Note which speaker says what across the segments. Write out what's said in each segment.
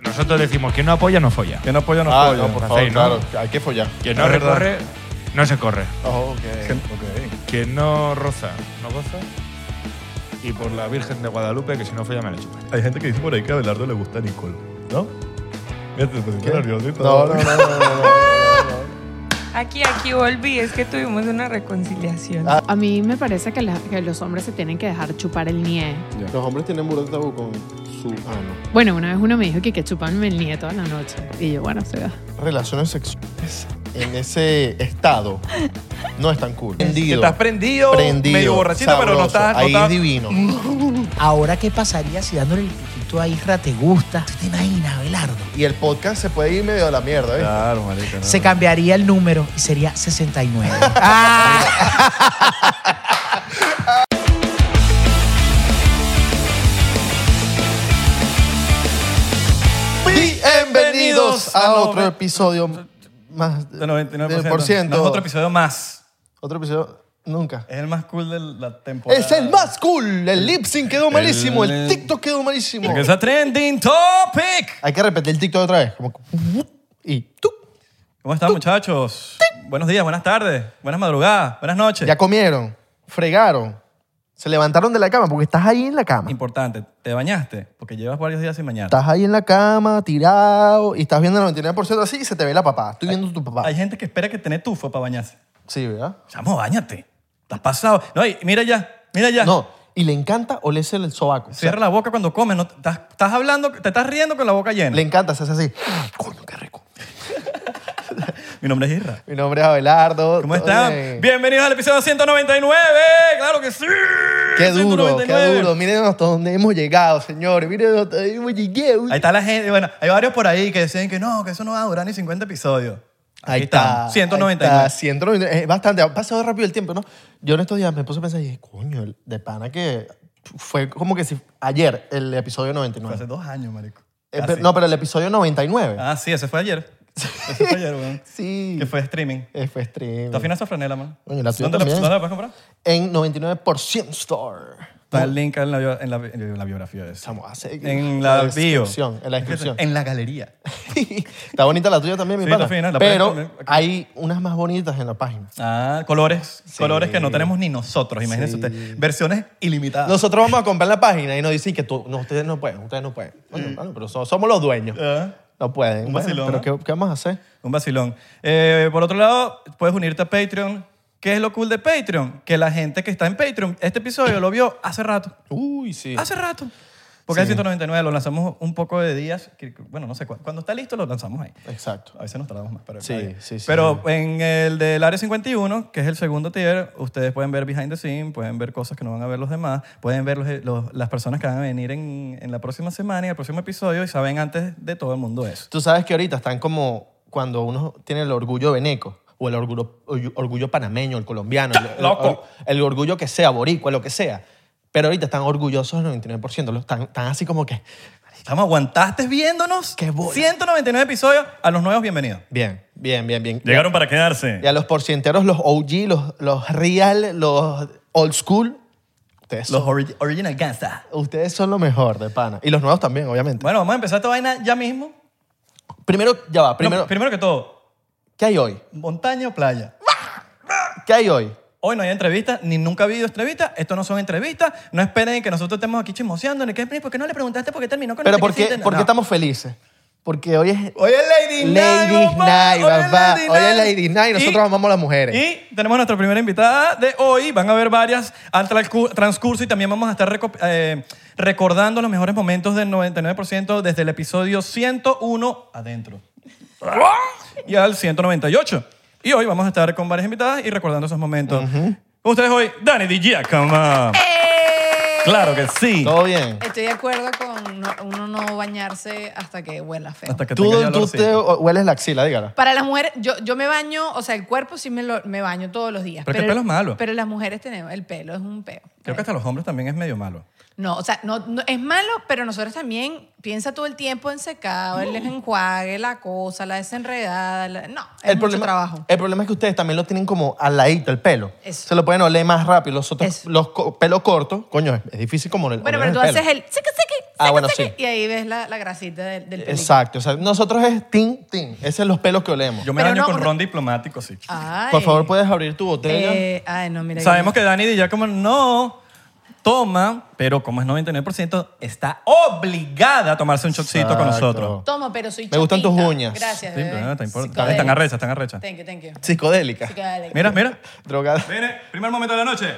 Speaker 1: Nosotros decimos, quien no apoya, no folla.
Speaker 2: Que no apoya, no
Speaker 3: ah,
Speaker 2: apoya.
Speaker 3: no, por favor,
Speaker 1: Hacéis, ¿no?
Speaker 3: claro. Hay que follar.
Speaker 1: Quien no
Speaker 2: Es verdad.
Speaker 1: recorre, no se corre.
Speaker 3: Oh, ok.
Speaker 2: Ok.
Speaker 1: Quien no roza, no goza. Y por la Virgen de Guadalupe, que si no folla, me la chupa.
Speaker 2: Hay gente que dice por ahí que a Abelardo le gusta Nicole, ¿no? Mira, te pusiste
Speaker 3: ¿Qué?
Speaker 2: nerviosito.
Speaker 3: ¿Eh? No, no, no, no, no, no, no, no.
Speaker 4: Aquí, aquí volví, es que tuvimos una reconciliación.
Speaker 3: Ah.
Speaker 5: A mí me parece que, la- que los hombres se tienen que dejar chupar el nie.
Speaker 3: Los hombres tienen burro de tabú con su ano.
Speaker 5: Bueno, una vez uno me dijo que que chuparme el nie toda la noche. Y yo, bueno, se va.
Speaker 3: Relaciones sexuales en ese estado no es tan cool.
Speaker 2: Que estás prendido,
Speaker 3: Prendido,
Speaker 2: medio borrachito, pero no
Speaker 3: sabroso,
Speaker 2: estás. Mm. no
Speaker 3: ahí
Speaker 2: estás-
Speaker 3: divino.
Speaker 6: Ahora, ¿qué pasaría si dándole el piquito a Isra te gusta? ¿Tú te imaginas, Abelardo?
Speaker 3: Y el podcast se puede ir medio a la mierda, ¿eh?
Speaker 2: Claro, marica. no,
Speaker 6: Se
Speaker 2: no.
Speaker 6: cambiaría el número y sería 69. ¡Ah!
Speaker 3: Bienvenidos a
Speaker 2: a
Speaker 3: otro
Speaker 2: noven-
Speaker 3: episodio más
Speaker 2: De 99%.
Speaker 3: del por ciento.
Speaker 2: No, es otro episodio más.
Speaker 3: Otro episodio nunca.
Speaker 2: Es el más cool de la temporada.
Speaker 3: Es el más cool. El lip sync quedó malísimo. El TikTok quedó malísimo.
Speaker 2: Que es a trending topic.
Speaker 3: Hay que repetir el TikTok otra vez. Como... Y tú.
Speaker 2: ¿Cómo están, muchachos? Buenos días, buenas tardes, buenas madrugadas, buenas noches.
Speaker 3: Ya comieron, fregaron, se levantaron de la cama porque estás ahí en la cama.
Speaker 2: Importante, ¿te bañaste? Porque llevas varios días sin bañarte.
Speaker 3: Estás ahí en la cama, tirado, y estás viendo el 99% así y se te ve la papá. Estoy viendo tu papá.
Speaker 2: Hay gente que espera que tenga tufo para bañarse.
Speaker 3: Sí, ¿verdad?
Speaker 2: Chamo, bañate. Estás pasado. No, y mira ya, mira ya.
Speaker 3: No, y le encanta olerse el sobaco. O sea,
Speaker 2: Cierra la boca cuando comes. no- estás, estás hablando, te estás riendo con la boca llena.
Speaker 3: le encanta, se hace así. Coño, qué rico.
Speaker 2: Mi nombre es Isra.
Speaker 3: Mi nombre es Abelardo.
Speaker 2: ¿Cómo
Speaker 3: todo
Speaker 2: están?
Speaker 3: bien.
Speaker 2: Bienvenidos al episodio 199. ¡Claro que sí!
Speaker 3: Qué duro, qué
Speaker 2: 199.
Speaker 3: duro. Miren hasta dónde hemos llegado, señores. Miren hasta dónde hemos llegado.
Speaker 2: Ahí está la gente. Bueno, hay varios por ahí que dicen que no, que eso no va a durar ni 50 episodios. Aquí
Speaker 3: Ahí está.
Speaker 2: están,
Speaker 3: Ahí está,
Speaker 2: 199.
Speaker 3: 199. Es bastante. Ha pasado rápido el tiempo, ¿no? Yo en estos días me puse a pensar y dije, coño, de pana que fue como que si ayer el episodio
Speaker 2: Fue hace
Speaker 3: 99.
Speaker 2: dos años, marico.
Speaker 3: Eh,
Speaker 2: Casi.
Speaker 3: pero- no, pero el episodio 99.
Speaker 2: Ah, sí, ese fue ayer. Ese fue ayer, weón.
Speaker 3: sí.
Speaker 2: Que fue streaming.
Speaker 3: Eh, fue stream.
Speaker 2: Está fina esa franela, man.
Speaker 3: Coño, la tuya
Speaker 2: ¿Dónde, la,
Speaker 3: también.
Speaker 2: ¿Dónde la puedes comprar?
Speaker 3: En 99% Store.
Speaker 2: Está el link en la, bio- en la, en la biografía de eso.
Speaker 3: Estamos hace-
Speaker 2: En la, bio.
Speaker 3: descripción. En ah, la descripción.
Speaker 2: En la galería.
Speaker 3: está bonita la tuya también, mi
Speaker 2: Sí,
Speaker 3: pana.
Speaker 2: está fina, la puedes
Speaker 3: pero
Speaker 2: poner aquí.
Speaker 3: hay unas más bonitas en la página.
Speaker 2: Ah, colores. Colores que no tenemos ni nosotros, imagínense ustedes. Versiones ilimitadas.
Speaker 3: Nosotros vamos a comprar la página y nos dicen que tú, no, ustedes no pueden, ustedes no pueden.
Speaker 2: Mm.
Speaker 3: Coño, hermano, pero so- somos los dueños.
Speaker 2: Ah.
Speaker 3: No pueden.
Speaker 2: Un
Speaker 3: Bueno,
Speaker 2: vacilón,
Speaker 3: pero
Speaker 2: ¿eh?
Speaker 3: ¿qué, qué vamos a hacer?
Speaker 2: Un vacilón. Eh, por otro lado, puedes unirte a Patreon. ¿Qué es lo cool de Patreon? Que la gente que está en Patreon, este episodio lo vio hace rato.
Speaker 3: Uy, sí.
Speaker 2: Hace rato. Porque es 199, lo lanzamos un poco de días. que- que- Bueno, no sé, cu- cuando está listo lo lanzamos ahí.
Speaker 3: Exacto.
Speaker 2: A veces nos tardamos más. Pero
Speaker 3: Sí,
Speaker 2: está bien.
Speaker 3: sí, sí.
Speaker 2: Pero en el del Área 51, que es el segundo tier, ustedes pueden ver behind the scene, pueden ver cosas que no van a ver los demás, pueden ver los- los- las personas que van a venir en, en la próxima semana y el próximo episodio y saben antes de todo el mundo eso.
Speaker 3: Tú sabes que ahorita están como cuando uno tiene el orgullo veneco o el orgullo, orgu- orgullo panameño, el colombiano, el, el-
Speaker 2: Loco.
Speaker 3: el orgullo que sea, boricua, lo que sea. Pero ahorita están orgullosos del 99%. lo Están, están así como que,
Speaker 2: Estamos aguantaste viéndonos.
Speaker 3: Qué bola.
Speaker 2: 199 episodios a los nuevos bienvenidos.
Speaker 3: bien, bien, bien, bien.
Speaker 2: para quedarse.
Speaker 3: Y a los porcienteros, los OG, los, los real, los old school, ustedes
Speaker 2: Los
Speaker 3: son,
Speaker 2: ori- original gangsta.
Speaker 3: ustedes son lo mejor de pana. Y los nuevos también, obviamente.
Speaker 2: Bueno, vamos a empezar esta vaina ya mismo.
Speaker 3: Primero, ya va, primero,
Speaker 2: Primero, primero que todo,
Speaker 3: ¿qué hay hoy?
Speaker 2: montaña o playa.
Speaker 3: ¿Qué hay hoy?
Speaker 2: Hoy no hay entrevista, ni nunca ha habido entrevista. Esto no son entrevistas. No esperen que nosotros estemos aquí chismoseando. ni que, ¿Por qué no le preguntaste por qué terminó con
Speaker 3: Pero
Speaker 2: el
Speaker 3: ¿por qué, por qué estamos felices? Porque hoy es
Speaker 2: Hoy es Lady Night,
Speaker 3: Ladies Night, papá. Hoy es Ladies Night. Nosotros amamos a las mujeres.
Speaker 2: Y tenemos a nuestra primera invitada de hoy. Van a ver varias al tralcu- transcurso y también vamos a estar reco- eh, recordando los mejores momentos del 99% desde el episodio 101 adentro y al 198. Y hoy vamos a estar con varias invitadas y recordando esos momentos. Con ustedes hoy, Dani Di Giacomo. Claro que sí.
Speaker 3: todo bien.
Speaker 7: Estoy de acuerdo con no- uno no bañarse hasta que huela feo.
Speaker 2: Hasta que
Speaker 3: Tú,
Speaker 2: tenga ya
Speaker 3: tú
Speaker 2: olorcito.
Speaker 3: te hueles la axila, dígala.
Speaker 7: Para las mujeres, yo, yo me baño, o sea, el cuerpo sí me, lo- me baño todos los días.
Speaker 2: Pero es que el pelo es malo.
Speaker 7: Pero las mujeres tenemos, el pelo es un peo.
Speaker 2: Creo que hasta los hombres también es medio malo.
Speaker 7: No, o sea, no, no- es malo, pero nosotros también piensa todo el tiempo en secado, el enjuague, la cosa, la desenredada. la- no, es
Speaker 3: el
Speaker 7: mucho
Speaker 3: problema,
Speaker 7: trabajo.
Speaker 3: El problema es que ustedes también lo tienen como al ladito, el pelo.
Speaker 7: Eso.
Speaker 3: Se lo pueden oler más rápido. Los otros,
Speaker 7: Eso.
Speaker 3: los co- pelo corto, coño, es, es difícil como el
Speaker 7: Bueno,
Speaker 3: oler
Speaker 7: pero tú
Speaker 3: pelo.
Speaker 7: haces el seque, seque,
Speaker 3: Ah,
Speaker 7: seque,
Speaker 3: bueno,
Speaker 7: seque,
Speaker 3: sí.
Speaker 7: y ahí ves la, la grasita del, del pelito.
Speaker 3: Exacto. O sea, nosotros es tin, tin. Esos son los pelos que olemos.
Speaker 2: Yo me
Speaker 7: Pero
Speaker 2: daño
Speaker 7: no,
Speaker 2: con
Speaker 7: una-
Speaker 2: ron diplomático, sí.
Speaker 7: Ay.
Speaker 3: Por favor, ¿puedes abrir tu botella?
Speaker 7: Eh, ay, no, mira.
Speaker 2: Sabemos que Dani y como no toma, pero como es 99%, está obligada a tomarse un shotcito con
Speaker 3: Exacto.
Speaker 2: nosotros.
Speaker 7: Tomo, pero soy
Speaker 3: Me gustan tus
Speaker 7: chapita.
Speaker 3: uñas.
Speaker 7: Gracias,
Speaker 2: Sí,
Speaker 7: bebé.
Speaker 2: pero no te importa.
Speaker 7: Psicodélica.
Speaker 2: Están arrechas, están arrechas.
Speaker 7: Thank you, thank you.
Speaker 3: Psicodélica.
Speaker 7: Psicodélica.
Speaker 2: Mira, mira.
Speaker 3: Drogada.
Speaker 2: Viene, primer momento de la noche.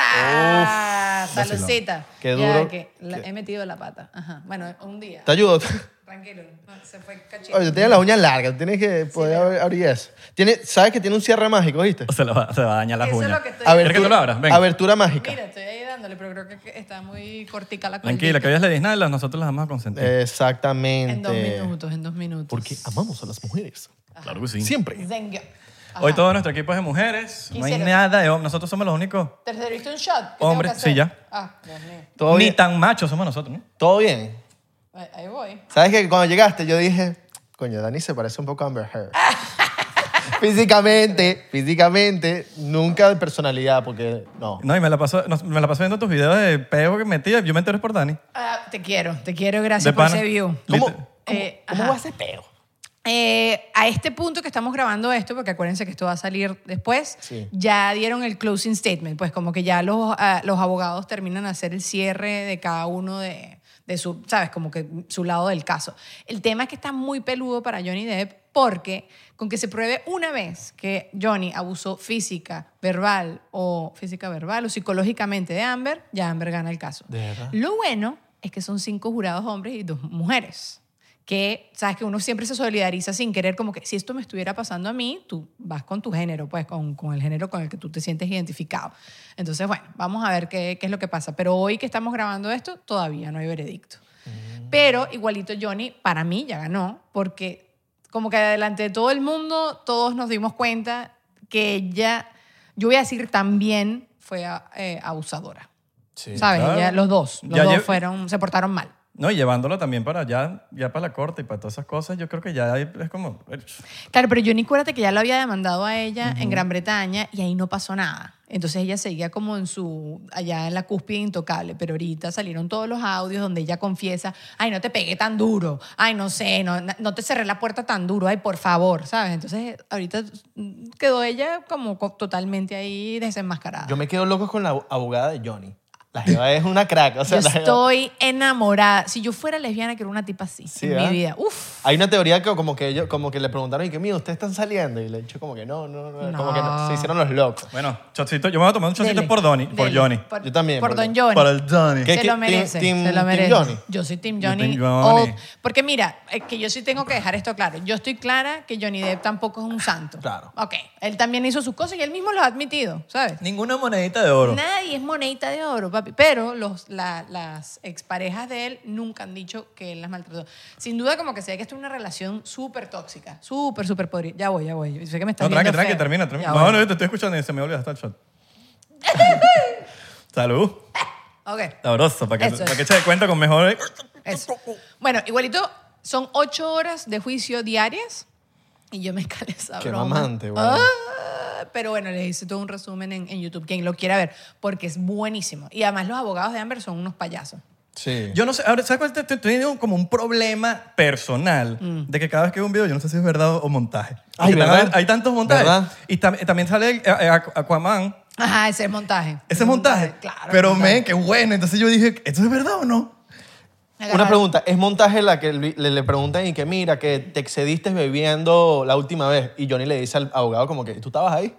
Speaker 7: ¡Esa! Salucita.
Speaker 3: Qué
Speaker 7: Ya
Speaker 3: duro.
Speaker 7: que la- he metido la pata. Ajá. Bueno, un día.
Speaker 3: Te ayudo.
Speaker 7: Tranquilo. No, se fue cachito.
Speaker 3: Oye, tienes las uñas largas. Tienes que poder abrir- abrir eso. Tiene, ¿Sabes que tiene un cierre mágico, viste?
Speaker 2: Se, lo va, se va a dañar las
Speaker 7: Eso es
Speaker 2: uñas.
Speaker 7: lo que estoy-
Speaker 3: Abertura,
Speaker 2: ¿Quieres que tú lo abras? Ven.
Speaker 3: Abertura mágica.
Speaker 7: Mira, estoy ahí dándole, pero creo que está muy cortica la cuerda.
Speaker 2: Tranquila, que hoy es Lady Snarla, nosotros las vamos a consentir.
Speaker 3: Exactamente.
Speaker 7: En dos minutos, en dos minutos.
Speaker 3: Porque amamos a las mujeres.
Speaker 2: claro que sí.
Speaker 3: Siempre.
Speaker 7: Zengyo. Ajá.
Speaker 2: Hoy todo nuestro equipo es de mujeres. No hay
Speaker 7: Quisiera-
Speaker 2: nada de hombres. Nosotros somos los únicos.
Speaker 7: ¿Te serviste un shot? ¿Qué
Speaker 2: Hombre,
Speaker 7: tengo que hacer?
Speaker 2: sí, ya.
Speaker 7: Ah, Dios mío.
Speaker 3: Todo
Speaker 2: Ni
Speaker 3: bien.
Speaker 2: tan machos somos nosotros, ¿no?
Speaker 3: Todo bien.
Speaker 7: Ahí- Ahí voy.
Speaker 3: ¿Sabes que cuando llegaste yo dije, coño, Dani se parece un poco a Amber Heard? físicamente, físicamente, nunca de personalidad, porque no.
Speaker 2: No, y me la paso, nos- me la paso viendo tus videos de peo que metía. Yo me entero es por Dani.
Speaker 7: Ah, te quiero, te quiero. Gracias
Speaker 2: De
Speaker 7: por
Speaker 2: pana.
Speaker 7: ese view.
Speaker 3: ¿Cómo,
Speaker 2: Liter-
Speaker 3: cómo,
Speaker 7: Eh,
Speaker 3: cómo
Speaker 7: ajá.
Speaker 3: va ese peo?
Speaker 7: Eh, a este punto que estamos grabando esto, porque acuérdense que esto va a salir después,
Speaker 3: Sí.
Speaker 7: ya dieron el closing statement, pues como que ya los, ah, los abogados terminan de hacer el cierre de cada uno de, de su, sabes, como que su lado del caso. El tema es que está muy peludo para Johnny Depp porque con que se pruebe una vez que Johnny abusó física, verbal o física verbal o psicológicamente de Amber, ya Amber gana el caso.
Speaker 3: ¿De verdad?
Speaker 7: Lo bueno es que son cinco jurados hombres y dos mujeres. Que, sabes, que uno siempre se solidariza sin querer, como que si esto me estuviera pasando a mí, tú vas con tu género, pues, con, con el género con el que tú te sientes identificado. Entonces, bueno, vamos a ver qué, qué es lo que pasa. Pero hoy que estamos grabando esto, todavía no hay veredicto.
Speaker 2: Mm.
Speaker 7: Pero igualito Johnny, para mí, ya ganó, porque como que delante de todo el mundo, todos nos dimos cuenta que ella, yo voy a decir también, fue eh, abusadora. ¿Sabes?
Speaker 2: claro.
Speaker 7: Ella- los dos. Los
Speaker 2: Ya
Speaker 7: dos
Speaker 2: lle-
Speaker 7: fueron, se portaron mal.
Speaker 2: No, y llevándolo también para allá, ya para la corte y para todas esas cosas, yo creo que ya ahí es como...
Speaker 7: Claro, pero Johnny, acuérdate que ya lo había demandado a ella en Gran Bretaña y ahí no pasó nada. Entonces ella seguía como en su, allá en la cúspide intocable, pero ahorita salieron todos los audios donde ella confiesa, ay, no te pegué tan duro, ay, no sé, no, no te cerré la puerta tan duro, ay, por favor, ¿sabes? Entonces ahorita mm, quedó ella como co- totalmente ahí desenmascarada.
Speaker 3: Yo me quedo loco con la abogada de Johnny. La jeva es una crack. O sea,
Speaker 7: Yo
Speaker 3: la jeva-
Speaker 7: estoy enamorada. Si yo fuera lesbiana, quiero una tipa así
Speaker 3: Sí, ¿eh?
Speaker 7: en
Speaker 3: ¿verdad?
Speaker 7: mi vida. Uf.
Speaker 3: Hay una teoría que como que, ellos, como que le preguntaron y que, mira, ¿ustedes están saliendo? Y le he dicho como que no, no, no, Como que no.
Speaker 7: No.
Speaker 3: se hicieron los locos.
Speaker 2: Bueno, chocito, yo me voy a tomar un chocito
Speaker 7: Dele,
Speaker 2: por Donny, por
Speaker 7: dele,
Speaker 2: Johnny.
Speaker 7: por-
Speaker 3: Yo también,
Speaker 7: Por
Speaker 3: por
Speaker 7: Don
Speaker 3: Johnny.
Speaker 7: Johnny.
Speaker 2: Para el Johnny.
Speaker 3: ¿Qué?
Speaker 7: se lo
Speaker 3: team-
Speaker 7: merece,
Speaker 3: team-
Speaker 7: se lo
Speaker 3: team
Speaker 7: merece.
Speaker 3: Johnny?
Speaker 7: Yo soy Team
Speaker 2: Yo
Speaker 7: Johnny.
Speaker 2: team
Speaker 7: all-
Speaker 2: Johnny.
Speaker 7: porque mira, es que yo sí tengo que dejar esto claro. Yo estoy clara que Johnny Depp tampoco es un santo.
Speaker 3: Claro.
Speaker 7: Ok, él también hizo sus cosas y él mismo lo ha admitido, ¿sabes?
Speaker 2: Ninguna monedita de oro.
Speaker 7: Nadie es monedita de oro, papi. Pero los, la- las exparejas de él nunca han dicho que él las maltrató. Sin duda, como que se ve que esto es una relación súper tóxica. Súper, súper podrida. Ya voy, ya voy. Yo sé que me estás
Speaker 2: No, tranqui,
Speaker 7: viendo
Speaker 2: tranqui,
Speaker 7: feo.
Speaker 2: termina, termina.
Speaker 7: Ya
Speaker 2: No,
Speaker 7: voy.
Speaker 2: no, yo te estoy escuchando y se me olvida hasta el shot. Salud.
Speaker 7: Ok.
Speaker 2: Sabroso, para que,
Speaker 7: Eso es.
Speaker 2: para que se dé cuenta con mejor...
Speaker 7: Eso. Bueno, igualito, son ocho horas de juicio diarias y yo me escalé esa
Speaker 3: Qué
Speaker 7: broma.
Speaker 3: mamante, güey.
Speaker 7: Ah, pero bueno, les hice todo un resumen en, en YouTube, quien lo quiera ver, porque es buenísimo. Y además los abogados de Amber son unos payasos.
Speaker 3: Sí.
Speaker 2: Yo no sé, ahora, ¿sabes cuál? Te- te- Tengo como un problema personal
Speaker 7: Mm.
Speaker 2: de que cada vez que veo un video, yo no sé si es verdad o- o montaje.
Speaker 3: Ay,
Speaker 2: Porque
Speaker 3: ¿verdad?
Speaker 2: también Hay tantos montajes.
Speaker 3: ¿Verdad?
Speaker 2: Y tam- también sale el- eh, eh, Aqu- Aquaman.
Speaker 7: Ajá, ese es montaje.
Speaker 2: Ese es montaje.
Speaker 7: Claro.
Speaker 2: Pero,
Speaker 7: montaje.
Speaker 2: men, qué bueno. Entonces yo dije, ¿esto es verdad o no?
Speaker 7: Agarrar-
Speaker 3: Una pregunta, ¿es montaje la que le, le preguntan y que mira, que te excediste bebiendo la última vez? Y Johnny le dice al abogado como que, ¿tú estabas ahí?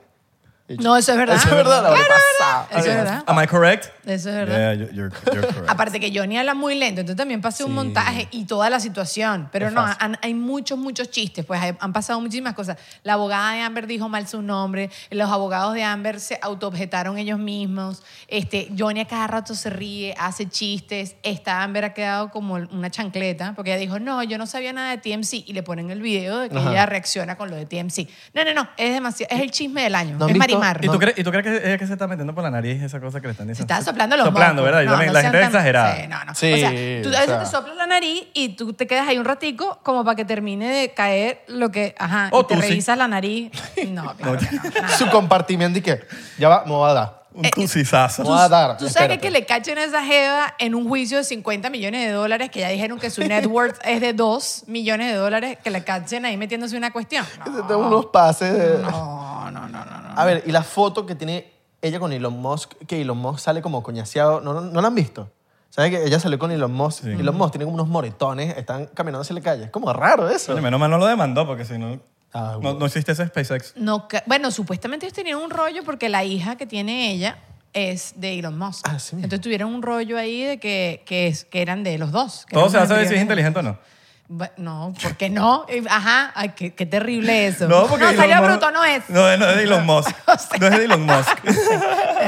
Speaker 7: No, eso es verdad.
Speaker 3: Eso es verdad, la
Speaker 7: Claro,
Speaker 3: verdad.
Speaker 7: Eso es
Speaker 2: A ver,
Speaker 7: verdad.
Speaker 2: Am I correct?
Speaker 7: Eso es verdad.
Speaker 2: Yeah, you're, you're- you're correct.
Speaker 7: Aparte que Johnny habla muy lento, entonces también pasé un montaje y toda la situación. Pero no, han- hay muchos, muchos chistes, pues hay- han pasado muchísimas cosas. La abogada de Amber dijo mal su nombre, los abogados de Amber se autoobjetaron ellos mismos, este, Johnny a cada rato se ríe, hace chistes, esta Amber ha quedado como una chancleta, porque ella dijo, no, yo no sabía nada de TMC, y le ponen el video de que
Speaker 3: Ajá.
Speaker 7: ella reacciona con lo de TMC. No, no, no, es demasiado, es el chisme del año,
Speaker 3: ¿No han
Speaker 7: es
Speaker 3: visto
Speaker 7: rimar.
Speaker 2: ¿Y tú,
Speaker 7: ¿no?
Speaker 2: crees, ¿Y tú crees que ella que se está metiendo por la nariz esa cosa que le están
Speaker 7: Se
Speaker 2: diciendo?
Speaker 7: está soplando los
Speaker 2: Soplando,
Speaker 7: mocos.
Speaker 2: ¿verdad? Y
Speaker 7: No,
Speaker 2: también
Speaker 7: no
Speaker 2: la
Speaker 7: sean
Speaker 2: gente es
Speaker 7: tan-
Speaker 2: exagerada.
Speaker 7: Sí, no, no.
Speaker 3: Sí,
Speaker 7: o sea, tú a
Speaker 3: o
Speaker 7: veces
Speaker 3: sea.
Speaker 7: te soplas la nariz y tú te quedas ahí un ratico como para que termine de caer lo que... Ajá,
Speaker 2: O
Speaker 7: y te
Speaker 2: tú sí.
Speaker 7: revisas la nariz. No, claro que no, nada.
Speaker 3: Su compartimiento y que, ya va, me voy a dar.
Speaker 2: Un tucizazo.
Speaker 3: Tú- voy a dar,
Speaker 7: Tú sabes que,
Speaker 3: espérate.
Speaker 7: que le cachen a esa jeva en un juicio de 50 millones de dólares, que ya dijeron que su net worth es de 2 millones de dólares, que le cachen ahí metiéndose una cuestión.
Speaker 3: Que se tenga unos pases de-
Speaker 7: No, no, no, no. no.
Speaker 3: A ver, y la foto que tiene ella con Elon Musk, que Elon Musk sale como coñaseado, ¿no, no, no la han visto? ¿Sabes que ella salió con Elon Musk? Elon Musk tiene como unos moretones, están caminando hacia la calle. Es como raro eso.
Speaker 2: Coño, menos mal no lo demandó porque si no...
Speaker 3: Ah,
Speaker 2: No, no existe ese SpaceX.
Speaker 7: No ca- bueno, supuestamente ellos tenían un rollo porque la hija que tiene ella es de Elon Musk.
Speaker 3: Ah, sí.
Speaker 7: Entonces tuvieron un rollo ahí de que, que, es, que eran de los dos. que
Speaker 2: Todo
Speaker 7: eran
Speaker 2: se hace de si es
Speaker 7: anteriores.
Speaker 2: inteligente o no.
Speaker 7: Bu- No, ¿por qué no? Eh, Ajá, ay, qué, qué terrible eso.
Speaker 2: No, porque Elon
Speaker 7: sería
Speaker 2: Musk-
Speaker 7: bruto, no es.
Speaker 2: No, no es de Elon Musk. No es de Elon Musk.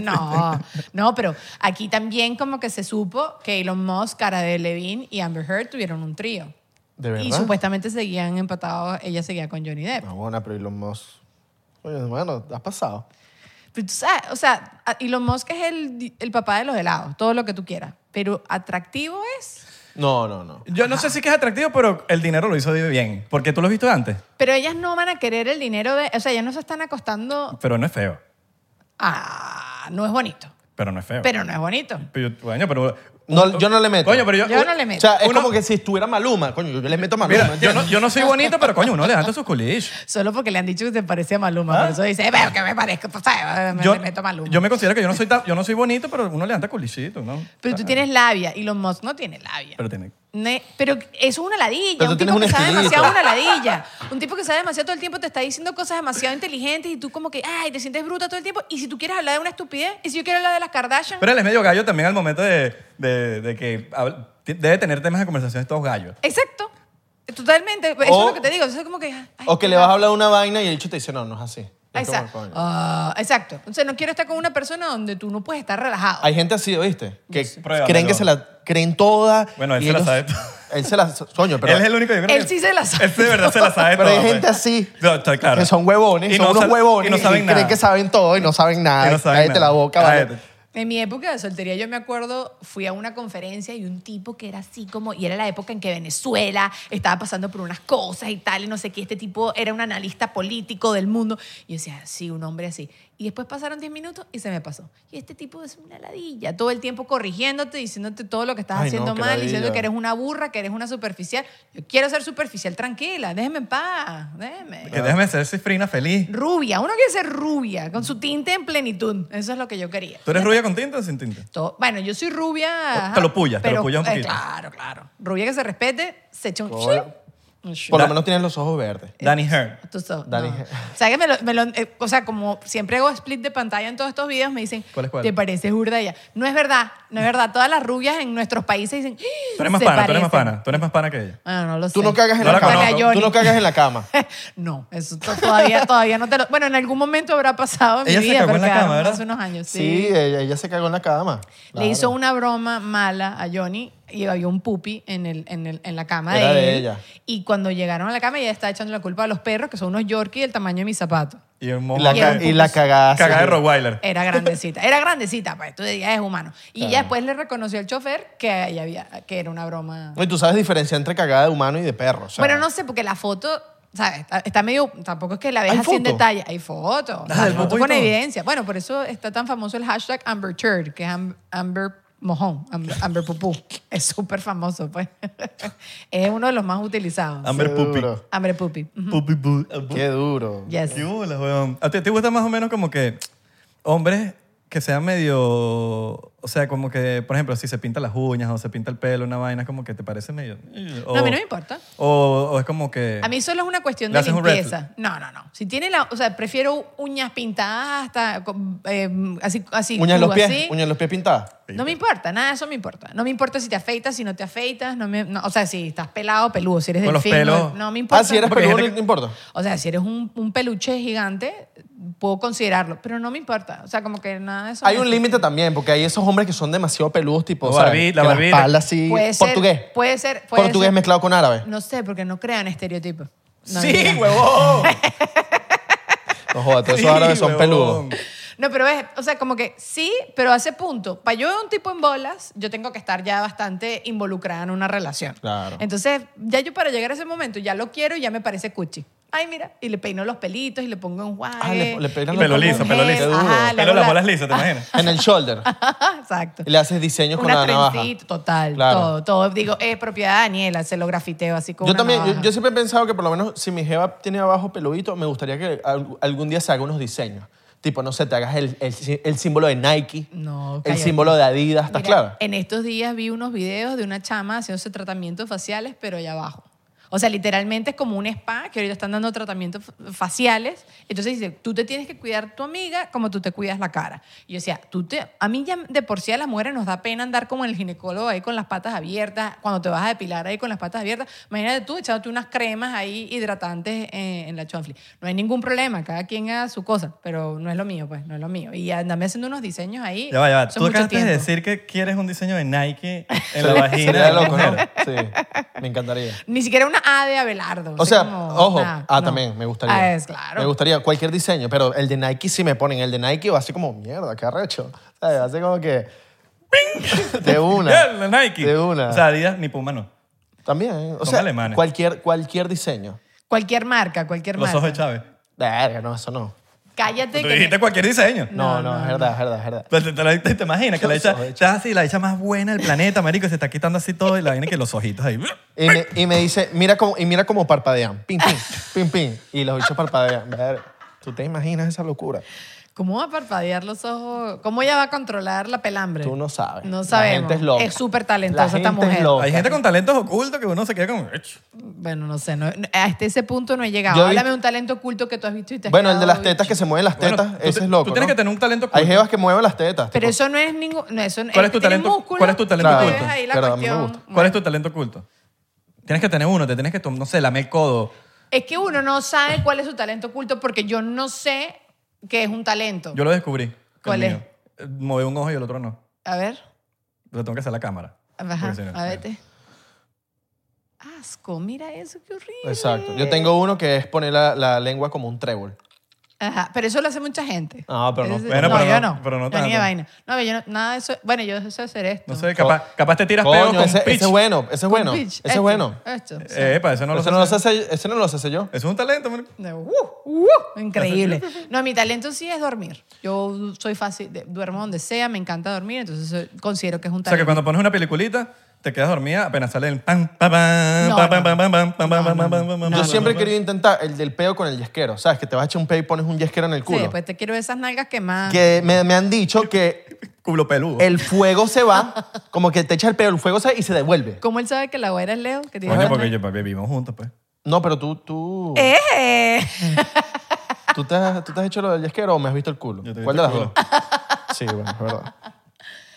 Speaker 7: No, no, pero aquí también como que se supo que Elon Musk, Cara de Levine y Amber Heard tuvieron un trío.
Speaker 3: ¿De verdad?
Speaker 7: Y supuestamente seguían empatados, ella seguía con Johnny Depp.
Speaker 3: No, bueno, pero Elon Musk... Oye, bueno, has pasado.
Speaker 7: Pero Pues, tú sabes, o sea, a- Elon Musk es el, el papá de los helados, todo lo que tú quieras. Pero atractivo es.
Speaker 3: No, no, no.
Speaker 2: Yo no sé si que es atractivo, pero el dinero lo hizo bien. Porque tú lo has visto antes,
Speaker 7: Pero ellas no van a querer el dinero de. O sea, ellas no se están acostando.
Speaker 2: pero no es feo.
Speaker 7: Ah, no es bonito.
Speaker 2: Pero no es feo.
Speaker 7: Pero no es bonito.
Speaker 2: Pero, coño, pero-
Speaker 3: No, yo no le meto.
Speaker 2: Coño, pero yo...
Speaker 7: Yo no le
Speaker 3: O
Speaker 7: meto.
Speaker 3: sea, es
Speaker 2: Uno-
Speaker 3: como que si estuviera Maluma. Coño, yo le meto a Maluma.
Speaker 2: Mira, yo no, yo no soy bonito, pero coño, uno le levanta sus culiches.
Speaker 7: Solo porque le han dicho que se parece a Maluma. Por eso dice, veo que me parezco. pues, ¿sabes? Me,
Speaker 2: Ah. yo,
Speaker 7: me meto a Maluma.
Speaker 2: yo me considero que yo no soy, tan- yo no soy bonito, pero uno le anda culichito, ¿no? Ah,
Speaker 7: Pero tú tienes labia. Elon Musk no tiene labia.
Speaker 2: Pero tiene...
Speaker 7: Ne- pero eso es una ladilla.
Speaker 3: Pero tú
Speaker 7: un tipo
Speaker 3: tienes
Speaker 7: que
Speaker 3: un
Speaker 7: sabe
Speaker 3: estilito.
Speaker 7: demasiado una ladilla. Un tipo que sabe demasiado todo el tiempo te está diciendo cosas demasiado inteligentes y tú como que, ay, te sientes bruta todo el tiempo. Y si tú quieres hablar de una estupidez, y si yo quiero hablar de las Kardashian.
Speaker 2: Pero él es medio gallo también al momento de, de, de que hab- t- debe tener temas de conversación estos gallos.
Speaker 7: Exacto. Totalmente. Eso
Speaker 3: O-
Speaker 7: es lo que te digo. Eso es como que... ay,
Speaker 3: O que
Speaker 7: qué
Speaker 3: le vas a
Speaker 7: va.
Speaker 3: hablar una vaina y el bicho te dice, no, no es así.
Speaker 7: Ahí
Speaker 3: Es como,
Speaker 7: está.
Speaker 3: coño.
Speaker 7: Ah, exacto. Entonces no quiero estar con una persona donde tú no puedes estar relajado.
Speaker 3: Hay gente así, ¿oíste? Que
Speaker 2: Pruébamelo.
Speaker 3: creen que se la creen toda.
Speaker 2: Bueno, él
Speaker 3: y
Speaker 2: se la
Speaker 3: ellos-
Speaker 2: sabe toda.
Speaker 3: Él se la... Coño, pero...
Speaker 2: él es el único yo creo
Speaker 7: Él
Speaker 2: que-
Speaker 7: sí se la sabe
Speaker 2: Él de verdad se la sabe
Speaker 3: Pero
Speaker 2: toda,
Speaker 3: hay gente
Speaker 2: pues.
Speaker 3: así.
Speaker 2: No, está claro.
Speaker 3: Que son huevones,
Speaker 2: Y
Speaker 3: son
Speaker 2: no
Speaker 3: unos
Speaker 2: sab-
Speaker 3: huevones.
Speaker 2: Y no saben nada.
Speaker 3: creen que saben todo y no saben nada.
Speaker 2: Y no saben
Speaker 3: Cállate
Speaker 2: nada.
Speaker 3: la boca, vale.
Speaker 2: Cállate.
Speaker 7: En mi época de soltería, yo me acuerdo, fui a una conferencia y un tipo que era así como, y era la época en que Venezuela estaba pasando por unas cosas y tal, y no sé qué, este tipo era un analista político del mundo. Y yo decía, sí, un hombre así. Y después pasaron 10 minutos y se me pasó. Y este tipo es una ladilla, todo el tiempo corrigiéndote, diciéndote todo lo que estás
Speaker 3: Ay, no,
Speaker 7: haciendo
Speaker 3: qué
Speaker 7: mal,
Speaker 3: ladilla.
Speaker 7: diciendo que eres una burra, que eres una superficial. Yo quiero ser superficial, tranquila, déjeme en paz, déjeme.
Speaker 2: Que déjame ser cifrina feliz.
Speaker 7: Rubia, uno quiere ser rubia, con su tinte en plenitud. Eso es lo que yo quería.
Speaker 2: ¿Tú eres rubia con tinta o sin tinta?
Speaker 7: To- bueno, yo soy rubia.
Speaker 2: Te lo puyas, te lo
Speaker 7: pero- eh,
Speaker 2: puyas un poquito.
Speaker 7: claro, claro. Rubia que se respete, se echa un...
Speaker 3: Coño.
Speaker 7: un shit.
Speaker 3: Por lo menos tienen los ojos verdes.
Speaker 2: Danny Hearn.
Speaker 7: Tú sabes,
Speaker 3: Dani.
Speaker 7: no. O sea, que me lo- me lo- eh, o sea, como siempre hago split de pantalla en todos estos videos, me dicen,
Speaker 2: ¿Cuál es cuál?
Speaker 7: ¿te pareces burda de ella? No es verdad, no es verdad. Todas las rubias en nuestros países dicen, "¡Ah!,
Speaker 2: Tú eres más
Speaker 7: "Se
Speaker 2: pana, tú eres más
Speaker 7: parecen".
Speaker 2: pana. Tú eres más pana que ella.
Speaker 7: Ah, no lo sé.
Speaker 3: Tú no cagas en
Speaker 2: No
Speaker 3: la
Speaker 2: la
Speaker 3: cama.
Speaker 2: conozco.
Speaker 3: Tú no cagas en la cama.
Speaker 7: No, eso to- todavía, todavía no te lo... Bueno, en algún momento habrá pasado en
Speaker 2: Ella
Speaker 7: mi
Speaker 2: se
Speaker 7: vida,
Speaker 2: cagó en
Speaker 7: pero
Speaker 2: la
Speaker 7: quedaron
Speaker 2: cama, ¿verdad?
Speaker 7: hace unos años.
Speaker 3: Sí, ella, ella se cagó en la cama. Claro.
Speaker 7: Le hizo una broma mala a Johnny y había un pupi en, el, en, el- en la cama
Speaker 3: Era
Speaker 7: de,
Speaker 3: de
Speaker 7: él.
Speaker 3: ella.
Speaker 7: Y cuando llegaron a la cama, ella estaba echando la culpa a los perros, que son unos Yorkie del tamaño de mi zapato.
Speaker 2: Y el
Speaker 3: Y
Speaker 2: mojo.
Speaker 3: la,
Speaker 7: Y era
Speaker 3: ca-
Speaker 7: un
Speaker 3: y la cagaste.
Speaker 2: Cagada de Rottweiler.
Speaker 7: Era grandecita. Era grandecita, pues tú dirías, es humano. Y ya después le reconoció al chofer que, ella había, que era una broma.
Speaker 3: Y tú sabes diferenciar entre cagada de humano y de perro. o sea.
Speaker 7: bueno, no sé, porque la foto, ¿sabes? Está, está medio. Tampoco es que la veas
Speaker 3: ¿Hay
Speaker 7: así en
Speaker 3: foto?
Speaker 7: detalle. Hay fotos.
Speaker 2: Ah,
Speaker 7: hay
Speaker 2: del
Speaker 7: fotos
Speaker 2: pupi y
Speaker 7: con
Speaker 2: todo.
Speaker 7: evidencia. Bueno, por eso está tan famoso el hashtag Amber Turd, que es Am- Amber Mojón, Am- Amber, Pupú. Es súper famoso, pues. es uno de los más utilizados. Amber,
Speaker 2: Amber Puppy.
Speaker 3: duro.
Speaker 7: Puppy. Ujú.
Speaker 2: Puppy Puppy.
Speaker 3: Qué duro.
Speaker 7: Yes.
Speaker 2: ¿Qué bolas, weón? ¿A ti te gusta más o menos como que hombres que sean medio... O sea, como que, por ejemplo, si se pinta las uñas o se pinta el pelo, una vaina, es como que te parece medio...
Speaker 7: No, a mí no me importa.
Speaker 2: O, o es como que...
Speaker 7: A mí solo es una cuestión
Speaker 2: Le
Speaker 7: de
Speaker 2: haces un red
Speaker 7: limpieza. No, no, no. Si tiene la, o sea, prefiero uñas pintadas hasta con, eh, así, así.
Speaker 3: Uñas en
Speaker 7: tú,
Speaker 3: los pies,
Speaker 7: así.
Speaker 3: uñas en los pies pintadas.
Speaker 7: No me importa, nada de eso me importa. No me importa si te afeitas, si no te afeitas, no me, no, o sea, si estás pelado, peludo, si eres
Speaker 2: Con
Speaker 7: del
Speaker 2: los
Speaker 7: fin,
Speaker 2: pelos.
Speaker 7: no, no me importa.
Speaker 3: Ah, si eres
Speaker 2: Porque hay
Speaker 3: peludo,
Speaker 2: gente
Speaker 3: no importa.
Speaker 7: O sea, si eres un, un peluche gigante, puedo considerarlo, pero no me importa. O sea, como que nada de eso.
Speaker 3: Hay
Speaker 7: me
Speaker 3: un
Speaker 7: afecta.
Speaker 3: límite también, porque hay esos hombres que son demasiado peludos, tipo,
Speaker 2: La
Speaker 3: ¿sabes?
Speaker 2: barbita, la
Speaker 3: Que
Speaker 2: barbita.
Speaker 3: espalda así,
Speaker 7: Puede ser-
Speaker 3: portugués.
Speaker 7: puede ser- puede
Speaker 3: portugués
Speaker 7: ser.
Speaker 3: mezclado con árabe.
Speaker 7: No sé, porque no crean estereotipos. No,
Speaker 2: ¡Sí,
Speaker 7: mentira.
Speaker 2: huevón!
Speaker 3: No jodas, todos esos
Speaker 2: Sí,
Speaker 3: árabes son peludos.
Speaker 2: huevón.
Speaker 7: No, pero ves, o sea, como que sí, pero hace punto. Para yo de un tipo en bolas, yo tengo que estar ya bastante involucrada en una relación.
Speaker 3: Claro.
Speaker 7: Entonces, ya yo para llegar a ese momento, ya lo quiero y ya me parece cuchi. Ay, mira, y le peino los pelitos y le pongo un guay.
Speaker 3: Ah, le- le peinan
Speaker 2: Pelo liso, pelo liso.
Speaker 3: Qué duro.
Speaker 2: Pero las bolas
Speaker 7: Ah.
Speaker 2: lisas, ¿te imaginas?
Speaker 3: En el shoulder.
Speaker 7: Exacto.
Speaker 3: Y le haces diseños con
Speaker 7: una
Speaker 3: la navaja.
Speaker 7: trencita, total,
Speaker 3: Claro.
Speaker 7: todo, todo. Digo, es propiedad de Daniela, se lo grafiteo así con
Speaker 3: Yo
Speaker 7: una
Speaker 3: también, yo,
Speaker 7: navaja.
Speaker 3: yo siempre he pensado que por lo menos si mi jeva tiene abajo peludito, me gustaría que al- algún día se haga unos diseños. Tipo, no sé, te hagas el, el sí- el símbolo de Nike,
Speaker 7: No,
Speaker 3: el
Speaker 7: cállate.
Speaker 3: símbolo de Adidas, ¿estás
Speaker 7: Mira,
Speaker 3: clara?
Speaker 7: En estos días vi unos videos de una chama haciéndose tratamientos faciales, pero allá abajo. O sea, literalmente es como un spa que ahorita están dando tratamientos f- faciales. Entonces dice, tú te tienes que cuidar tu amiga como tú te cuidas la cara. Y yo decía, tú te... A mí ya de por sí a las mujeres nos da pena andar como el ginecólogo ahí con las patas abiertas, cuando te vas a depilar ahí con las patas abiertas. Imagínate tú echándote unas cremas ahí hidratantes eh, en la chonfli. No hay ningún problema, cada quien haga su cosa, pero no es lo mío, pues, no es lo mío. Y andame haciendo unos diseños ahí.
Speaker 2: Ya va, ya va.
Speaker 7: Eso es
Speaker 2: Tú
Speaker 7: mucho
Speaker 2: acabaste de
Speaker 7: tiempo.
Speaker 2: decir que quieres un diseño de Nike en la
Speaker 3: Sería-
Speaker 2: vagina.
Speaker 3: sería
Speaker 2: de la
Speaker 3: loco, ¿no?
Speaker 2: mujer.
Speaker 3: Sí, me encantaría.
Speaker 7: Ni siquiera una A de Abelardo.
Speaker 3: O
Speaker 7: así
Speaker 3: sea,
Speaker 7: como,
Speaker 3: ojo,
Speaker 7: nah,
Speaker 3: ah,
Speaker 7: no.
Speaker 3: también, me gustaría.
Speaker 7: Ah, es claro.
Speaker 3: Me gustaría cualquier diseño, pero el de Nike sí me ponen. El de Nike va así como, mierda, qué arrecho. ¿Sabes? Hace como que... De
Speaker 2: Ya,
Speaker 3: una.
Speaker 2: la Nike.
Speaker 3: De una.
Speaker 2: O sea, Adidas ni Puma no.
Speaker 3: También. ¿eh? O
Speaker 2: Son
Speaker 3: sea,
Speaker 2: alemanes.
Speaker 3: cualquier, cualquier diseño.
Speaker 7: Cualquier marca, cualquier
Speaker 2: Los
Speaker 7: marca.
Speaker 2: ojos de Chávez.
Speaker 3: Verga, no, eso no.
Speaker 7: Cállate
Speaker 2: Tú
Speaker 7: que...
Speaker 2: dijiste cualquier diseño.
Speaker 3: No, no, es verdad, es verdad, es verdad.
Speaker 2: Te, te- te- te- te imaginas que la
Speaker 3: Los
Speaker 2: hecha,
Speaker 3: ojos de
Speaker 2: estás así, la hecha más buena del planeta, marico, y se está quitando así todo y la viene que los ojitos ahí.
Speaker 3: Y me, y me dice, mira cómo, y mira cómo parpadean. Pim, pim, pim, pim. Y los bichos parpadean. Ver, ¿Tú te imaginas esa locura?
Speaker 7: ¿Cómo va a parpadear los ojos? ¿Cómo ella va a controlar la pelambre?
Speaker 3: Tú no sabes.
Speaker 7: No
Speaker 3: La
Speaker 7: sabemos.
Speaker 3: gente es loca.
Speaker 7: Es súper talentosa
Speaker 3: La
Speaker 7: esta
Speaker 3: gente es
Speaker 7: mujer.
Speaker 3: loca.
Speaker 2: Hay gente con talentos ocultos que uno se queda como... "Ech".
Speaker 7: Bueno, no sé. no- hasta ese punto no he llegado.
Speaker 3: Yo he
Speaker 7: Háblame
Speaker 3: visto-
Speaker 7: un talento oculto que tú has visto y te has
Speaker 3: Bueno, el de
Speaker 7: quedado
Speaker 3: las tetas,
Speaker 7: bicho.
Speaker 3: que se mueven las
Speaker 2: Bueno,
Speaker 3: tetas,
Speaker 2: tú
Speaker 3: ese
Speaker 2: te-
Speaker 3: es loco.
Speaker 2: tú tienes
Speaker 3: ¿no?
Speaker 2: que tener un talento
Speaker 3: Hay
Speaker 2: oculto.
Speaker 3: jevas que mueven las tetas.
Speaker 7: Pero
Speaker 3: tipo,
Speaker 7: eso no es ningún... No, eso,
Speaker 2: ¿Cuál es tu
Speaker 7: tiene
Speaker 2: talento-
Speaker 7: músculo.
Speaker 2: cuál es tu talento
Speaker 7: Tú ves
Speaker 2: oculto?
Speaker 7: ahí la
Speaker 3: Pero a mí me
Speaker 7: cuestión.
Speaker 3: gusta.
Speaker 2: ¿Cuál es tu talento oculto? Tienes que tener uno, te tienes que, tom- no sé, lamer el codo.
Speaker 7: Es que uno no sabe cuál es su talento oculto porque yo no sé qué es un talento.
Speaker 2: Yo lo descubrí.
Speaker 7: ¿Cuál es?
Speaker 2: es? Mover un ojo y el otro no.
Speaker 7: A ver...
Speaker 2: Lo tengo que hacer a la cámara.
Speaker 7: Ajá,
Speaker 2: Porque si no,
Speaker 7: a vete. Asco, mira eso, qué horrible.
Speaker 3: Exacto. Yo tengo uno que es poner la, la lengua como un trébol.
Speaker 7: Ajá, pero eso lo hace mucha gente.
Speaker 3: No, Ah, pero no.
Speaker 7: Ese-
Speaker 2: Bueno,
Speaker 7: no,
Speaker 2: pero
Speaker 7: yo
Speaker 2: no-
Speaker 7: no.
Speaker 2: pero no
Speaker 7: Yo ni de
Speaker 2: tanto.
Speaker 7: vaina. No, yo no, nada de eso. Bueno, yo sé hacer esto.
Speaker 2: No sé, capaz, capaz te tiras peo
Speaker 3: Coño,
Speaker 2: con
Speaker 3: ese, ese
Speaker 2: pitch.
Speaker 3: es bueno, ese es
Speaker 7: Con
Speaker 3: bueno,
Speaker 7: pitch,
Speaker 3: ese es
Speaker 7: este,
Speaker 3: bueno.
Speaker 7: Esto. sí.
Speaker 2: Eh, Epa, eso no lo
Speaker 3: Ese
Speaker 2: sé.
Speaker 3: no, lo
Speaker 2: hacer.
Speaker 3: sé, ese no lo sé yo.
Speaker 2: Eso es un talento, marico.
Speaker 7: De- uh, uh, increíble. No, mi talento sí es dormir. Yo soy fácil, de- duermo donde sea, me encanta dormir, entonces eh, considero que es un
Speaker 2: O sea, que
Speaker 7: talento.
Speaker 2: cuando pones una peliculita, te quedas dormida apenas sale el pam, pam, pam,
Speaker 7: No,
Speaker 2: pam, pam,
Speaker 7: no.
Speaker 2: pam, pam, pam, pam, pam, pam, pam, pam,
Speaker 3: Yo
Speaker 2: pam,
Speaker 3: siempre he
Speaker 2: pam,
Speaker 3: querido intentar el del peo con el yesquero. ¿Sabes? Que te vas a echar un peo y pones un yesquero en el
Speaker 7: Sí,
Speaker 3: culo.
Speaker 7: pues te quiero esas nalgas quemadas.
Speaker 3: Que me, me han dicho que
Speaker 2: pam. Culo peludo.
Speaker 3: el fuego se va, como que te echa el peo, el fuego se y se devuelve.
Speaker 7: ¿Cómo él sabe que la guaira es Leo? Que tiene
Speaker 2: Coño,
Speaker 7: las
Speaker 2: porque
Speaker 7: nalgas?
Speaker 2: yo, papi, vivimos juntos, pues.
Speaker 3: No, pero tú, tú,
Speaker 7: ¡Eh!
Speaker 3: tú, te has, tú te has hecho lo del yesquero o me has visto el este culo.
Speaker 2: Yo te he
Speaker 3: ¿Cuál de
Speaker 2: visto
Speaker 3: las
Speaker 2: el
Speaker 3: dos? Sí, bueno, es verdad.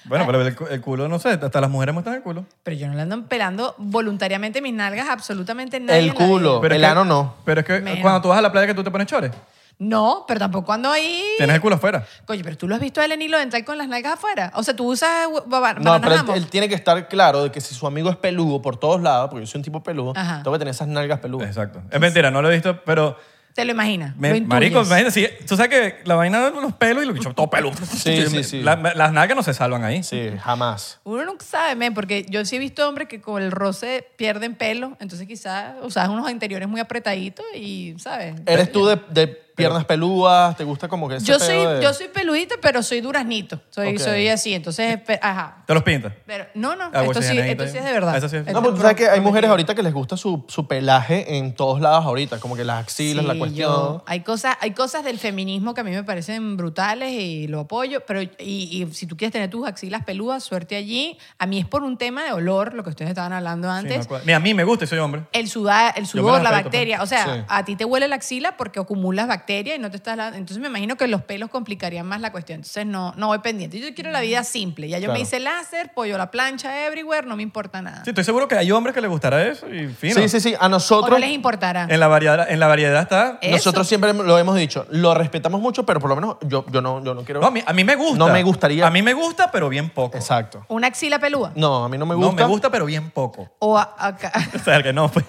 Speaker 2: Bueno, pero el, cu- el culo, no sé, hasta las mujeres muestran el culo.
Speaker 7: Pero yo no le ando pelando voluntariamente mis nalgas absolutamente nada.
Speaker 3: El culo,
Speaker 2: Pero es
Speaker 3: el
Speaker 2: que-
Speaker 3: ano no.
Speaker 2: Pero es que
Speaker 7: Menos.
Speaker 2: cuando tú vas a la playa que tú te pones chores,
Speaker 7: No, pero tampoco ando ahí.
Speaker 2: tienes el culo afuera.
Speaker 7: Coño, pero tú lo has visto a él en hilo dental con las nalgas afuera. O sea, tú usas eh, baba-
Speaker 3: No, pero él,
Speaker 7: bananajamos.
Speaker 3: él tiene que estar claro de que si su amigo es peludo por todos lados, porque yo soy un tipo peludo,
Speaker 7: Ajá.
Speaker 3: tengo que tener esas nalgas peludas.
Speaker 2: Exacto. Es mentira, no lo he visto, pero...
Speaker 7: Te lo imaginas.
Speaker 2: me-
Speaker 7: lo intuyes.
Speaker 2: marico, imagínate, sí, tú sabes que la vaina de los pelos y los bichos todo peludo.
Speaker 3: Sí, sí, sí.
Speaker 2: La- las nalgas no se salvan ahí.
Speaker 3: Sí, jamás.
Speaker 7: Uno nunca sabe, men, porque yo sí he visto hombres que con el roce pierden pelo, entonces quizás usas unos interiores muy apretaditos y, ¿sabes?
Speaker 3: ¿Eres tú de, de piernas peludas? ¿Te gusta como que ese
Speaker 7: Yo
Speaker 3: peo
Speaker 7: soy,
Speaker 3: de-
Speaker 7: yo soy peludita, pero soy duraznito. Soy,
Speaker 3: Ok.
Speaker 7: soy así, entonces, pe- ajá.
Speaker 2: Te los pintas.
Speaker 7: Pero, no, no,
Speaker 2: Ah,
Speaker 7: esto,
Speaker 2: pues,
Speaker 7: sí,
Speaker 2: Sinead
Speaker 7: esto sí es
Speaker 2: también.
Speaker 7: de verdad.
Speaker 2: Ah, eso sí es.
Speaker 7: Esto
Speaker 3: No, porque tú
Speaker 7: pro-
Speaker 3: sabes que hay mujeres
Speaker 7: prometido.
Speaker 3: ahorita que les gusta su, su pelaje en todos lados ahorita, como que las axilas, la
Speaker 7: Sí,
Speaker 3: cuestión.
Speaker 7: yo- hay, cosas, hay cosas del feminismo que a mí me parecen brutales y lo apoyo, pero y, y si tú quieres tener tus axilas peludas, suerte allí. A mí es por un tema de olor, lo que ustedes estaban hablando
Speaker 2: Sí,
Speaker 7: antes.
Speaker 2: no cuadra. Ni a mí me gusta y soy hombre.
Speaker 7: el, sudar, el
Speaker 2: me
Speaker 7: sudor,
Speaker 2: las
Speaker 7: la
Speaker 2: afeito,
Speaker 7: bacteria. O sea,
Speaker 3: Sí.
Speaker 7: a ti te huele la axila porque acumulas bacteria y no te estás... la- Entonces me imagino que los pelos complicarían más la cuestión. Entonces no, no voy pendiente. Yo quiero la vida simple. Ya yo me
Speaker 3: Claro.
Speaker 7: hice láser, pollo a la plancha, everywhere, no me importa nada.
Speaker 2: Sí, estoy seguro que hay hombres que les gustará eso y fino.
Speaker 3: Sí, sí, sí. A
Speaker 7: o
Speaker 3: nosotros,
Speaker 7: no les importará.
Speaker 2: En la variedad, en la variedad está...
Speaker 7: Eh.
Speaker 3: nosotros siempre lo hemos dicho. Lo respetamos mucho, pero por lo menos yo, yo, no, yo no quiero.
Speaker 2: No, a mí, a mí me gusta.
Speaker 3: No me gustaría.
Speaker 2: A mí me gusta, pero bien poco.
Speaker 3: Exacto.
Speaker 7: Una axila pelúa.
Speaker 3: No, a mí no me
Speaker 2: No,
Speaker 3: gusta.
Speaker 2: me gusta, pero bien poco.
Speaker 7: O a- acá.
Speaker 2: O sea, que no, pues.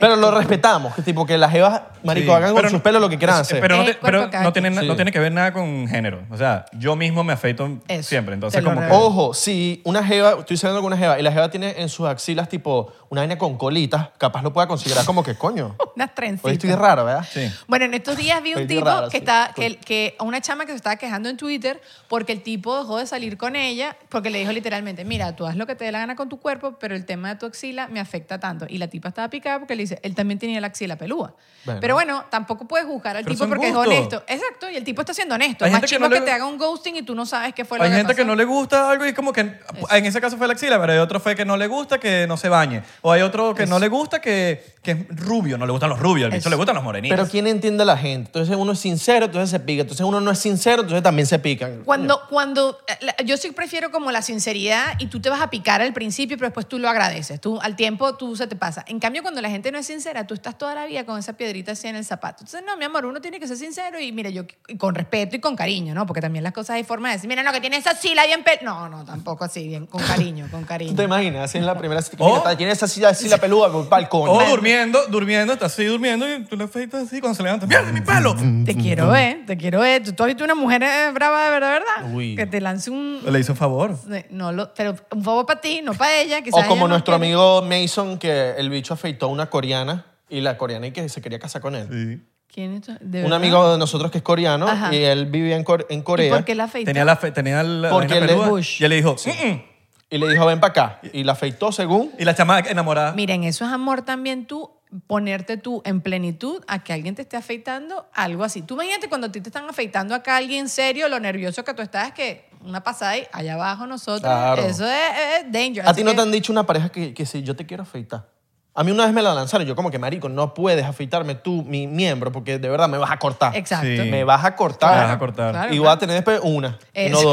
Speaker 3: Pero lo respetamos, que tipo que las evas, marico,
Speaker 2: Sí,
Speaker 3: hagan con
Speaker 2: pero
Speaker 3: sus
Speaker 2: no-
Speaker 3: pelos lo que quieran
Speaker 2: es-
Speaker 3: hacer.
Speaker 2: Pero, no,
Speaker 7: Es
Speaker 2: te-
Speaker 7: Eh, cuerpo
Speaker 2: pero
Speaker 7: cada
Speaker 2: no tiene,
Speaker 3: quien.
Speaker 2: na- no
Speaker 3: Sí.
Speaker 2: tiene que ver nada con género. O sea, yo mismo me afeito
Speaker 7: Eso,
Speaker 2: siempre. Entonces,
Speaker 7: te lo
Speaker 2: como que...
Speaker 7: regalo.
Speaker 3: Ojo, si una jeva, estoy saliendo con una jeva y la jeva tiene en sus axilas tipo una vaina con colitas, capaz lo pueda considerar como que coño.
Speaker 7: Unas trencitas.
Speaker 3: Hoy estoy raro, ¿verdad?
Speaker 2: Sí.
Speaker 7: Bueno, en estos días vi un
Speaker 3: Medio
Speaker 7: tipo
Speaker 3: raro,
Speaker 7: que
Speaker 3: sí.
Speaker 7: está, que, que a una chama que se estaba quejando en Twitter porque el tipo dejó de salir con ella porque le dijo literalmente, mira, tú haz lo que te dé la gana con tu cuerpo, pero el tema de tu axila me afecta tanto. Y la tipa estaba picada porque le dice, él también tenía la axila pelúa.
Speaker 3: Bueno.
Speaker 7: Pero bueno, tampoco puedes juzgar al
Speaker 2: Pero
Speaker 7: tipo
Speaker 2: son
Speaker 7: porque
Speaker 2: gustos.
Speaker 7: es honesto. Exacto, y el tipo está siendo honesto.
Speaker 2: Hay
Speaker 7: Es más
Speaker 2: gente que
Speaker 7: chido
Speaker 2: no
Speaker 7: que,
Speaker 2: le-
Speaker 7: te haga un ghosting y tú no sabes qué fue lo
Speaker 2: Hay
Speaker 7: que
Speaker 2: gente que
Speaker 7: pasó.
Speaker 2: no le gusta algo y es como que en ese caso fue la axila, pero hay otro fue que no le gusta que no se bañe. O hay otro que no le gusta que, que es rubio, no le gustan los rubios, al bicho
Speaker 7: Eso.
Speaker 2: le gustan los morenitos.
Speaker 3: Pero ¿quién entiende a la gente? Entonces uno es sincero, entonces se pica. Entonces uno no es sincero, entonces también se pican.
Speaker 7: Cuando, cuando eh, la- yo sí prefiero como la sinceridad y tú te vas a picar al principio, pero después tú lo agradeces. Tú, al tiempo tú se te pasa. En cambio, cuando la gente no es sincera, tú estás toda la vida con esa piedrita así en el zapato. Entonces, no, mi amor, uno tiene que ser sincero y mira, yo y con respeto y con cariño, ¿no? Porque también las cosas hay forma de decir, mira, no, que tiene esa sila bien pe-". No, no, tampoco así, bien, con cariño, con
Speaker 3: ¿Tú te
Speaker 7: cariño.
Speaker 3: imaginas? Así en la primera cita.
Speaker 2: Oh.
Speaker 3: mira, está- Tiene esa silla así la peluda con el balcón.
Speaker 2: O durmiendo, durmiendo, está así durmiendo y tú le afeitas así cuando se levanta. ¡Mierda, mi pelo!
Speaker 7: Te quiero ver, te quiero ver. ¿Tú, tú has visto una mujer eh, brava de verdad, verdad?
Speaker 3: Uy.
Speaker 7: Que te lance un...
Speaker 2: Le hizo un favor.
Speaker 7: No, lo, pero un favor para ti, no para ella. quizás
Speaker 3: O
Speaker 7: ella
Speaker 3: como
Speaker 7: no
Speaker 3: nuestro
Speaker 7: quiere.
Speaker 3: amigo Mason, que el bicho afeitó a una coreana y la coreana y que se quería casar con él.
Speaker 7: ¿Quién es tu- de
Speaker 3: Un
Speaker 7: verdad?
Speaker 3: amigo de nosotros que es coreano
Speaker 7: Ajá.
Speaker 3: y él vivía en, Cor- en
Speaker 7: ¿Y
Speaker 3: Corea.
Speaker 7: por qué la afeita?
Speaker 2: Tenía la, fe- tenía la, la
Speaker 3: Porque
Speaker 2: vaina
Speaker 3: él es
Speaker 2: peluda
Speaker 3: Bush.
Speaker 2: y él le dijo, "Mm-mm".
Speaker 3: Y le dijo, ven para acá. Y la afeitó según.
Speaker 2: y la chama enamorada.
Speaker 7: Miren, eso es amor también tú, ponerte tú en plenitud a que alguien te esté afeitando, algo así. Tú imagínate cuando a ti te están afeitando acá alguien serio, lo nervioso que tú estás, que una pasada y allá abajo nosotros,
Speaker 3: Claro.
Speaker 7: eso es, es danger.
Speaker 3: A
Speaker 7: Así
Speaker 3: ti no
Speaker 7: que-
Speaker 3: te han dicho una pareja que, que si yo te quiero afeitar. A mí una vez me la lanzaron. Yo como que, marico, no puedes afeitarme tú mi miembro porque de verdad me vas a cortar.
Speaker 7: Exacto.
Speaker 2: Sí.
Speaker 3: Me vas a cortar.
Speaker 2: Me vas a cortar.
Speaker 7: Claro,
Speaker 3: y
Speaker 7: claro.
Speaker 3: voy a tener después una, y no
Speaker 7: Eso.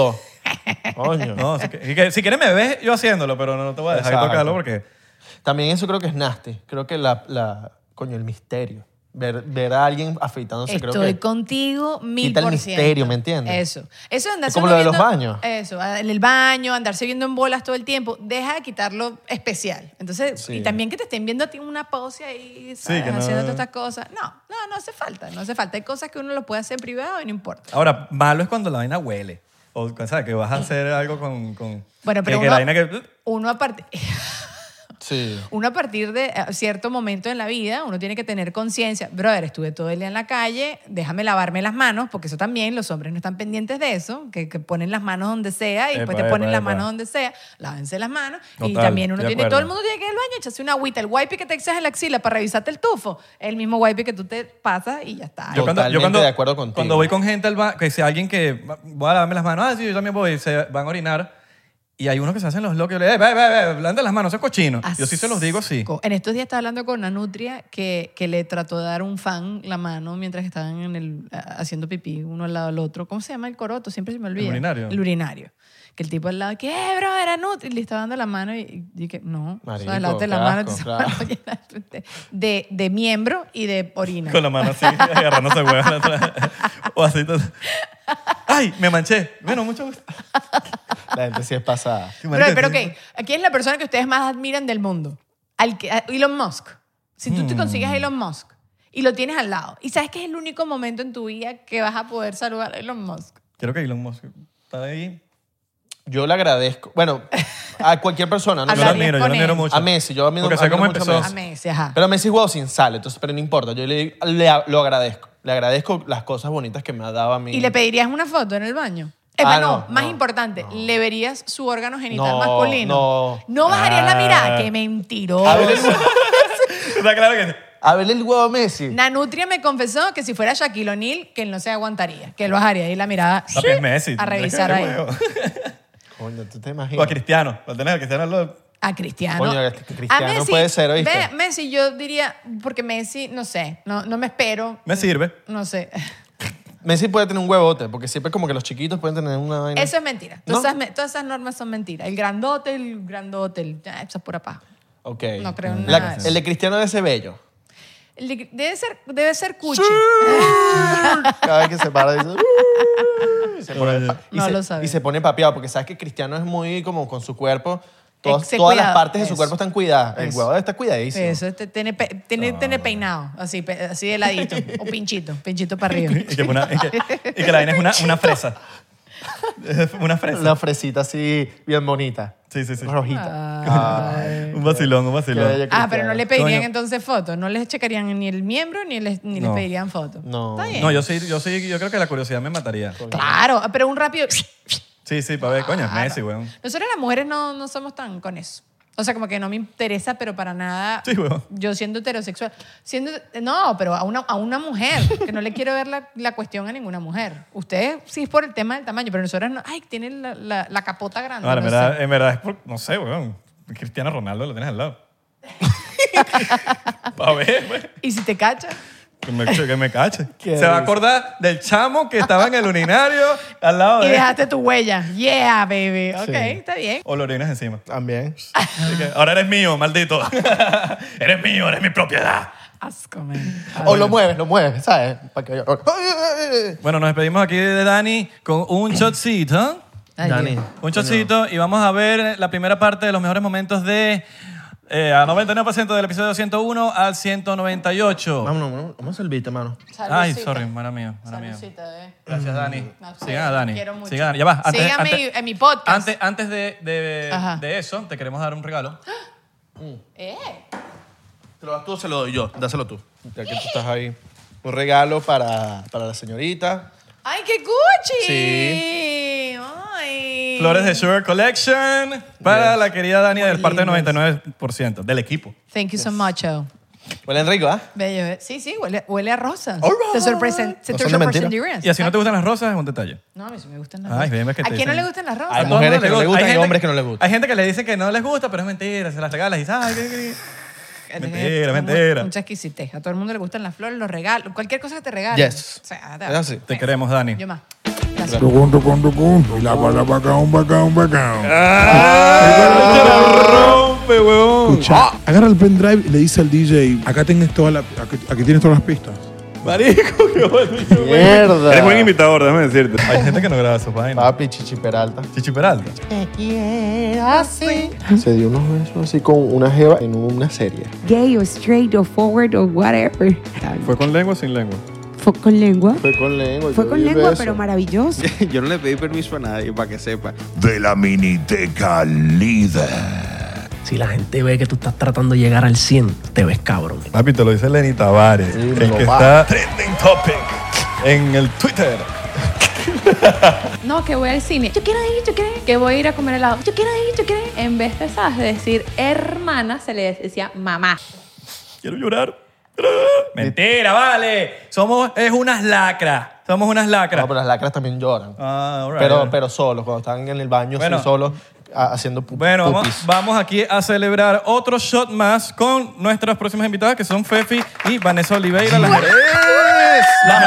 Speaker 3: dos. Coño.
Speaker 2: No, así que- y que si quieres me ves yo haciéndolo, pero no te voy a dejar
Speaker 3: Exacto.
Speaker 2: tocarlo porque...
Speaker 3: También eso creo que es nasty. Creo que la, la coño, el misterio. Ver, ver a alguien afeitándose, creo
Speaker 7: Estoy
Speaker 3: que...
Speaker 7: contigo mil
Speaker 3: Quita el
Speaker 7: por ciento.
Speaker 3: misterio, ¿me entiendes?
Speaker 7: Eso. Eso de andarse
Speaker 3: como
Speaker 7: uno
Speaker 3: lo de los
Speaker 7: viendo-
Speaker 3: baños.
Speaker 7: Eso, en el baño, andarse viendo en bolas todo el tiempo. Deja de quitarlo especial. Entonces,
Speaker 3: Sí.
Speaker 7: y también que te estén viendo a ti en una pose ahí, ¿sabes?
Speaker 2: que no-
Speaker 7: Haciendo todas estas cosas. No, no, no hace falta. No hace falta. Hay cosas que uno lo puede hacer privado y no importa.
Speaker 2: Ahora, malo es cuando la vaina huele. O, ¿sabes? Que vas a hacer algo con... con
Speaker 7: Bueno, pero
Speaker 2: que, que
Speaker 7: uno,
Speaker 2: la vaina que...
Speaker 7: uno a partir...
Speaker 3: Sí.
Speaker 7: uno a partir de eh, cierto momento en la vida, uno tiene que tener conciencia, brother, estuve todo el día en la calle, déjame lavarme las manos, porque eso también, los hombres no están pendientes de eso, que, que ponen las manos donde sea y
Speaker 2: Epa,
Speaker 7: después te ponen
Speaker 2: epa,
Speaker 7: las
Speaker 2: epa.
Speaker 7: manos donde sea, lávense las manos y
Speaker 2: Total,
Speaker 7: también uno
Speaker 2: estoy de
Speaker 7: tiene,
Speaker 2: acuerdo.
Speaker 7: todo el mundo tiene que ir al baño, echarse una agüita, el wipe que te echas en la axila para revisarte el tufo, el mismo wipe que tú te pasas y ya está.
Speaker 2: Yo cuando, yo
Speaker 3: Totalmente
Speaker 2: cuando,
Speaker 3: de acuerdo contigo.
Speaker 2: cuando voy con gente al ba- que si alguien que va- voy a lavarme las manos, ah, sí, yo también voy, se van a orinar. Y hay unos que se hacen los locos, y yo le digo, "Eh, ve, ve, ve, blanda las manos, eso es cochino. Yo sí se los digo así.
Speaker 7: Asco. En estos días estaba hablando con una nutria que, que le trató de dar un fan la mano mientras estaban en el, a- haciendo pipí uno al lado del otro. ¿Cómo se llama el coroto? Siempre se me olvida.
Speaker 2: urinario.
Speaker 7: El urinario. Que el tipo al lado, que, eh, bro, era nutria. Y le estaba dando la mano y, y dije, no. o sea,
Speaker 3: Marico,
Speaker 7: lavate la
Speaker 3: qué
Speaker 7: mano,
Speaker 3: asco,
Speaker 7: te-
Speaker 3: claro.
Speaker 7: de, de miembro y de orina.
Speaker 2: Con la mano así, agarrándose huevos atrás. O así. todo. ¡Ay! Me manché. Bueno, mucho gusto.
Speaker 7: Ah,
Speaker 3: La gente sí es pasada.
Speaker 7: Bro, pero ok, ¿a ¿quién es la persona que ustedes más admiran del mundo? Al que, a Elon Musk. Si tú
Speaker 3: Hmm.
Speaker 7: te consigues a Elon Musk y lo tienes al lado, y sabes que es el único momento en tu vida que vas a poder saludar a Elon Musk.
Speaker 2: Creo que Elon Musk está ahí.
Speaker 3: Yo le agradezco. Bueno, a cualquier persona. ¿no?
Speaker 2: Yo lo
Speaker 7: Hablarías
Speaker 2: admiro, yo
Speaker 7: con
Speaker 2: lo admiro
Speaker 7: él.
Speaker 2: mucho.
Speaker 3: A Messi, yo admiro-
Speaker 2: Porque sé
Speaker 3: admiro
Speaker 2: cómo
Speaker 3: mucho a
Speaker 2: empezó.
Speaker 7: A Messi, ajá.
Speaker 3: Pero Messi huevo sin sal, entonces, pero no importa. Yo le, le- lo agradezco. Le agradezco las cosas bonitas que me ha dado a mí.
Speaker 7: ¿Y le pedirías una foto en el baño? Es
Speaker 3: Ah,
Speaker 7: más, no,
Speaker 3: no,
Speaker 7: más
Speaker 3: no,
Speaker 7: importante, ¿le verías su órgano genital
Speaker 3: No,
Speaker 7: masculino?
Speaker 3: no.
Speaker 7: bajarías la
Speaker 2: Ah.
Speaker 7: mirada? ¡Qué mentiroso!
Speaker 3: A ver, el huevo-
Speaker 2: Está claro que
Speaker 3: a ver el huevo a Messi.
Speaker 7: Nanutria me confesó que si fuera Shaquille O'Neal, que él no se aguantaría, que él bajaría ahí la mirada
Speaker 2: Papi, es Messi.
Speaker 7: a revisar
Speaker 2: Déjale
Speaker 7: ahí.
Speaker 2: huevo.
Speaker 3: Coño, tú te
Speaker 2: O a
Speaker 3: imaginas.
Speaker 2: Cristiano. Lo tenés a Cristiano al lado.
Speaker 7: A Cristiano.
Speaker 3: Coño, es que Cristiano puede ser, ¿oíste?
Speaker 7: ve, Messi, yo diría, porque Messi, no sé, no, no me espero,
Speaker 2: Me sirve.
Speaker 7: no sé.
Speaker 3: Messi puede tener un huevote, porque siempre como que los chiquitos pueden tener una vaina.
Speaker 7: Eso es mentira.
Speaker 3: ¿No?
Speaker 7: Todas, esas, me- todas esas normas son mentiras. El grandote, el grandote, el, ah, eso es pura paja.
Speaker 3: Ok.
Speaker 7: No creo en
Speaker 3: La-
Speaker 7: nada de eso.
Speaker 3: El de Cristiano debe ser bello.
Speaker 7: El de- debe, ser, debe ser cuchi.
Speaker 3: Cada vez que se para dice... "Uh", y se pone- y
Speaker 7: No
Speaker 3: se-
Speaker 7: lo sabía.
Speaker 3: Y se pone papeado, porque sabes que Cristiano es muy como con su cuerpo. Todas,
Speaker 7: se
Speaker 3: todas las
Speaker 7: cuida-
Speaker 3: partes de su
Speaker 7: eso.
Speaker 3: cuerpo están cuidadas. El
Speaker 7: Eso.
Speaker 3: huevo está cuidadísimo.
Speaker 7: Eso este, tiene, pe- tiene, tiene peinado, así, pe- así de ladito. o pinchito, pinchito para arriba.
Speaker 2: Y que, una- y que- y que la vaina es una, una fresa. una fresa.
Speaker 3: Una fresita así, bien bonita.
Speaker 2: Sí, sí, sí.
Speaker 3: Rojita. Ah,
Speaker 2: un vacilón, un
Speaker 3: Qué
Speaker 2: vacilón.
Speaker 3: bella
Speaker 7: Ah, pero no
Speaker 3: cristiana.
Speaker 7: le pedirían
Speaker 2: Coño.
Speaker 7: entonces fotos. No les checarían ni el miembro ni les, ni
Speaker 2: No.
Speaker 7: les pedirían fotos.
Speaker 3: No.
Speaker 7: Está bien.
Speaker 2: No, yo sí, yo sí, yo creo que la curiosidad me mataría.
Speaker 7: Claro, pero un rápido.
Speaker 2: Sí, sí, para ver, coño, es Messi, weón.
Speaker 7: Nosotros las mujeres no, no somos tan con eso. O sea, como que no me interesa, pero para nada.
Speaker 2: Sí, weón.
Speaker 7: Yo siendo heterosexual. Siendo, no, pero a una, a una mujer, que no le quiero ver la, la cuestión a ninguna mujer. Ustedes sí es por el tema del tamaño, pero nosotras no. Ay, tienen la, la- la capota grande.
Speaker 2: No, en,
Speaker 7: no sé.
Speaker 2: verdad, en verdad es por, no sé, weón. Cristiano Ronaldo lo tienes al lado. para ver, weón.
Speaker 7: Y si te cachas.
Speaker 2: Que me, que me cache. Se
Speaker 3: Qué
Speaker 2: va a
Speaker 3: risa.
Speaker 2: acordar del chamo que estaba en el urinario al lado
Speaker 7: Y
Speaker 2: de.
Speaker 7: dejaste tu huella. Yeah, baby. Ok, está bien.
Speaker 2: O lo orinas encima.
Speaker 3: También.
Speaker 2: Así que, Ahora eres mío, maldito. eres mío, eres mi propiedad.
Speaker 7: Asco, man.
Speaker 3: O lo mueves, lo mueves, ¿sabes? Para que...
Speaker 2: Bueno, nos despedimos aquí de Dani con un shotcito.
Speaker 7: Ay, Dani. Dios.
Speaker 2: Un shotcito y vamos a ver la primera parte de los mejores momentos de... eh, a 99% del episodio 101 al 198.
Speaker 3: Vámonos, vámonos, vamos al beat, hermano.
Speaker 2: Ay,
Speaker 7: Saludcita.
Speaker 2: sorry, mala mía, mala mía.
Speaker 7: Saludcita, eh.
Speaker 2: Gracias, Dani.
Speaker 7: A ustedes,
Speaker 2: Sigan a Dani.
Speaker 7: quiero mucho.
Speaker 2: Sigan a Dani. Ya va. Antes,
Speaker 7: Síganme
Speaker 2: antes-
Speaker 7: en mi podcast.
Speaker 2: Antes, antes de, de-
Speaker 7: Ajá.
Speaker 2: de eso, te queremos dar un regalo.
Speaker 7: Eh.
Speaker 3: ¿Te lo das tú o se lo doy yo? Dáselo tú. Ya que tú estás ahí. Un regalo para, para la señorita.
Speaker 7: ¡Ay, qué Gucci!
Speaker 3: Sí.
Speaker 7: Ay.
Speaker 2: Flores de Sugar Collection para
Speaker 3: Yes.
Speaker 2: la querida Dani del parte del 99% del equipo.
Speaker 7: Thank you so much, oh.
Speaker 3: Huelen rico, ¿ah?
Speaker 7: Bello. eh. Sí, sí, huele, huele a rosas.
Speaker 3: All right.
Speaker 7: Te sorpresen- se
Speaker 3: No
Speaker 7: te
Speaker 3: son de mentira.
Speaker 7: sorprenderías.
Speaker 2: Y así no te gustan las rosas, es un detalle.
Speaker 7: No, a mí sí me gustan las
Speaker 2: Ay,
Speaker 7: rosas.
Speaker 2: bien, ves que
Speaker 7: ¿A
Speaker 2: te
Speaker 7: quién no le
Speaker 2: dicen-
Speaker 7: gustan las rosas?
Speaker 3: Hay
Speaker 2: A todo el
Speaker 3: mujeres
Speaker 2: mundo
Speaker 3: que no le gustan y
Speaker 2: gente
Speaker 3: hombres que no le gustan.
Speaker 2: Hay gente que le dice que no les gusta, pero es mentira, se las regala y ay, qué- qué-
Speaker 7: Que te-
Speaker 2: Mentira,
Speaker 7: como
Speaker 2: mentira.
Speaker 7: Mucha exquisitez. A todo el mundo le gustan las flores, los regalos, cualquier cosa que te regalen.
Speaker 3: Yes.
Speaker 7: O sea,
Speaker 3: Es así.
Speaker 2: Te queremos, Dani.
Speaker 7: Yo más.
Speaker 8: Tucum, tucum, tucum. Lava, lava, caón, bacán, bacán.
Speaker 3: Ah,
Speaker 2: rompe, huevón!
Speaker 8: Escucha,
Speaker 1: Ah.
Speaker 8: agarra el pendrive y le dice al DJ, acá tienes todas las, aquí, aquí tienes todas las pistas.
Speaker 2: Marico, qué bueno.
Speaker 3: ¡Mierda!
Speaker 1: Eres buen invitador, déjame decirte.
Speaker 2: Hay gente que no graba sus vainas.
Speaker 3: Papi, Chichi Peralta.
Speaker 2: Chichi Peralta.
Speaker 6: Te quiero así.
Speaker 3: Se dio unos besos así con una jeva en una serie.
Speaker 9: gay or straight or forward or whatever.
Speaker 1: ¿Fue con lengua o sin lengua?
Speaker 9: Fue con lengua.
Speaker 3: Fue con lengua.
Speaker 10: Pues
Speaker 9: Fue con lengua, pero maravilloso.
Speaker 11: Yo no le pedí permiso a nadie para que sepa.
Speaker 8: De la miniteca líder.
Speaker 12: Si la gente ve que tú estás tratando de llegar al 100, te ves cabrón.
Speaker 2: Papi, te lo dice Lenny Tavares,
Speaker 3: Sí,
Speaker 2: el
Speaker 3: me lo
Speaker 2: que
Speaker 3: va.
Speaker 2: está trending topic en el Twitter.
Speaker 13: No, que voy al cine. Yo quiero ir, yo quiero ir. Que voy a ir a comer helado. Yo quiero ir, yo quiero ir. En vez de, ¿sabes? De decir hermana, se le decía mamá.
Speaker 2: Quiero llorar. Mentira, vale. Somos es unas lacras. Somos unas lacras.
Speaker 3: No, pero las lacras también lloran.
Speaker 2: Ah, all right.
Speaker 3: Pero, pero solos, cuando están en el baño,
Speaker 2: Bueno.
Speaker 3: sí, solos, a- haciendo pu-
Speaker 2: bueno, vamos,
Speaker 3: pupis.
Speaker 2: vamos aquí a celebrar otro shot más con nuestras próximas invitadas que son Fefi y Vanessa Oliveira. Las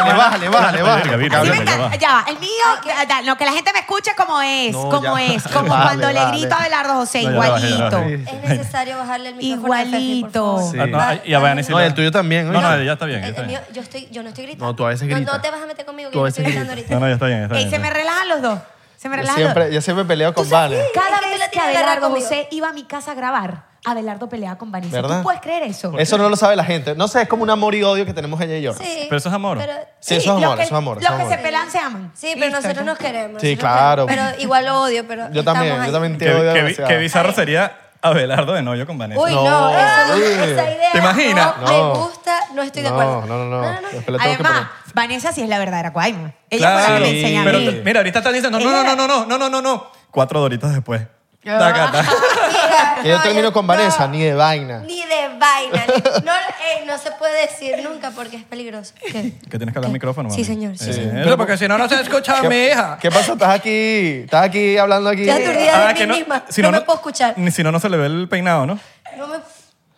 Speaker 3: Bájale, bájale, bájale, bájale.
Speaker 1: Virga, virga, virga,
Speaker 9: Ya va, el mío, da- da- no, que la gente me escuche como es,
Speaker 3: No,
Speaker 9: como
Speaker 3: ya.
Speaker 9: es, como
Speaker 3: Vale,
Speaker 9: cuando le
Speaker 3: vale.
Speaker 9: grito a Abelardo José,
Speaker 2: No, ya la bajé, ya la
Speaker 9: igualito.
Speaker 2: bajé.
Speaker 13: Es necesario bajarle el micrófono. a Fefi, por
Speaker 9: Igualito.
Speaker 13: favor.
Speaker 2: Ah, no, ay, y a Vanessa.
Speaker 3: No, y el tuyo también.
Speaker 2: No,
Speaker 3: oye.
Speaker 2: no, ya está bien. ya
Speaker 13: El-
Speaker 2: está
Speaker 13: el mío,
Speaker 2: bien.
Speaker 13: yo, estoy, yo no estoy gritando.
Speaker 3: No, tú a veces
Speaker 13: No,
Speaker 3: gritas.
Speaker 13: no te vas a meter conmigo, que
Speaker 3: Tú a
Speaker 13: yo
Speaker 3: veces
Speaker 13: estoy gritando ahorita.
Speaker 2: No, no, ya está bien. ya está
Speaker 9: Y
Speaker 2: bien,
Speaker 9: se
Speaker 2: ya
Speaker 9: me
Speaker 2: está
Speaker 9: relajan los dos. Se me
Speaker 3: Yo
Speaker 9: relajan los dos.
Speaker 3: siempre, yo siempre peleo con Vale.
Speaker 9: Cada
Speaker 13: Es que tú
Speaker 9: vez
Speaker 13: la
Speaker 9: que
Speaker 13: tienes que hablar
Speaker 9: Abelardo
Speaker 13: conmigo.
Speaker 9: José iba a mi casa a grabar, Abelardo peleaba con Vanessa.
Speaker 3: ¿Verdad?
Speaker 9: ¿Tú puedes creer eso?
Speaker 3: Eso no lo sabe la gente. No sé, es como un amor y odio que tenemos ella y yo.
Speaker 13: Sí.
Speaker 2: Pero eso es amor.
Speaker 13: Pero,
Speaker 3: Sí, eso es
Speaker 9: los
Speaker 3: amor,
Speaker 9: que-
Speaker 3: eso es amor,
Speaker 9: Los
Speaker 3: eso es
Speaker 9: que
Speaker 3: amor.
Speaker 9: se pelan se aman.
Speaker 13: Eh, sí, pero
Speaker 9: Listo,
Speaker 13: nosotros
Speaker 9: ya.
Speaker 13: nos queremos.
Speaker 3: Sí,
Speaker 13: nosotros
Speaker 3: claro.
Speaker 13: nos queremos. Pero igual lo odio, pero
Speaker 3: Yo también,
Speaker 13: estamos
Speaker 3: yo
Speaker 13: ahí.
Speaker 3: también
Speaker 2: bien.
Speaker 3: te odio
Speaker 2: Qué- qué,
Speaker 3: demasiado.
Speaker 2: qué bizarro sería Abelardo de novio con Vanessa.
Speaker 13: Uy, no,
Speaker 3: No.
Speaker 13: eso no,
Speaker 3: Uy.
Speaker 13: esa idea.
Speaker 2: ¿Te imaginas?
Speaker 13: No,
Speaker 3: No.
Speaker 13: me gusta, no estoy de
Speaker 3: No,
Speaker 13: acuerdo.
Speaker 3: no, no, no. Después le tengo que
Speaker 9: Además,
Speaker 3: poner-
Speaker 9: Vanessa sí es la verdadera Cuaima. Ella fue la
Speaker 2: Claro,
Speaker 9: que me enseñó a
Speaker 2: pero
Speaker 9: mí.
Speaker 2: te- mira, ahorita están diciendo, no, no, no, no, no, no, no, no, no. Cuatro doritas después.
Speaker 9: Ah.
Speaker 2: Taca, taca.
Speaker 13: Mira,
Speaker 3: Que yo
Speaker 13: no,
Speaker 3: termino con
Speaker 13: no.
Speaker 3: Vanessa, ni de vaina.
Speaker 13: Ni de vaina. ni- no, eh, no se puede decir nunca porque es peligroso. ¿Qué?
Speaker 2: Que tienes que hablar al micrófono.
Speaker 13: Sí,
Speaker 2: mami.
Speaker 13: señor, sí,
Speaker 2: Eh,
Speaker 13: señor.
Speaker 2: Pero porque si no, no se escucha a mi hija. Ah,
Speaker 3: ¿Qué pasa? Estás aquí, estás aquí hablando aquí.
Speaker 13: Estoy aturdida. de mí
Speaker 2: que
Speaker 13: misma. No me puedo escuchar.
Speaker 2: Ni si no, no se le ve el peinado, ¿no?
Speaker 13: No me,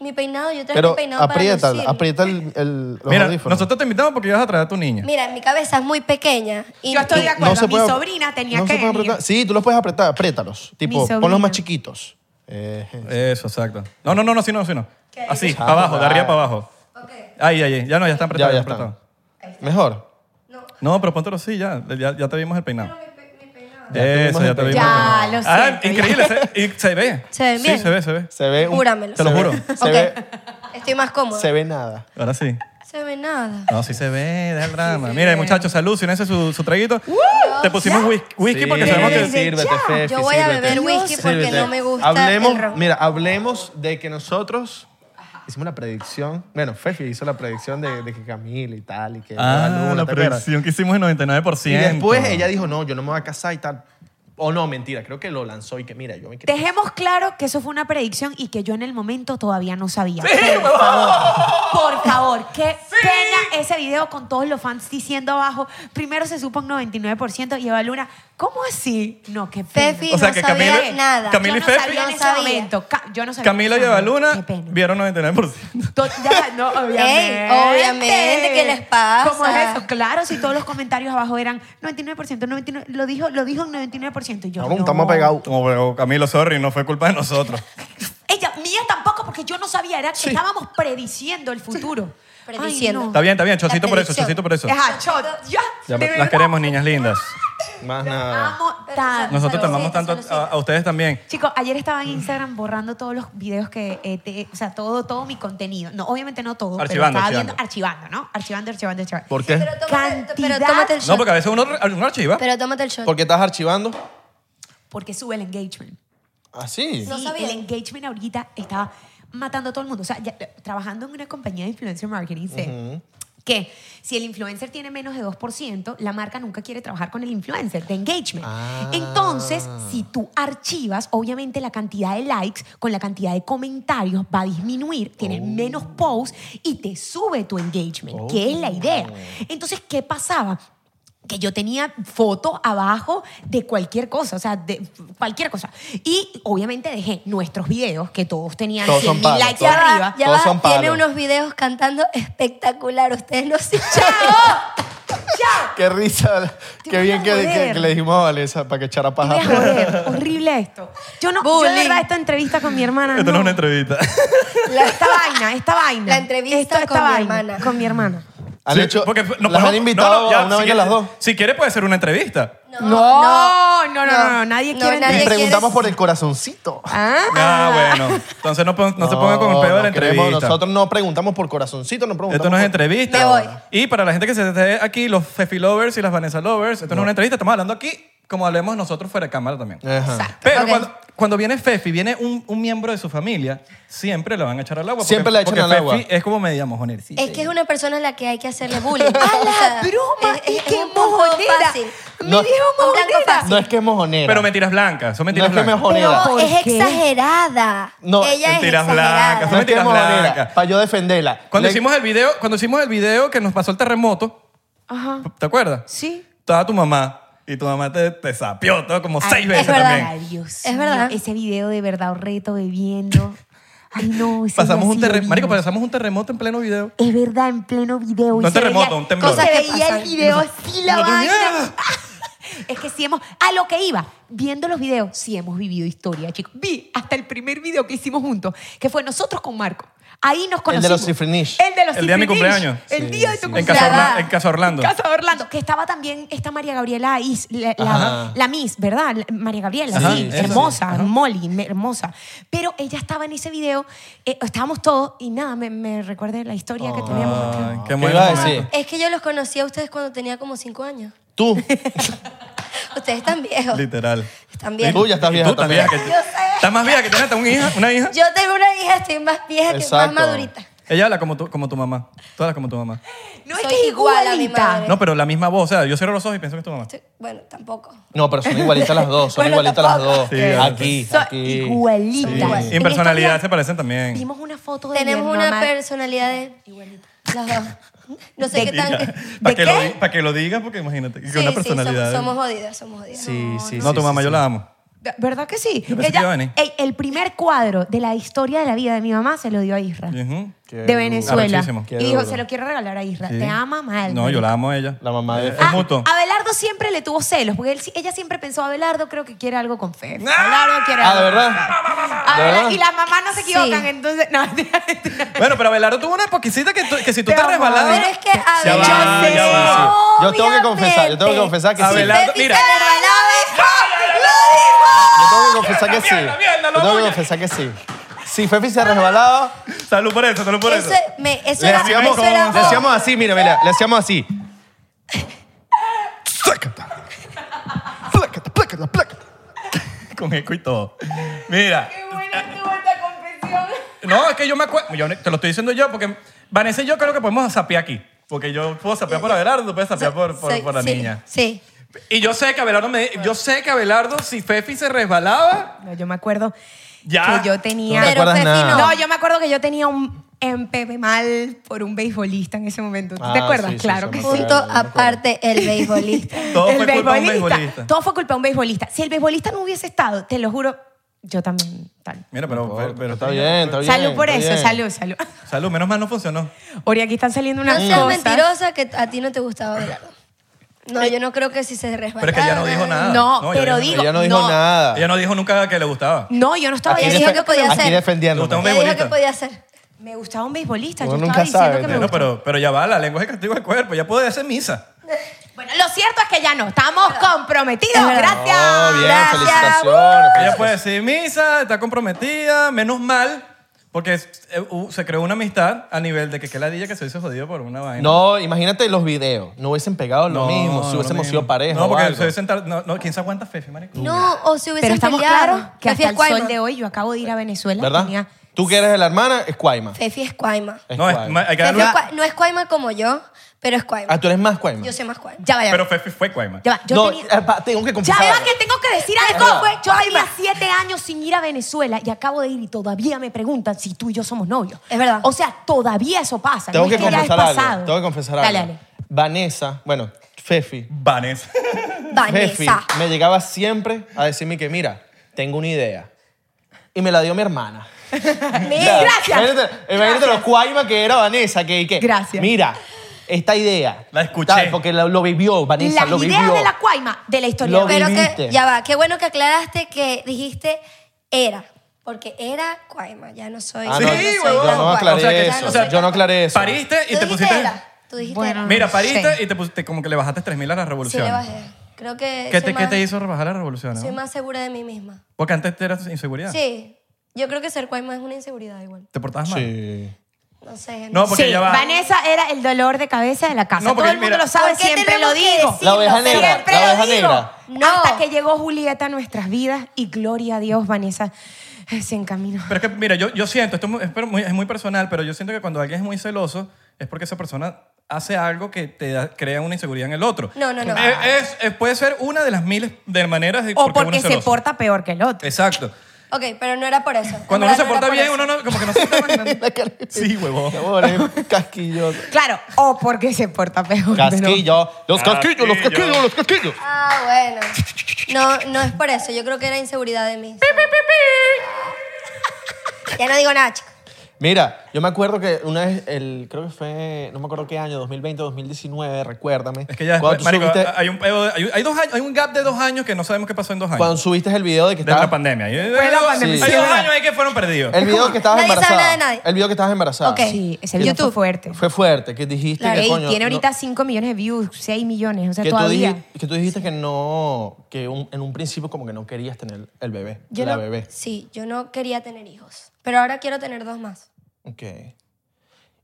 Speaker 13: mi peinado, yo traje mi
Speaker 3: Pero
Speaker 13: peinado
Speaker 3: aprieta,
Speaker 13: para lucir.
Speaker 3: aprieta el, el, los
Speaker 2: Mira,
Speaker 3: audífonos.
Speaker 2: nosotros te invitamos porque ibas a traer a tu niña.
Speaker 13: Mira, mi cabeza es muy pequeña. Y
Speaker 9: Yo estoy de
Speaker 13: y-
Speaker 9: acuerdo. Mi
Speaker 3: puede-
Speaker 9: sobrina tenía
Speaker 3: no
Speaker 9: que
Speaker 3: se puede
Speaker 9: venir.
Speaker 3: apretar. Sí, tú los puedes apretar, apriétalos. Tipo, ponlos
Speaker 9: sobrina.
Speaker 3: más chiquitos. Eh,
Speaker 2: Eso, exacto. No, no, no, no, sí, no, sí, no. Así,
Speaker 3: Ah,
Speaker 2: para abajo, de arriba
Speaker 3: ah.
Speaker 2: para abajo.
Speaker 13: Ok.
Speaker 2: Ahí, ahí, ahí. ya no, ya están
Speaker 3: ya,
Speaker 2: apretados.
Speaker 3: ya
Speaker 2: Ya,
Speaker 3: está.
Speaker 2: apretados.
Speaker 3: Mejor.
Speaker 2: No, pero póntelo así, ya, ya, ya te vimos el peinado.
Speaker 13: Mi pe- mi peinado.
Speaker 2: Eso, ya te vimos.
Speaker 14: Ya, lo
Speaker 2: Ah,
Speaker 14: siento,
Speaker 2: increíble.
Speaker 14: ya.
Speaker 2: Se, y se ve.
Speaker 14: ¿Se ven bien?
Speaker 2: Sí, se ve, se ve.
Speaker 3: Se ve
Speaker 14: un- Júramelo.
Speaker 2: Te lo
Speaker 14: se ve-
Speaker 2: juro.
Speaker 14: se Ok. ve- Estoy más cómodo.
Speaker 3: Se ve nada.
Speaker 2: Ahora sí.
Speaker 14: Se ve nada.
Speaker 2: No, sí se ve, deja el drama. Mira, muchachos, salud, si no ese es su, su traguito.
Speaker 13: Uh,
Speaker 2: Te pusimos whis- whisky porque
Speaker 3: Sí,
Speaker 2: sabemos que...
Speaker 3: sírvete, Fefi,
Speaker 14: Yo voy a
Speaker 3: sírvete.
Speaker 14: beber whisky porque no me gusta
Speaker 3: Hablemos,
Speaker 14: el ron.
Speaker 3: mira, hablemos de que nosotros hicimos la predicción. Bueno, Fefi hizo la predicción de, de que Camila y tal y que
Speaker 2: Ah, la
Speaker 3: ¿te acuerdas?
Speaker 2: predicción que hicimos es 99%.
Speaker 3: Y después ella dijo, "No, yo no me voy a casar y tal." O no, mentira, creo que lo lanzó y que mira, yo me quiero
Speaker 9: Dejemos claro que eso fue una predicción y que yo en el momento todavía no sabía.
Speaker 3: Sí,
Speaker 9: por
Speaker 3: huevón.
Speaker 9: favor, por favor, qué pena ese video con todos los fans diciendo abajo, primero se supo un 99% y Eva Luna, ¿cómo así? No, qué pena.
Speaker 2: O sea, no que sabía Camila- nada. Camila y
Speaker 9: yo no
Speaker 2: Fefi-
Speaker 9: sabía en
Speaker 2: no
Speaker 9: ese
Speaker 2: sabía.
Speaker 9: momento. Ca- yo no sabía.
Speaker 2: Camila
Speaker 9: en
Speaker 2: y
Speaker 9: ese momento.
Speaker 2: Evaluna vieron 99%.
Speaker 9: To- ya, no, obviamente.
Speaker 14: Ey, obviamente, ¿qué les pasa?
Speaker 9: ¿Cómo es eso? Claro, si todos los comentarios abajo eran 99%, 99%, lo dijo, lo dijo un 99% y yo no.
Speaker 2: Como pegado Camilo, sorry, no fue culpa de nosotros.
Speaker 9: Ella, mía tampoco, porque yo no sabía, era que estábamos prediciendo el futuro.
Speaker 14: Prediciendo.
Speaker 2: Está bien, está bien, chocito por eso, chocito por eso.
Speaker 9: Es a shot. Ya,
Speaker 2: Ya,
Speaker 9: de
Speaker 2: Las
Speaker 9: verdad,
Speaker 2: queremos, niñas lindas.
Speaker 3: Más
Speaker 14: Ah,
Speaker 3: nada.
Speaker 9: amo tanto.
Speaker 2: Nosotros te amamos tanto a, a ustedes también.
Speaker 9: Chicos, ayer estaba en Instagram borrando todos los videos que, eh, te- o sea, todo, todo mi contenido. No, obviamente no todo,
Speaker 2: Archivando,
Speaker 9: pero estaba viendo archivando, ¿no? Archivando, archivando, archivando.
Speaker 3: ¿Por qué?
Speaker 9: Pero tómate,
Speaker 14: pero tómate el
Speaker 2: No, porque a veces uno, uno archiva.
Speaker 14: Pero tómate el shot.
Speaker 3: ¿Por qué estás archivando?
Speaker 9: Porque sube el engagement.
Speaker 2: Ah,
Speaker 3: Así.
Speaker 9: Sí, el engagement ahorita estaba matando a todo el mundo. O sea, ya, eh, trabajando en una compañía de influencer marketing, sé
Speaker 3: Ujú.
Speaker 9: que si el influencer tiene menos de 2%, la marca nunca quiere trabajar con el influencer de engagement. Entonces, si tú archivas, obviamente la cantidad de likes con la cantidad de comentarios va a disminuir, tienes menos posts y te sube tu engagement, que es la idea. Entonces, ¿qué pasaba? que yo tenía foto abajo de cualquier cosa, o sea, de cualquier cosa. Y obviamente dejé nuestros videos, que todos tenían
Speaker 14: Todos son
Speaker 9: 100.000
Speaker 14: palos,
Speaker 9: likes
Speaker 14: todos-
Speaker 9: arriba.
Speaker 14: Ya va, tiene unos videos cantando espectacular. Ustedes no se
Speaker 3: Qué risa. Qué bien que, que- que le dijimos a Vanessa para que echara paja.
Speaker 9: Horrible esto. Yo no, yo de
Speaker 14: Bullying.
Speaker 9: verdad esta entrevista con mi hermana
Speaker 2: Esto no es
Speaker 9: no.
Speaker 2: una entrevista.
Speaker 9: esta vaina, esta vaina. La entrevista
Speaker 14: con mi
Speaker 9: hermana. Con mi hermana.
Speaker 3: Han hecho-
Speaker 2: porque nos
Speaker 3: las han invitado a una vaina
Speaker 2: quieres-
Speaker 3: las dos.
Speaker 2: Si quieres, puede ser una entrevista.
Speaker 9: No, no, no, no,
Speaker 14: no.
Speaker 9: no, nadie
Speaker 14: No,
Speaker 9: quiere
Speaker 14: nadie
Speaker 9: entrevista.
Speaker 3: Preguntamos por el corazoncito.
Speaker 2: Ah, bueno. Entonces no, pon- no se pongan con el pedo de la
Speaker 3: no queremos-
Speaker 2: entrevista.
Speaker 3: Nosotros no preguntamos por corazoncito, no preguntamos.
Speaker 2: Esto no es
Speaker 3: por-
Speaker 2: entrevista.
Speaker 3: Me voy.
Speaker 2: Y para la gente que se esté aquí, los Fefi Lovers y las Vanessa Lovers, esto no, es una entrevista, estamos hablando aquí como hablemos nosotros fuera de cámara también. Pero cuando, cuando viene Fefi, viene un, un miembro de su familia, siempre le van a echar al agua. porque-
Speaker 3: Siempre le echan
Speaker 2: porque
Speaker 3: al
Speaker 2: Fefi
Speaker 3: agua.
Speaker 2: es como media mojonera.
Speaker 14: Es que es una persona a la que hay que hacerle bullying. ¡A
Speaker 9: la broma!
Speaker 14: Es, es-
Speaker 9: qué
Speaker 14: es un poco
Speaker 9: mojonera!
Speaker 14: fácil.
Speaker 3: No,
Speaker 14: Un blanco fácil.
Speaker 3: no es que es mojonera.
Speaker 2: Pero mentiras blancas, son mentiras
Speaker 3: No es que
Speaker 2: blancas.
Speaker 3: mojonera.
Speaker 14: No, es
Speaker 3: qué?
Speaker 14: exagerada.
Speaker 3: No,
Speaker 14: Ella es
Speaker 2: mentiras
Speaker 14: exagerada.
Speaker 2: blancas, son
Speaker 3: No es que es
Speaker 2: mentiras
Speaker 3: mojonera.
Speaker 2: blancas.
Speaker 3: Para yo defenderla.
Speaker 2: Cuando
Speaker 3: Le-
Speaker 2: hicimos el video, cuando hicimos el video que nos pasó el terremoto,
Speaker 9: Ajá.
Speaker 2: ¿te acuerdas?
Speaker 9: Sí.
Speaker 2: Estaba tu mamá y tu mamá te, te sapió todo como
Speaker 9: Ay,
Speaker 2: seis veces también.
Speaker 9: Ay, Dios
Speaker 14: Es
Speaker 9: mío,
Speaker 14: verdad.
Speaker 9: Ese video de verdad, reto bebiendo. Ay, no. ese
Speaker 2: Pasamos
Speaker 9: día
Speaker 2: un
Speaker 9: sí
Speaker 2: terremoto.
Speaker 9: lo
Speaker 2: Marico,
Speaker 9: vimos.
Speaker 2: pasamos un terremoto en pleno video.
Speaker 9: Es verdad, en pleno video. y
Speaker 2: No un
Speaker 9: se
Speaker 2: terremoto,
Speaker 9: veía-
Speaker 2: un temblor.
Speaker 9: Se
Speaker 2: Cosas que
Speaker 9: veía el
Speaker 14: pasan.
Speaker 9: video así, la
Speaker 2: No te
Speaker 9: vaina.
Speaker 2: miedas.
Speaker 9: Es que sí hemos... A lo que iba, viendo los videos, sí hemos vivido historia, chicos. Vi hasta el primer video que hicimos juntos, que fue nosotros con Marco. Ahí nos
Speaker 3: El
Speaker 9: conocimos.
Speaker 3: de los Cifrinish.
Speaker 9: El de los
Speaker 2: El día de mi
Speaker 9: Cifrinish.
Speaker 2: cumpleaños.
Speaker 9: El
Speaker 2: Sí,
Speaker 9: día de tu
Speaker 2: En
Speaker 9: cumpleaños.
Speaker 2: Casa, Orla- en Casa Orlando.
Speaker 9: Casa de Orlando, que estaba también esta María Gabriela, Is- la, la-
Speaker 2: Ajá.
Speaker 9: la Miss, ¿verdad? La- María Gabriela,
Speaker 2: Ajá,
Speaker 9: sí,
Speaker 2: esa,
Speaker 9: hermosa,
Speaker 2: sí. Ajá.
Speaker 9: Molly, me- hermosa. Pero ella estaba en ese video, eh, estábamos todos, y nada, me, me recuerda la historia que teníamos.
Speaker 2: Ay,
Speaker 3: ¿Qué
Speaker 2: qué bueno.
Speaker 3: iba a decir?
Speaker 14: Es que yo los conocí a ustedes cuando tenía como cinco años.
Speaker 3: Tú.
Speaker 14: Ustedes están viejos.
Speaker 2: Literal.
Speaker 14: Están viejos.
Speaker 3: Tú ya estás vieja
Speaker 2: Tú estás
Speaker 3: también.
Speaker 2: vieja. que- Estás más vieja que tienes hasta una hija. Una hija.
Speaker 14: Yo tengo una hija, estoy más vieja que más
Speaker 2: Exacto.
Speaker 14: madurita.
Speaker 2: Ella habla como tu, como tu mamá. Tú hablas como tu mamá.
Speaker 9: No
Speaker 14: Soy igual a mi madre.
Speaker 2: No, pero la misma voz. O sea, yo cierro los ojos y pienso que es tu mamá.
Speaker 14: Bueno, tampoco.
Speaker 3: No, pero son igualitas las dos. Son
Speaker 14: Bueno,
Speaker 3: igualitas las dos.
Speaker 2: Sí,
Speaker 3: aquí, aquí.
Speaker 9: Igualitas.
Speaker 2: Y en personalidad se parecen también.
Speaker 9: Vimos una foto de
Speaker 14: Tenemos
Speaker 9: mi
Speaker 14: una
Speaker 9: hermana.
Speaker 14: personalidad de igualita. Las dos. No sé qué tan.
Speaker 2: Para que, lo di- pa' que lo digas, porque imagínate. que
Speaker 14: Sí,
Speaker 2: una
Speaker 14: sí, somos,
Speaker 2: personalidad.
Speaker 14: somos jodidas, somos jodidas.
Speaker 3: Sí, sí,
Speaker 2: no, tu mamá, yo la amo.
Speaker 9: De- ¿Verdad que sí?
Speaker 2: Yo pensé que iba a venir.
Speaker 9: Ey, el primer cuadro de la historia de la vida de mi mamá se lo dio a Isra.
Speaker 2: Ujú.
Speaker 9: De Venezuela.
Speaker 2: Arrechísimo.
Speaker 9: Y dijo, se lo quiero regalar a Isra.
Speaker 2: Sí.
Speaker 9: Te ama mal. Ah,
Speaker 2: No, yo la amo a ella. Eh,
Speaker 3: La mamá de...
Speaker 2: Es mutuo.
Speaker 14: Ah,
Speaker 9: Abelardo siempre le tuvo celos, porque él- ella siempre pensó, Abelardo creo que quiere algo con Fefe. Abelardo quiere
Speaker 2: Ah,
Speaker 9: algo
Speaker 2: ¿de
Speaker 9: con
Speaker 2: verdad?
Speaker 9: Fefe.
Speaker 2: ¿De
Speaker 9: Abela-
Speaker 2: verdad?
Speaker 9: Y las mamás no se
Speaker 14: Sí.
Speaker 9: equivocan, entonces... No,
Speaker 2: Bueno, pero Abelardo tuvo una poquisita que, tú- que si tú te resbalabas.
Speaker 9: Pero es que
Speaker 2: Ya va,
Speaker 9: Abelardo-
Speaker 2: ya va.
Speaker 3: Yo tengo que confesar, yo tengo que confesar que sí.
Speaker 2: Abelardo, mira.
Speaker 3: Yo tengo que confesar que sí.
Speaker 2: mierda, lo
Speaker 3: Yo tengo que
Speaker 2: apoya.
Speaker 3: confesar que sí. Si Fefi se ha resbalado...
Speaker 2: Salud por eso, salud por
Speaker 14: Eso, me, eso
Speaker 3: le
Speaker 14: era,
Speaker 3: hacíamos,
Speaker 14: eso era-
Speaker 3: le hacíamos así, mira, mira, le hacíamos así.
Speaker 2: Con eco y todo. Mira. No, es que yo me acuerdo. Yo te lo estoy diciendo yo porque Vanessa y yo creo que podemos sapear aquí. Porque yo puedo sapear por Abelardo, tú puedes sapear por, por,
Speaker 14: sí,
Speaker 2: por la
Speaker 14: sí,
Speaker 2: niña.
Speaker 14: Sí.
Speaker 2: Y yo sé que Abelardo, me, yo sé que Abelardo, si Fefi se resbalaba,
Speaker 9: No, yo me acuerdo
Speaker 2: ya.
Speaker 9: que yo tenía...
Speaker 2: No te acuerdas
Speaker 9: Fefi
Speaker 2: nada.
Speaker 9: No, yo me acuerdo que yo tenía un empepe mal por un beisbolista en ese momento. ¿Tú te
Speaker 2: Ah,
Speaker 9: acuerdas?
Speaker 2: sí, sí,
Speaker 9: claro
Speaker 2: sí,
Speaker 9: que
Speaker 2: me
Speaker 9: sí.
Speaker 14: Punto aparte, el beisbolista.
Speaker 2: Todo
Speaker 9: El
Speaker 2: fue culpa de un
Speaker 9: beisbolista.
Speaker 2: beisbolista.
Speaker 9: Todo fue culpa de un beisbolista. Si el beisbolista no hubiese estado, te lo juro, yo también. tal.
Speaker 2: Mira, pero, pero,
Speaker 3: está bien, está bien.
Speaker 9: salud por
Speaker 3: está
Speaker 9: eso,
Speaker 3: bien.
Speaker 9: salud, salud.
Speaker 2: Salud, menos mal no funcionó.
Speaker 9: Ori, aquí están saliendo
Speaker 14: No
Speaker 9: unas
Speaker 14: seas
Speaker 9: cosas. Eh,
Speaker 14: mentirosa que a ti no te gustaba bailar. No, yo no creo que si se resbalaba.
Speaker 2: Pero es que ella no dijo nada.
Speaker 9: No,
Speaker 2: ella
Speaker 9: pero
Speaker 2: no
Speaker 9: digo, Ella no dijo no.
Speaker 3: nada.
Speaker 2: Ella no dijo nunca que le gustaba.
Speaker 9: No, yo no estaba
Speaker 14: Aquí
Speaker 9: diciendo
Speaker 14: defe-
Speaker 9: que podía
Speaker 14: aquí
Speaker 9: hacer.
Speaker 2: Le
Speaker 3: defendiendo.
Speaker 2: gustaba un
Speaker 14: Ella dijo que
Speaker 2: beisbolista.
Speaker 14: podía hacer.
Speaker 9: Me gustaba un beisbolista.
Speaker 3: Uno
Speaker 9: yo
Speaker 3: nunca
Speaker 9: estaba diciendo
Speaker 3: sabe,
Speaker 9: que me
Speaker 2: Bueno,
Speaker 9: gustaba.
Speaker 2: pero, pero ya va, la lengua es el castigo del cuerpo. Ya puede hacer misa.
Speaker 9: Bueno, lo cierto es que ya no. Estamos comprometidos. Gracias.
Speaker 3: Oh, bien,
Speaker 9: Gracias.
Speaker 3: felicitaciones.
Speaker 2: Ella puede decir misa, está comprometida, menos mal, porque eh, uh, se creó una amistad a nivel de que que ladilla que se hizo jodido por una vaina.
Speaker 3: No, imagínate los videos. No hubiesen pegado lo mismo si
Speaker 2: no
Speaker 3: hubiésemos
Speaker 2: mismo.
Speaker 3: sido pareja.
Speaker 2: No,
Speaker 3: o
Speaker 2: porque
Speaker 3: algo.
Speaker 2: se hubiesen tar- no, no, ¿quién se aguanta Fefi, marico?
Speaker 14: No, o si hubiese
Speaker 9: Pero estamos claros que hasta el sol de hoy yo acabo de ir a Venezuela.
Speaker 3: ¿Verdad?
Speaker 9: tenía-
Speaker 3: Tú que eres de la hermana, es Cuaima.
Speaker 14: Fefi es cuaima.
Speaker 3: Es
Speaker 2: No, es-
Speaker 3: cuaima.
Speaker 2: ma- hay que
Speaker 14: Fefi
Speaker 2: darle
Speaker 14: es
Speaker 2: una-
Speaker 14: cua- no es cuaima como yo, pero es cuaima.
Speaker 3: Ah, tú eres más Cuaima.
Speaker 14: Yo soy más cuaima.
Speaker 9: Ya va, ya va.
Speaker 2: Pero Fefi fue cuaima.
Speaker 9: Ya va, Yo
Speaker 3: no,
Speaker 9: tenía-
Speaker 3: eh, pa, tengo que
Speaker 9: Ya
Speaker 3: confesar.
Speaker 9: veo
Speaker 3: algo.
Speaker 9: que tengo que decir algo.
Speaker 3: verdad.
Speaker 9: pues. Yo tenía siete años sin ir a Venezuela y acabo de ir y todavía me preguntan si tú y yo somos novios.
Speaker 14: Es verdad.
Speaker 9: O sea, todavía eso pasa.
Speaker 3: Tengo
Speaker 9: no
Speaker 3: que
Speaker 9: es que ya es
Speaker 3: confesar
Speaker 9: pasado.
Speaker 3: algo. Tengo que confesar
Speaker 9: Dale,
Speaker 3: algo.
Speaker 9: dale.
Speaker 3: Vanessa, bueno, Fefi.
Speaker 2: Vanessa.
Speaker 3: Fefi
Speaker 14: Vanessa.
Speaker 3: me llegaba siempre a decirme que, mira, tengo una idea. Y me la dio mi hermana.
Speaker 9: Mira, Gracias.
Speaker 3: Imagínate, imagínate lo cuaima que era Vanessa, que, que
Speaker 9: Gracias.
Speaker 3: mira, esta idea.
Speaker 2: La escuché.
Speaker 3: Tal, porque lo, lo vivió, Vanessa,
Speaker 9: Las
Speaker 3: lo vivió.
Speaker 9: ideas de la cuaima de la historia.
Speaker 3: Lo
Speaker 14: Pero que,
Speaker 3: viviste.
Speaker 14: ya va, qué bueno que aclaraste que dijiste era. Porque era cuaima, ya no soy.
Speaker 3: Ah,
Speaker 2: Sí,
Speaker 3: no,
Speaker 14: ya soy
Speaker 2: huevón.
Speaker 3: Yo
Speaker 14: la
Speaker 3: no
Speaker 14: cuaima.
Speaker 3: aclaré
Speaker 2: O sea que-
Speaker 3: eso.
Speaker 2: o sea,
Speaker 3: yo no aclaré eso.
Speaker 2: Pariste
Speaker 14: Tú
Speaker 2: y te
Speaker 14: dijiste
Speaker 2: pusiste...
Speaker 14: era. Tú dijiste
Speaker 4: Bueno,
Speaker 14: era.
Speaker 2: Mira, pariste
Speaker 4: Sí.
Speaker 2: y te pusiste como que le bajaste 3.000 a las
Speaker 14: Sí, le
Speaker 2: revoluciones.
Speaker 14: bajé. Creo que.
Speaker 2: ¿Qué
Speaker 14: soy
Speaker 2: te,
Speaker 14: más,
Speaker 2: ¿Qué te hizo rebajar las revoluciones?
Speaker 14: Soy más segura de mí misma.
Speaker 2: Porque antes te eras inseguridad.
Speaker 14: Sí. Yo creo que ser cuaima es una inseguridad igual.
Speaker 2: ¿Te portabas mal?
Speaker 3: Sí.
Speaker 14: No sé.
Speaker 2: No, porque
Speaker 9: sí,
Speaker 2: ya va.
Speaker 9: Vanessa era el dolor de cabeza de la casa.
Speaker 2: No,
Speaker 9: Todo
Speaker 2: porque
Speaker 9: el mundo
Speaker 2: mira-
Speaker 9: lo sabe,
Speaker 14: ¿Por qué
Speaker 9: siempre
Speaker 14: tenemos
Speaker 9: lo
Speaker 14: que
Speaker 9: digo.
Speaker 14: decir?
Speaker 3: La oveja negra,
Speaker 9: Siempre
Speaker 3: la
Speaker 9: lo
Speaker 3: oveja
Speaker 9: digo.
Speaker 3: negra.
Speaker 14: No.
Speaker 9: Hasta que llegó Julieta a nuestras vidas y gloria a Dios, Vanessa eh, se encaminó.
Speaker 2: Pero es que, mira, yo, yo siento, esto es muy, es pero muy- es muy personal, pero yo siento que cuando alguien es muy celoso es porque esa persona hace algo que te da- crea una inseguridad en el otro.
Speaker 14: No, no, no.
Speaker 2: Eh, Es, es- puede ser una de las miles de maneras de
Speaker 9: O
Speaker 2: por qué uno
Speaker 9: porque
Speaker 2: es
Speaker 9: se
Speaker 2: celoso.
Speaker 9: porta peor que el otro.
Speaker 2: Exacto.
Speaker 14: Ok, pero no era por eso. En
Speaker 2: Cuando uno
Speaker 14: verdad
Speaker 2: se
Speaker 14: no era
Speaker 2: porta
Speaker 14: por
Speaker 2: bien,
Speaker 14: eso.
Speaker 2: uno no, como que no se está imaginando. Sí, huevón.
Speaker 3: Amor, es casquillo.
Speaker 9: Claro, o porque se porta peor. pero-
Speaker 3: Casquillo. Los casquillos, los
Speaker 2: Casquillo.
Speaker 3: casquillos, los casquillos.
Speaker 14: Ah, bueno. No, no es por eso. Yo creo que era inseguridad de mí. Ya no digo nada, chicos.
Speaker 3: Mira, yo me acuerdo que una vez, el, creo que fue, no me acuerdo qué año, 2020, 2019, recuérdame.
Speaker 2: Es que ya
Speaker 3: cuando tú
Speaker 2: marico,
Speaker 3: subiste,
Speaker 2: hay un pedo de- hay, un- hay dos años, hay un gap de dos años que no sabemos qué pasó en dos años.
Speaker 3: cuando subiste el video de que
Speaker 2: de la
Speaker 3: estabas,
Speaker 2: pandemia.
Speaker 9: Fue la pandemia,
Speaker 2: Hay
Speaker 9: sí,
Speaker 2: dos
Speaker 9: ¿verdad?
Speaker 2: años ahí que fueron perdidos.
Speaker 3: el video que estabas
Speaker 14: Nadie sabe
Speaker 3: embarazada,
Speaker 14: nada de nadie.
Speaker 3: el video que estabas embarazada.
Speaker 14: Ok.
Speaker 9: Sí, ese video
Speaker 14: YouTube.
Speaker 9: fue fuerte.
Speaker 3: Fue fuerte, que dijiste
Speaker 14: Claro,
Speaker 3: que
Speaker 9: Ey,
Speaker 3: coño,
Speaker 9: tiene
Speaker 3: no-
Speaker 9: ahorita 5 millones de views, 6 millones, o sea,
Speaker 3: que tú,
Speaker 9: todavía.
Speaker 3: dijiste, que tú dijiste que no, que un- en un principio como que no querías tener el bebé,
Speaker 14: Yo
Speaker 3: la
Speaker 14: no-
Speaker 3: bebé.
Speaker 14: Sí, yo no quería tener hijos. Pero ahora quiero tener dos más.
Speaker 3: Ok.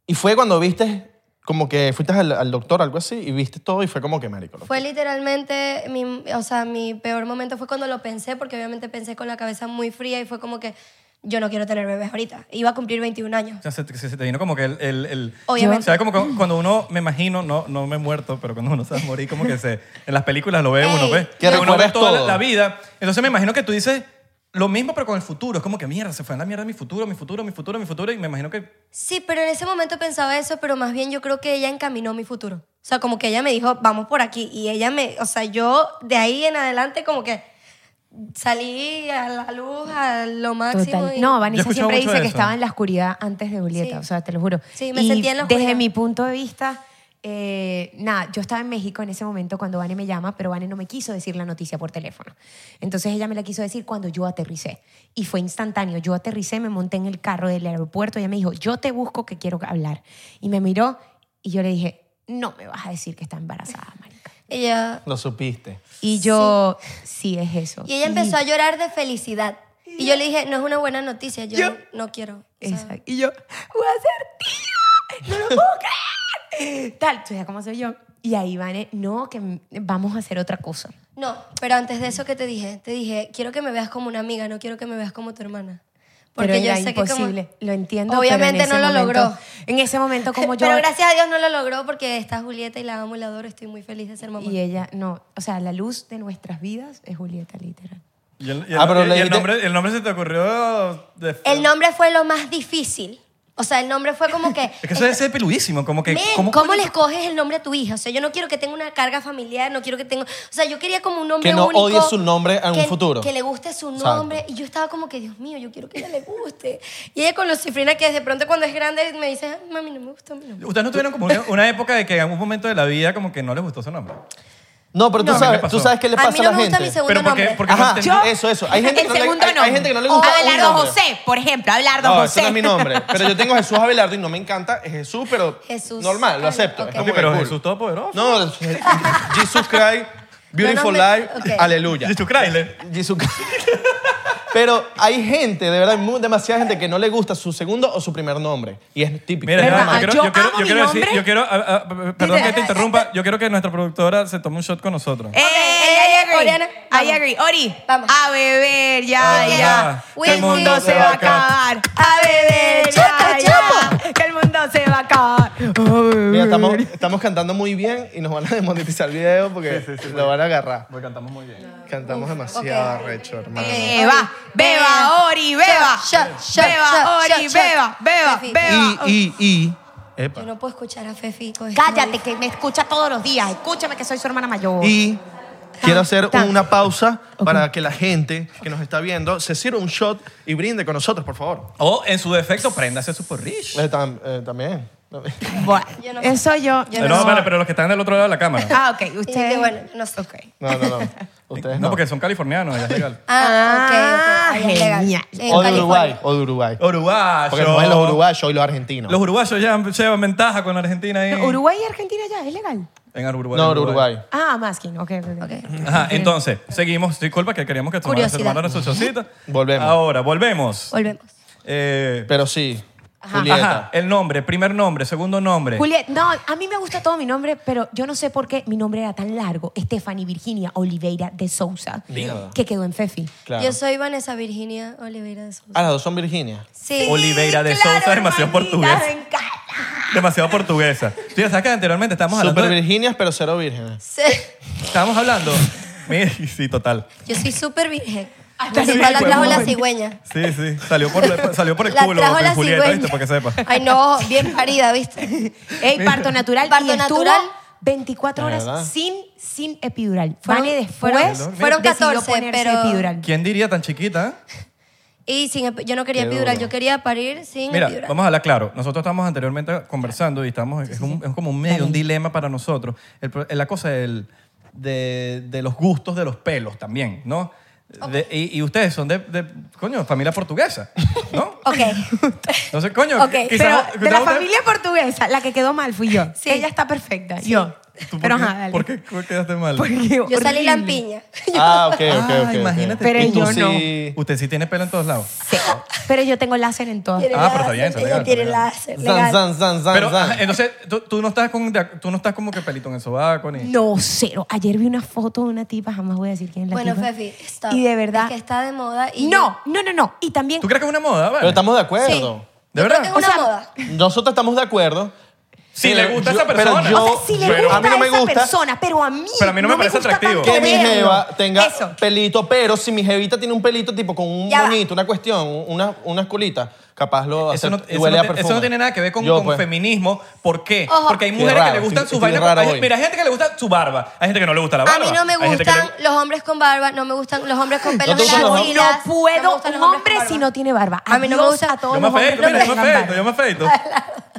Speaker 3: Y fue cuando viste, como que fuiste al, al doctor, algo así, y viste todo y fue como que marico. loco.
Speaker 14: Fue literalmente, mi, o sea, mi peor momento fue cuando lo pensé, porque obviamente pensé con la cabeza muy fría y fue como que yo no quiero tener bebés ahorita. Iba a cumplir 21 años.
Speaker 2: O sea, se, te- se te vino como que el... el, el-
Speaker 14: Obviamente.
Speaker 2: ¿Sabes? Como que cuando uno, me imagino, no, no me he muerto, pero cuando uno se va a morir, como que se... En las películas lo ve
Speaker 14: Ey,
Speaker 2: uno, ¿ves?
Speaker 3: Que
Speaker 2: uno ve
Speaker 3: recuerdas
Speaker 2: toda la,
Speaker 3: todo.
Speaker 2: la vida. Entonces me imagino que tú dices lo mismo, pero con el futuro. Es como que, mierda, se fue a la mierda mi futuro, mi futuro, mi futuro, mi futuro. Y me imagino que...
Speaker 14: Sí, pero en ese momento pensaba eso, pero más bien yo creo que ella encaminó mi futuro. O sea, como que ella me dijo, vamos por aquí. Y ella me, o sea, yo de ahí en adelante como que salí a la luz a lo máximo. y-
Speaker 9: No, Vanessa
Speaker 14: escuchaba
Speaker 9: siempre
Speaker 14: mucho
Speaker 9: dice que
Speaker 14: eso.
Speaker 9: estaba en la oscuridad antes de Julieta,
Speaker 14: Sí.
Speaker 9: o sea, te lo juro.
Speaker 14: Sí, me
Speaker 9: Y
Speaker 14: sentía en la
Speaker 9: Desde
Speaker 14: oscuridad.
Speaker 9: mi punto de vista, eh, nada, yo estaba en México en ese momento cuando Vane me llama, pero Vane no me quiso decir la noticia por teléfono. Entonces ella me la quiso decir cuando yo aterricé. Y fue instantáneo. Yo aterricé, me monté en el carro del aeropuerto. Ella me dijo, yo te busco que quiero hablar. Y me miró y yo le dije, no me vas a decir que está embarazada, marica.
Speaker 14: Ella,
Speaker 3: Lo supiste.
Speaker 9: Y yo, sí, es eso.
Speaker 14: y ella empezó a llorar de felicidad. Y yo le dije, no es una buena noticia, yo,
Speaker 9: Yo-
Speaker 14: no quiero.
Speaker 9: Exacto. Y yo, voy a ser tía, no lo puedo creer. Tal, tú ya como soy yo. Y ahí van, no, que m- vamos a hacer otra cosa.
Speaker 14: No, pero antes de eso, ¿qué te dije? Te dije, quiero que me veas como una amiga, no quiero que me veas como tu hermana.
Speaker 9: Pero
Speaker 14: Porque yo
Speaker 9: era
Speaker 14: sé que como-
Speaker 9: imposible, lo entiendo. pero
Speaker 14: Obviamente
Speaker 9: en ese
Speaker 14: no lo
Speaker 9: momento-
Speaker 14: logró.
Speaker 9: En ese momento como yo...
Speaker 14: Pero gracias a Dios no lo logró porque está Julieta y la amo y la adoro. Estoy muy feliz de ser mamá.
Speaker 9: Y ella, no, o sea, la luz de nuestras vidas es Julieta, literal.
Speaker 2: Y el, y el-
Speaker 3: Ah, pero
Speaker 2: y
Speaker 3: leí
Speaker 2: el
Speaker 3: de-
Speaker 2: nombre, el nombre se te ocurrió de...
Speaker 14: El nombre fue lo más difícil. O sea, el nombre fue como que...
Speaker 2: Es que eso debe ser peludísimo, como
Speaker 3: Eh,
Speaker 2: que...
Speaker 14: Men,
Speaker 2: ¿cómo
Speaker 14: ¿cómo, le escoges el nombre a tu hija? O sea, yo no quiero que tenga una carga familiar, no quiero que tenga... O sea, yo quería como un nombre
Speaker 3: Que no
Speaker 14: único,
Speaker 3: odie su nombre en un
Speaker 14: que-
Speaker 3: futuro.
Speaker 14: Que le guste su
Speaker 3: Exacto.
Speaker 14: nombre. Y yo estaba como que, Dios mío, yo quiero que ella le guste. Y ella con lucifrina que de pronto cuando es grande me dice, "Ay, mami, no me gusta mi nombre.
Speaker 2: Ustedes no tuvieron como una, una época de que en algún momento de la vida como que no les gustó su nombre.
Speaker 3: No, pero tú
Speaker 2: No.
Speaker 3: sabes,
Speaker 2: ¿Qué pasó?
Speaker 3: tú sabes qué le
Speaker 2: A mí
Speaker 3: pasa
Speaker 2: no
Speaker 3: a la
Speaker 2: me gusta
Speaker 3: gente.
Speaker 2: mi segundo Pero porque- nombre. porque no
Speaker 3: Ajá,
Speaker 2: entendí-
Speaker 3: eso, eso. Hay gente,
Speaker 9: el
Speaker 3: que no le,
Speaker 9: segundo
Speaker 3: hay- hay
Speaker 9: nombre.
Speaker 3: gente que no le gusta
Speaker 9: O
Speaker 3: un
Speaker 9: Abelardo
Speaker 3: nombre.
Speaker 9: José, por ejemplo, Abelardo
Speaker 3: No,
Speaker 9: José.
Speaker 3: ese no es mi nombre. Pero yo tengo Jesús Abelardo y no me encanta. Es Jesús, pero
Speaker 14: Jesús.
Speaker 3: normal, lo acepto. Es
Speaker 14: Ok.
Speaker 3: como que
Speaker 2: Pero
Speaker 3: cool.
Speaker 2: Jesús Todopoderoso.
Speaker 3: No, Jesus Christ, Beautiful
Speaker 14: No, no,
Speaker 3: Life,
Speaker 14: ok.
Speaker 3: Aleluya. Jesus
Speaker 2: Christ.
Speaker 3: Pero hay gente, de verdad, hay mu- demasiada gente que no le gusta su segundo o su primer nombre. Y es típico.
Speaker 2: Mira, ya, yo, quiero, yo, quiero, yo quiero decir, yo quiero, ah, ah, p- p- perdón que te interrumpa, yo quiero que nuestra productora se tome un shot con nosotros.
Speaker 9: Eh, eh, I agree. I agree. Ori, a beber, ya,
Speaker 2: Ah,
Speaker 9: ya.
Speaker 2: ya.
Speaker 9: Que el mundo se va a acabar. A beber, ya, ya. Que el mundo se va a acabar.
Speaker 3: Mira, estamos, estamos cantando muy bien y nos van a desmonetizar el video porque lo van a agarrar. Porque cantamos muy bien. Cantamos demasiado
Speaker 14: Eh,
Speaker 3: arrecho, hermano.
Speaker 9: Beba, beba, Ori, beba. Beba, Ori, beba, beba, beba.
Speaker 3: Y, y, y. Epa.
Speaker 14: Yo no puedo escuchar a Fefi. con este esto.
Speaker 9: Cállate, que me escucha todos los días. Escúchame que soy su hermana mayor.
Speaker 3: Y quiero hacer una pausa para que la gente que nos está viendo se sirva un shot y brinde con nosotros, por favor.
Speaker 2: O en su defecto, préndase su porrich.
Speaker 3: Eh,
Speaker 2: eh,
Speaker 3: también.
Speaker 9: Eso yo.
Speaker 2: No, vale, pero los que están del otro lado de la cámara.
Speaker 9: Ah, ok. Ustedes.
Speaker 14: bueno, no sé.
Speaker 2: No,
Speaker 3: no, no.
Speaker 2: no, porque son californianos, ya es legal.
Speaker 14: Ah, ok, ok. Ahí es legal.
Speaker 9: genial.
Speaker 14: En
Speaker 3: O de
Speaker 14: California.
Speaker 3: Uruguay, o de Uruguay.
Speaker 2: Uruguayo.
Speaker 3: Porque no es los uruguayos y los argentinos.
Speaker 2: Los uruguayos ya llevan ventaja con Argentina ahí.
Speaker 9: Uruguay y Argentina ya, ¿es legal?
Speaker 2: En Uruguay.
Speaker 3: No,
Speaker 2: en
Speaker 3: Uruguay.
Speaker 9: Ah, Maskin, ok, ok. okay.
Speaker 2: Ajá, entonces, seguimos. Disculpa que queríamos que tomara- se
Speaker 9: Curiosidad.
Speaker 2: tomara su chocita.
Speaker 3: Volvemos.
Speaker 2: Ahora, volvemos. Eh,
Speaker 14: Volvemos.
Speaker 3: Pero sí.
Speaker 9: Ajá.
Speaker 3: Julieta.
Speaker 2: Ajá, el nombre, primer nombre, segundo nombre.
Speaker 9: Juliet, no, a mí me gusta todo mi nombre, pero yo no sé por qué mi nombre era tan largo. Stephanie Virginia Oliveira de Sousa,
Speaker 2: Ah.
Speaker 3: Mierda.
Speaker 9: que quedó en Fefi.
Speaker 3: Claro.
Speaker 14: Yo soy Vanessa Virginia Oliveira de Sousa.
Speaker 3: Ah, las dos son Virginia.
Speaker 14: Sí.
Speaker 2: Oliveira de
Speaker 14: claro,
Speaker 2: Sousa, demasiado portugués.
Speaker 14: hermanita, me encanta.
Speaker 2: Demasiado portuguesa. Tú ya sabes que anteriormente estábamos hablando.
Speaker 3: Super Virginias, pero cero vírgenes.
Speaker 14: Sí.
Speaker 2: Estábamos hablando. Mira, sí, total.
Speaker 14: Yo soy súper virgen.
Speaker 9: Ah,
Speaker 2: está
Speaker 14: Me
Speaker 2: bien,
Speaker 14: la
Speaker 2: pues,
Speaker 14: trajo la
Speaker 2: muy bien.
Speaker 14: cigüeña.
Speaker 2: Sí, sí. Salió por, salió por el
Speaker 14: La
Speaker 2: culo,
Speaker 14: trajo la
Speaker 2: Julieta,
Speaker 14: cigüeña.
Speaker 2: ¿viste? Para que sepa.
Speaker 14: Ay, no, bien parida, ¿viste?
Speaker 9: Ey, parto natural.
Speaker 14: Parto
Speaker 9: y estuvo
Speaker 14: natural.
Speaker 9: 24
Speaker 2: De verdad.
Speaker 9: horas sin, sin epidural.
Speaker 14: Fueron-
Speaker 9: Vale, después
Speaker 14: fueron-
Speaker 9: decidió
Speaker 14: fueron 14,
Speaker 9: ponerse
Speaker 14: pero-
Speaker 9: epidural.
Speaker 2: ¿Quién diría tan chiquita? eh?
Speaker 14: Y sin, ep- yo no quería
Speaker 2: Qué
Speaker 14: epidural,
Speaker 2: duro.
Speaker 14: yo quería parir sin
Speaker 2: Mira,
Speaker 14: epidural.
Speaker 2: vamos a hablar claro. Nosotros estábamos anteriormente conversando y estamos, es, un- es como un medio, un dilema para nosotros. El pro- la cosa del- de, de los gustos de los pelos también, ¿no? De- y, y ustedes son de, de, coño, familia portuguesa.
Speaker 14: Ok,
Speaker 2: Entonces, coño,
Speaker 9: Ok,
Speaker 2: quizás-
Speaker 9: pero de
Speaker 2: quizás
Speaker 9: la
Speaker 2: ustedes-
Speaker 9: familia portuguesa, la que quedó mal fui yo. Ella está perfecta, yo.
Speaker 2: ¿Tú por
Speaker 9: Pero
Speaker 2: qué-
Speaker 9: ajá, dale.
Speaker 2: ¿Por qué cu- quedaste mal?
Speaker 14: yo salí lampiña.
Speaker 3: Ah, ok, ok, ok.
Speaker 2: Ah,
Speaker 3: ok.
Speaker 2: imagínate.
Speaker 9: Pero
Speaker 2: Y tú
Speaker 9: yo no.
Speaker 2: sí- Usted sí tiene pelo en todos lados.
Speaker 9: Pero yo tengo láser en todas.
Speaker 2: Ah, pero está bien, está legal, está legal.
Speaker 9: legal.
Speaker 3: Zan, zan, zan,
Speaker 2: Pero,
Speaker 3: zan.
Speaker 2: ajá, entonces, tú, tú no estás con, tú no estás como que pelito en el sobaco ni...
Speaker 9: No, cero. Ayer vi una foto de una tipa, jamás voy a decir quién es la
Speaker 14: Bueno,
Speaker 9: tipa.
Speaker 14: Fefi, stop.
Speaker 9: Y de verdad-
Speaker 14: Es que está de moda y...
Speaker 9: No, no, no, no. Y también.
Speaker 2: ¿Tú crees que es una moda? Vale?
Speaker 3: Pero estamos de acuerdo.
Speaker 2: ¿De
Speaker 14: Yo creo que
Speaker 2: verdad?
Speaker 14: es una moda.
Speaker 3: Nosotros estamos de acuerdo.
Speaker 2: Si le gusta
Speaker 3: yo-
Speaker 2: esa
Speaker 3: pero
Speaker 2: persona.
Speaker 3: yo-
Speaker 9: O sea, si le
Speaker 3: pero
Speaker 9: gusta
Speaker 3: a mí no me
Speaker 9: a esa
Speaker 3: gusta
Speaker 9: persona, pero a mí.
Speaker 2: Pero a mí no me parece
Speaker 9: gusta
Speaker 2: atractivo.
Speaker 9: tanto
Speaker 3: que mi
Speaker 9: verlo.
Speaker 3: jeva tenga
Speaker 9: Eso.
Speaker 3: pelito, pero si mi jevita tiene un pelito tipo con un
Speaker 9: Ya va.
Speaker 3: monito, una cuestión, una, unas colitas, capaz lo hace,
Speaker 2: Eso no, eso
Speaker 3: huele
Speaker 2: no
Speaker 3: a
Speaker 2: te-
Speaker 3: perfume.
Speaker 2: eso no tiene nada que ver con,
Speaker 3: Yo,
Speaker 2: con
Speaker 3: pues,
Speaker 2: feminismo. ¿Por qué?
Speaker 14: Ojo.
Speaker 2: Porque hay
Speaker 3: Qué
Speaker 2: mujeres que
Speaker 3: raro,
Speaker 2: le gustan
Speaker 3: sí,
Speaker 2: su
Speaker 3: sí,
Speaker 2: vaina.
Speaker 3: raro
Speaker 2: hay-
Speaker 3: hoy.
Speaker 2: mira, hay gente que le gusta su barba. Hay gente que no le gusta la
Speaker 14: A
Speaker 2: barba.
Speaker 14: mí no me
Speaker 2: Hay gente que le-
Speaker 14: gustan los hombres con barba, no me gustan los hombres con pelos
Speaker 2: te
Speaker 14: en las
Speaker 2: gustan los
Speaker 14: axilas.
Speaker 9: No puedo
Speaker 14: gustan
Speaker 9: un
Speaker 14: los hombres
Speaker 9: hombre
Speaker 14: con barba.
Speaker 9: si no tiene barba.
Speaker 14: A mí no me
Speaker 9: Adiós
Speaker 14: gusta.
Speaker 9: a todos
Speaker 2: Yo me
Speaker 9: los hombres
Speaker 2: afeito, mira,
Speaker 9: que
Speaker 2: yo me
Speaker 9: tengan
Speaker 2: afeito, yo me afeito.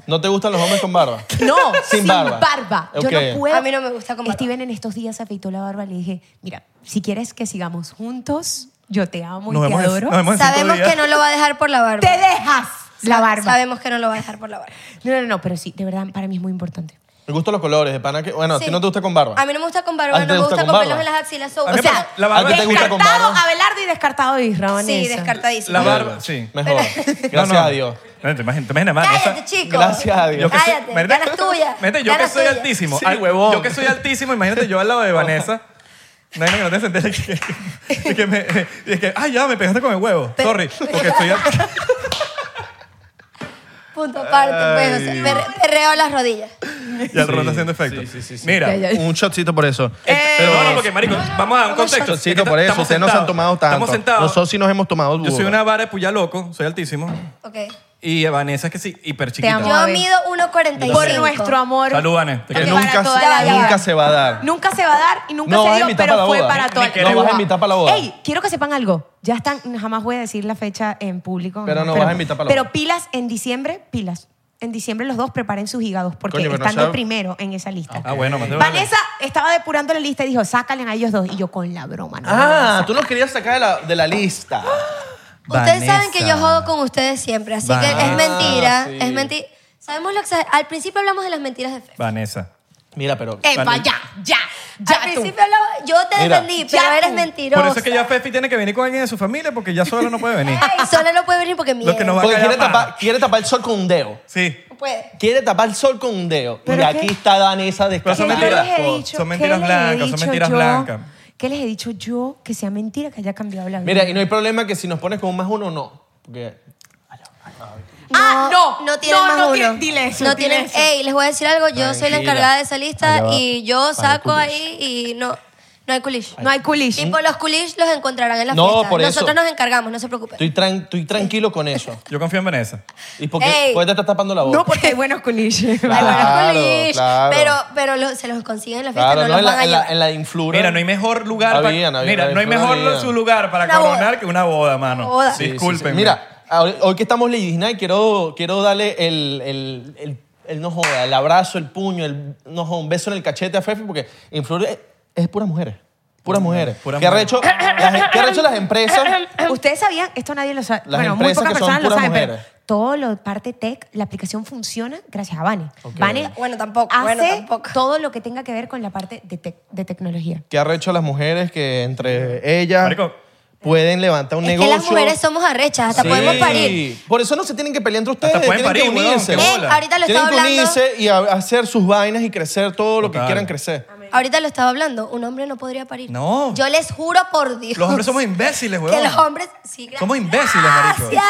Speaker 3: ¿No te gustan los hombres con barba?
Speaker 9: No,
Speaker 3: Sin
Speaker 9: sin,
Speaker 3: barba.
Speaker 9: barba.
Speaker 3: Ok.
Speaker 9: Yo no puedo.
Speaker 14: A mí no me gusta con barba.
Speaker 9: Steven en estos días se afeitó la barba. Le dije, mira, si quieres que sigamos juntos, yo te amo
Speaker 2: Nos
Speaker 9: y te
Speaker 2: vemos en-
Speaker 9: adoro.
Speaker 2: nos vemos en cinco
Speaker 14: Sabemos que no lo va a dejar por la barba.
Speaker 9: Te dejas la
Speaker 14: Sa-
Speaker 9: barba.
Speaker 14: Sabemos que no lo va a dejar por la barba.
Speaker 9: No, no, no, pero sí, de verdad, para mí es muy importante.
Speaker 3: Me gustan los colores, de pana que... Bueno,
Speaker 14: Sí.
Speaker 3: ¿a ti no te gusta con barba?
Speaker 14: A mí no me gusta con
Speaker 3: ¿A
Speaker 14: barba,
Speaker 3: ti
Speaker 14: no
Speaker 3: te
Speaker 14: me
Speaker 3: gusta
Speaker 14: gusta
Speaker 3: con
Speaker 14: con pelos
Speaker 3: barba?
Speaker 14: en las axilas. so-
Speaker 3: A
Speaker 14: O
Speaker 3: mí me
Speaker 14: sea,
Speaker 3: pasa- la barba- ¿A ti te gusta con
Speaker 9: Descartado
Speaker 3: barba?
Speaker 9: Abelardo y descartado Isra,
Speaker 14: sí,
Speaker 9: Vanessa.
Speaker 14: descartadísimo.
Speaker 2: La barba, sí.
Speaker 3: Mejor. Gracias a Dios.
Speaker 2: No, te imaginas, te imaginas más.
Speaker 14: Cállate,
Speaker 2: Esa-
Speaker 14: chico.
Speaker 3: Gracias a Dios.
Speaker 2: Yo que soy-
Speaker 14: Cállate,
Speaker 2: Marica,
Speaker 14: ganas tuyas,
Speaker 2: Marica, yo que
Speaker 14: ganas
Speaker 2: soy
Speaker 14: tuyas.
Speaker 2: altísimo.
Speaker 3: Sí,
Speaker 2: ay,
Speaker 3: huevón.
Speaker 2: Yo que soy altísimo, imagínate yo al lado de Vanessa. No hay que no te senté. Es que, es que me, es que, ay, ya me pegaste con el huevo. Sorry. Porque estoy. al-
Speaker 14: Punto aparte, pues. o sea,
Speaker 1: Ay.
Speaker 14: per- Perreo las rodillas.
Speaker 2: Y el ron haciendo efecto. Mira.
Speaker 14: Ya, ya.
Speaker 2: Eh,
Speaker 11: Un shotcito por eso.
Speaker 1: Eh,
Speaker 2: Pero no, no, porque, marico, vamos a dar un contexto. Es que
Speaker 11: Shotcito por
Speaker 2: ta-
Speaker 11: eso.
Speaker 2: estamos
Speaker 11: Ustedes no se han
Speaker 2: sentados.
Speaker 11: tomado tanto.
Speaker 2: Estamos sentados.
Speaker 11: Nosotros sí nos hemos tomado
Speaker 2: Yo soy
Speaker 11: burda.
Speaker 2: una vara de puya loco, soy altísimo.
Speaker 14: Ok.
Speaker 2: Y Vanessa es que sí, hiper chiquita.
Speaker 9: amo.
Speaker 14: Yo
Speaker 9: Suave.
Speaker 14: mido 1.45.
Speaker 9: Por nuestro amor.
Speaker 2: Salud, Vane. Te
Speaker 9: Que
Speaker 2: quiero.
Speaker 9: nunca,
Speaker 14: toda la vida.
Speaker 3: Nunca se va a dar.
Speaker 9: Nunca se va a dar y nunca
Speaker 3: No vas
Speaker 9: se
Speaker 3: a
Speaker 9: dio,
Speaker 3: invitar para
Speaker 9: pero
Speaker 3: la
Speaker 9: fue
Speaker 3: boda.
Speaker 9: para
Speaker 3: Ni
Speaker 9: toda
Speaker 3: queremos. No vas a invitar para la boda.
Speaker 9: Ey, quiero que sepan algo. Ya están, jamás voy a decir la fecha en público.
Speaker 3: Pero no vas a invitar para la boda.
Speaker 9: Pero pilas en diciembre, pilas. En diciembre los dos preparen sus hígados porque
Speaker 3: Coño, pero no
Speaker 9: están de
Speaker 3: sabe-
Speaker 9: primero en esa lista.
Speaker 2: Ah, bueno, más te vale.
Speaker 9: Vanessa estaba depurando la lista y dijo, sácale a ellos dos. Y yo con la broma. no,
Speaker 3: Ah, tú nos querías sacar de la, de la lista.
Speaker 14: Ustedes saben
Speaker 2: Vanessa.
Speaker 14: que yo jodo con ustedes siempre, así que
Speaker 2: Vanessa.
Speaker 14: es mentira.
Speaker 3: Sí.
Speaker 14: Es mentira. Sabemos lo exa- Al principio hablamos de las mentiras de Fe.
Speaker 2: Vanessa.
Speaker 3: Mira, pero...
Speaker 9: Epa,
Speaker 2: Vale.
Speaker 9: ya, ya, ya
Speaker 14: Al
Speaker 9: tú.
Speaker 14: principio hablaba, yo te
Speaker 3: Mira.
Speaker 14: defendí, pero
Speaker 9: Ya
Speaker 14: eres
Speaker 9: tú.
Speaker 14: mentiroso.
Speaker 2: Por eso es que ya Fefi tiene que venir con alguien de su familia porque ya sola no puede venir.
Speaker 14: Ey, sola no puede venir porque mierda.
Speaker 2: Lo que nos va a
Speaker 3: Porque
Speaker 2: caer
Speaker 3: quiere
Speaker 2: a paja.
Speaker 3: tapar, quiere tapar el sol con un dedo.
Speaker 2: Sí.
Speaker 14: No puede.
Speaker 3: Quiere tapar el sol con un dedo.
Speaker 9: ¿Pero
Speaker 3: y
Speaker 9: qué?
Speaker 3: aquí está Danesa
Speaker 2: Pero son
Speaker 9: ¿Qué
Speaker 3: descartando.
Speaker 2: mentiras.
Speaker 9: les he
Speaker 2: Son
Speaker 9: dicho?
Speaker 2: mentiras
Speaker 9: ¿Qué les he
Speaker 2: blancas, son
Speaker 9: dicho
Speaker 2: mentiras
Speaker 9: yo?
Speaker 2: blancas.
Speaker 9: ¿Qué les he dicho yo que sea mentira que haya cambiado la vida?
Speaker 3: Mira, y no hay problema que si nos pones con un más uno, no. Porque...
Speaker 9: Ah, no,
Speaker 14: No tienen
Speaker 9: no,
Speaker 14: más
Speaker 9: no
Speaker 14: uno.
Speaker 9: tiene- dile eso,
Speaker 14: No
Speaker 9: dile
Speaker 14: tienen.
Speaker 9: eso.
Speaker 14: Ey, les voy a decir algo. Yo
Speaker 3: Tranquila.
Speaker 14: soy la encargada de esa
Speaker 3: Allá
Speaker 14: lista
Speaker 3: va.
Speaker 14: y yo
Speaker 3: Vale,
Speaker 14: saco
Speaker 3: culish.
Speaker 14: ahí y no, no hay culish.
Speaker 9: No hay culish.
Speaker 14: Tipo, los culish los encontrarán en la
Speaker 3: No,
Speaker 14: fiesta.
Speaker 3: por eso.
Speaker 14: Nosotros nos encargamos, no se preocupen.
Speaker 3: Estoy, tran- estoy tranquilo con eso.
Speaker 2: Yo confío en Vanessa.
Speaker 3: ¿Y por qué,
Speaker 14: Ey.
Speaker 3: por qué te estás tapando la boca?
Speaker 9: No, porque hay buenos culiches.
Speaker 14: Hay buenos
Speaker 3: Claro,
Speaker 14: culish,
Speaker 3: claro.
Speaker 14: Pero, pero lo- se los consiguen en la fiesta,
Speaker 3: claro,
Speaker 14: no,
Speaker 3: no,
Speaker 14: los
Speaker 3: en
Speaker 14: van
Speaker 3: la,
Speaker 14: a
Speaker 3: en, la,
Speaker 14: llevar.
Speaker 3: en la influra.
Speaker 2: Mira, no hay mejor lugar
Speaker 3: Había,
Speaker 2: para.
Speaker 3: no había,
Speaker 2: mira,
Speaker 3: no
Speaker 2: no hay
Speaker 3: había.
Speaker 2: mejor su lugar para
Speaker 14: Una boda.
Speaker 2: coronar que una boda, mano.
Speaker 14: Una boda. Sí,
Speaker 3: Sí, sí, sí.
Speaker 2: Disculpen.
Speaker 3: Mira, hoy, hoy que estamos Lady Night, quiero, quiero darle el, el, el, el no joda, el abrazo, el puño, el no joda, un beso en el cachete a Fefi, porque Influre es, es puras mujeres. Puras mujeres.
Speaker 2: puras
Speaker 3: ¿Qué, ha
Speaker 2: mujeres.
Speaker 3: hecho, las, ¿Qué han hecho las empresas?
Speaker 9: Ustedes sabían, esto nadie lo sabe.
Speaker 3: Las
Speaker 9: bueno, muy
Speaker 3: empresas
Speaker 9: pocas
Speaker 3: que son
Speaker 9: personas lo
Speaker 3: puras
Speaker 9: saben, pero
Speaker 3: mujeres.
Speaker 9: todo lo parte tech, la aplicación funciona gracias a Vane. Vane
Speaker 14: Bueno, tampoco,
Speaker 9: hace
Speaker 14: bueno, tampoco.
Speaker 9: todo lo que tenga que ver con la parte de, tec- de tecnología.
Speaker 3: ¿Qué ha hecho las mujeres que entre ellas
Speaker 2: Marico.
Speaker 3: pueden levantar un
Speaker 14: Es
Speaker 3: negocio?
Speaker 14: que las mujeres somos arrechas, hasta
Speaker 3: Sí.
Speaker 14: podemos parir.
Speaker 3: Por eso no se tienen que pelear entre ustedes.
Speaker 2: Hasta pueden
Speaker 3: tienen
Speaker 2: parir,
Speaker 3: que
Speaker 2: weón,
Speaker 3: unirse.
Speaker 2: qué
Speaker 14: Ey, bola. ahorita lo
Speaker 3: tienen
Speaker 14: estaba
Speaker 3: que
Speaker 14: hablando.
Speaker 3: unirse y a- hacer sus vainas y crecer todo lo que
Speaker 2: Total.
Speaker 3: quieran crecer.
Speaker 14: Ahorita lo estaba hablando, un hombre no podría parir.
Speaker 2: No.
Speaker 14: Yo les juro por Dios.
Speaker 2: Los hombres somos imbéciles,
Speaker 14: Que
Speaker 2: weón.
Speaker 14: los hombres. Sí, gracias.
Speaker 2: Somos imbéciles, marico.
Speaker 14: Gracias.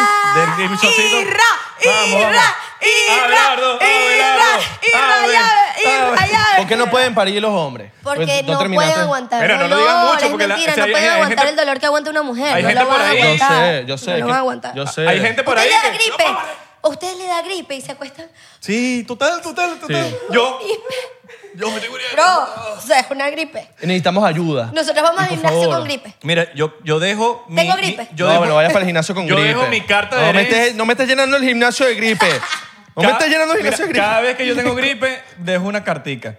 Speaker 2: Del- del chocito.
Speaker 9: Irra,
Speaker 2: Vamos,
Speaker 9: irra,
Speaker 2: vamos.
Speaker 9: irra,
Speaker 2: Abelardo, Ah,
Speaker 9: irra, irra,
Speaker 2: Abelardo,
Speaker 9: ya,
Speaker 2: Abelardo.
Speaker 9: irra, ya.
Speaker 3: ¿Por qué no pueden parir los hombres? Pues,
Speaker 14: Porque no,
Speaker 3: terminaste-
Speaker 14: pueden aguantar
Speaker 2: Pues, Pero no lo
Speaker 14: dolor,
Speaker 2: digan mucho,
Speaker 14: es
Speaker 2: porque la-
Speaker 14: mentira,
Speaker 2: o sea, hay-
Speaker 14: no pueden
Speaker 2: hay
Speaker 14: aguantar
Speaker 2: gente-
Speaker 14: el dolor que aguanta una mujer.
Speaker 2: hay
Speaker 14: no
Speaker 2: gente
Speaker 14: lo van
Speaker 2: por
Speaker 14: a
Speaker 2: ahí.
Speaker 3: Yo sé,
Speaker 14: aguantar.
Speaker 3: yo sé.
Speaker 14: No
Speaker 3: es
Speaker 14: lo
Speaker 3: que-
Speaker 14: van a aguantar.
Speaker 3: Yo sé.
Speaker 2: Hay gente por ahí
Speaker 14: ¿Usted le da
Speaker 2: que.
Speaker 14: gripe? ¿A usted le da gripe y se acuesta?
Speaker 2: Sí, total, total, total. Yo. Yo me estoy muriendo.
Speaker 14: Bro, o sea, es una gripe.
Speaker 3: Y Necesitamos ayuda.
Speaker 14: Nosotros vamos al
Speaker 3: Ay, por
Speaker 14: gimnasio
Speaker 3: favor.
Speaker 14: con gripe.
Speaker 2: Mira, yo, yo dejo mi.
Speaker 14: Tengo
Speaker 2: mi-
Speaker 14: gripe.
Speaker 2: yo
Speaker 3: no,
Speaker 2: dejo-
Speaker 3: bueno, vayas para el gimnasio con
Speaker 2: yo
Speaker 3: gripe.
Speaker 2: dejo mi carta de
Speaker 3: no me, estés,
Speaker 2: herencia.
Speaker 3: no me estés llenando el gimnasio de gripe. No me
Speaker 2: Cada-
Speaker 3: estés llenando el
Speaker 2: mira,
Speaker 3: gimnasio de gripe.
Speaker 2: Cada vez que yo tengo gripe, dejo una cartica.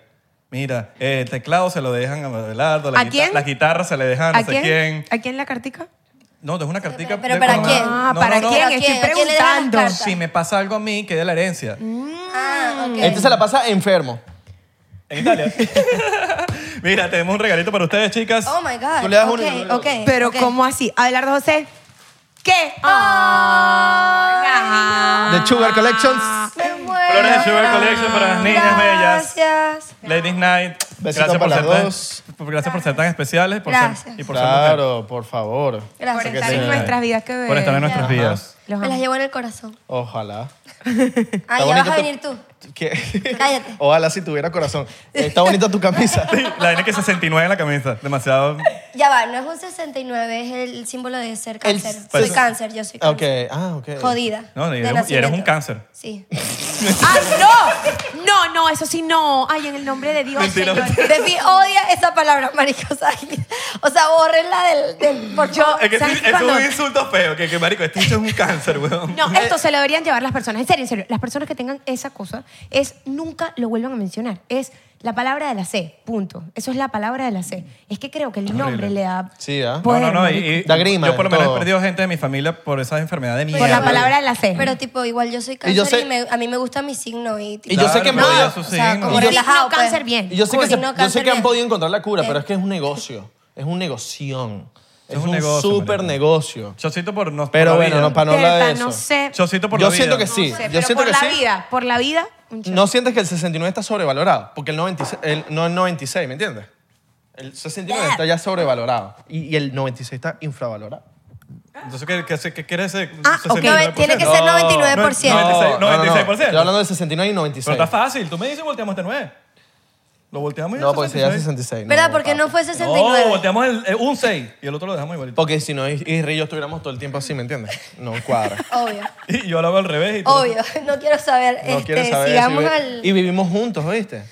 Speaker 2: Mira, eh, el teclado se lo dejan a Abelardo, la,
Speaker 9: ¿A quién?
Speaker 2: las guitarras se le
Speaker 3: Ah,
Speaker 2: dejan a
Speaker 9: ¿A
Speaker 2: no sé quién.
Speaker 9: quién? ¿A quién la cartica?
Speaker 2: No, dejo una cartica.
Speaker 14: Pero- pero
Speaker 2: de-
Speaker 14: ¿para
Speaker 2: no,
Speaker 14: quién?
Speaker 9: Ah,
Speaker 2: no,
Speaker 9: ¿para
Speaker 2: no, no.
Speaker 9: quién?
Speaker 14: ¿A quién?
Speaker 9: Estoy
Speaker 14: ¿A quién le das las
Speaker 9: preguntando.
Speaker 14: cartas?
Speaker 2: Si me pasa algo a mí, que de la herencia.
Speaker 14: Ah, ok.
Speaker 3: Este se la pasa enfermo.
Speaker 2: En Italia. Mira, tenemos un regalito para ustedes, chicas.
Speaker 14: Oh my God.
Speaker 3: Tú le das
Speaker 14: Ok,
Speaker 3: uno-
Speaker 14: ok,
Speaker 15: Eh,
Speaker 9: Pero
Speaker 14: ok.
Speaker 9: ¿cómo así? Abelardo José, ¿qué?
Speaker 3: The Sugar Collections.
Speaker 14: Ah, Me muero.
Speaker 2: Flores de Sugar Collection para las niñas bellas.
Speaker 14: Gracias.
Speaker 2: Ladies Night.
Speaker 3: Besito
Speaker 2: gracias, por
Speaker 3: para
Speaker 2: ser
Speaker 3: las
Speaker 2: tan,
Speaker 3: dos.
Speaker 2: por- gracias por ser tan especiales. Por ser-
Speaker 14: Gracias.
Speaker 2: y por ser mujer.
Speaker 3: Claro, por favor.
Speaker 14: Gracias.
Speaker 3: Porque
Speaker 14: Por estar en
Speaker 3: sí.
Speaker 14: nuestras vidas, qué
Speaker 2: Por estar en nuestras
Speaker 3: Ajá.
Speaker 2: vidas.
Speaker 14: Me las llevo en el corazón.
Speaker 3: Ojalá.
Speaker 14: Ah, ya
Speaker 3: bonito
Speaker 14: vas a
Speaker 3: tu-
Speaker 14: venir tú.
Speaker 3: que-
Speaker 14: Cállate.
Speaker 3: Ojalá si tuviera corazón. Está bonita tu camisa.
Speaker 2: La N que 69 en la camisa. Demasiado.
Speaker 14: Ya va, no es un 69, es el símbolo de ser
Speaker 3: El-
Speaker 14: cáncer.
Speaker 2: pues-
Speaker 14: soy cáncer, yo soy
Speaker 3: Ok,
Speaker 14: cáncer.
Speaker 3: ah, ok.
Speaker 14: Jodida.
Speaker 2: No, y
Speaker 14: de
Speaker 2: eres, y eres un
Speaker 14: nacimiento.
Speaker 2: cáncer.
Speaker 14: Sí.
Speaker 9: ¡Ay, Ah, no! No, no, eso sí no. Ay, en el nombre de Dios,
Speaker 2: Mentira,
Speaker 9: señor.
Speaker 2: mentira.
Speaker 14: De mí odia esa palabra, marico. O sea, o sea bórrenla del, del- Por favor.
Speaker 2: Es que
Speaker 14: ¿Sabes
Speaker 2: sí, eso es
Speaker 14: cuándo?
Speaker 2: un insulto feo. Que, que marico, este bicho es un cáncer, weón. Eh,
Speaker 9: No,
Speaker 3: Eh.
Speaker 9: esto se lo deberían llevar las personas. En serio, en serio. Las personas que tengan esa cosa es nunca lo vuelvan a mencionar. Es la palabra de la C, punto. Eso es la palabra de la C. Es que creo que el nombre le da...
Speaker 3: Sí, ¿ah?
Speaker 2: No, no, no. y- y-
Speaker 3: Da grima
Speaker 2: Yo por lo
Speaker 3: de
Speaker 2: menos
Speaker 3: todo.
Speaker 2: he perdido gente de mi familia por esa enfermedad de mierda.
Speaker 9: Por la palabra de la C.
Speaker 14: Pero tipo, igual yo soy
Speaker 3: Y
Speaker 14: cáncer y,
Speaker 3: yo sé-
Speaker 14: me- a mí me gusta mi signo. Y, tipo,
Speaker 3: Y yo sé que me
Speaker 14: no,
Speaker 3: odia
Speaker 14: o
Speaker 3: su
Speaker 14: sea,
Speaker 3: signo.
Speaker 14: como
Speaker 3: Y yo-
Speaker 14: relajado,
Speaker 9: Signo cáncer
Speaker 14: pues.
Speaker 9: bien.
Speaker 3: Y yo sé,
Speaker 14: Como
Speaker 3: que, se-
Speaker 14: signo
Speaker 3: yo sé
Speaker 14: cáncer
Speaker 3: que han
Speaker 14: bien.
Speaker 3: podido encontrar la cura,
Speaker 14: Sí.
Speaker 3: pero es que es un negocio. Es un negoción. Es,
Speaker 2: un
Speaker 3: un,
Speaker 2: negocio,
Speaker 3: super
Speaker 2: marico.
Speaker 3: negocio.
Speaker 2: Chocito por no
Speaker 3: Pero
Speaker 2: por la
Speaker 3: bueno,
Speaker 2: vida.
Speaker 3: no, para no hablar de
Speaker 9: Epa,
Speaker 3: eso.
Speaker 9: no sé.
Speaker 2: Chocito por
Speaker 3: Yo
Speaker 2: la vida.
Speaker 3: siento que sí.
Speaker 9: No sé,
Speaker 3: yo
Speaker 9: pero
Speaker 3: siento
Speaker 9: por
Speaker 3: que
Speaker 9: la
Speaker 3: sí.
Speaker 9: vida, por la vida, un chorro.
Speaker 3: ¿No sientes que el 69 está sobrevalorado? Porque el 96, el- no el 96, ¿me entiendes? El 69 está ya sobrevalorado y, y el 96 está infravalorado.
Speaker 2: Entonces, ¿qué, qué, qué quiere ese
Speaker 14: Ah, ok.
Speaker 2: 69%?
Speaker 14: Tiene que ser 99%.
Speaker 2: No, 96, 96%.
Speaker 3: Estoy hablando del 69 y
Speaker 2: Pero
Speaker 3: 96.
Speaker 2: está fácil. Tú me dices volteamos este 9. Lo volteamos y
Speaker 3: No,
Speaker 2: el
Speaker 3: porque sería
Speaker 2: 66.
Speaker 3: 66. no,
Speaker 14: ¿Verdad? Porque no fue
Speaker 2: No,
Speaker 14: 69.
Speaker 2: volteamos el, eh, un 6 y el otro lo dejamos igualito.
Speaker 3: Porque si no, Isri y yo estuviéramos todo el tiempo así, ¿me entiendes? No cuadra.
Speaker 14: Obvio.
Speaker 2: Y yo lo hago al revés. Y tú-
Speaker 14: Obvio. No quiero saber.
Speaker 3: No
Speaker 14: este,
Speaker 3: quieres saber. eso,
Speaker 14: sigamos
Speaker 3: y-
Speaker 14: al.
Speaker 3: Y vivimos juntos, ¿oíste?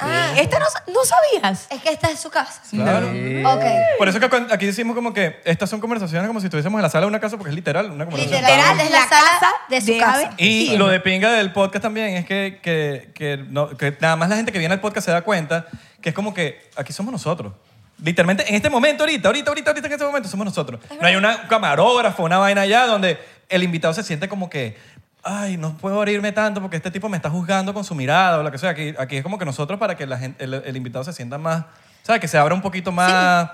Speaker 14: Ah,
Speaker 9: Esta no, no sabías.
Speaker 14: es que esta es su casa.
Speaker 2: Claro.
Speaker 14: Ok.
Speaker 2: Por eso que cu- aquí decimos como que estas son conversaciones como si estuviésemos en la sala de una casa porque es literal una conversación.
Speaker 14: Literal, es la, casa de su
Speaker 9: de
Speaker 14: casa.
Speaker 2: Y lo de pinga del podcast también es que, que, que no- que nada más la gente que viene al podcast se da cuenta que es como que aquí somos nosotros. Literalmente, en este momento, ahorita, ahorita, ahorita, ahorita, en este momento somos nosotros. No hay una camarógrafo, una vaina allá donde el invitado se siente como que, ay, no puedo abrirme tanto porque este tipo me está juzgando con su mirada o lo que sea. Aquí, aquí es como que nosotros para que la gente, el, el invitado se sienta más, ¿sabes? Que se abra un poquito más.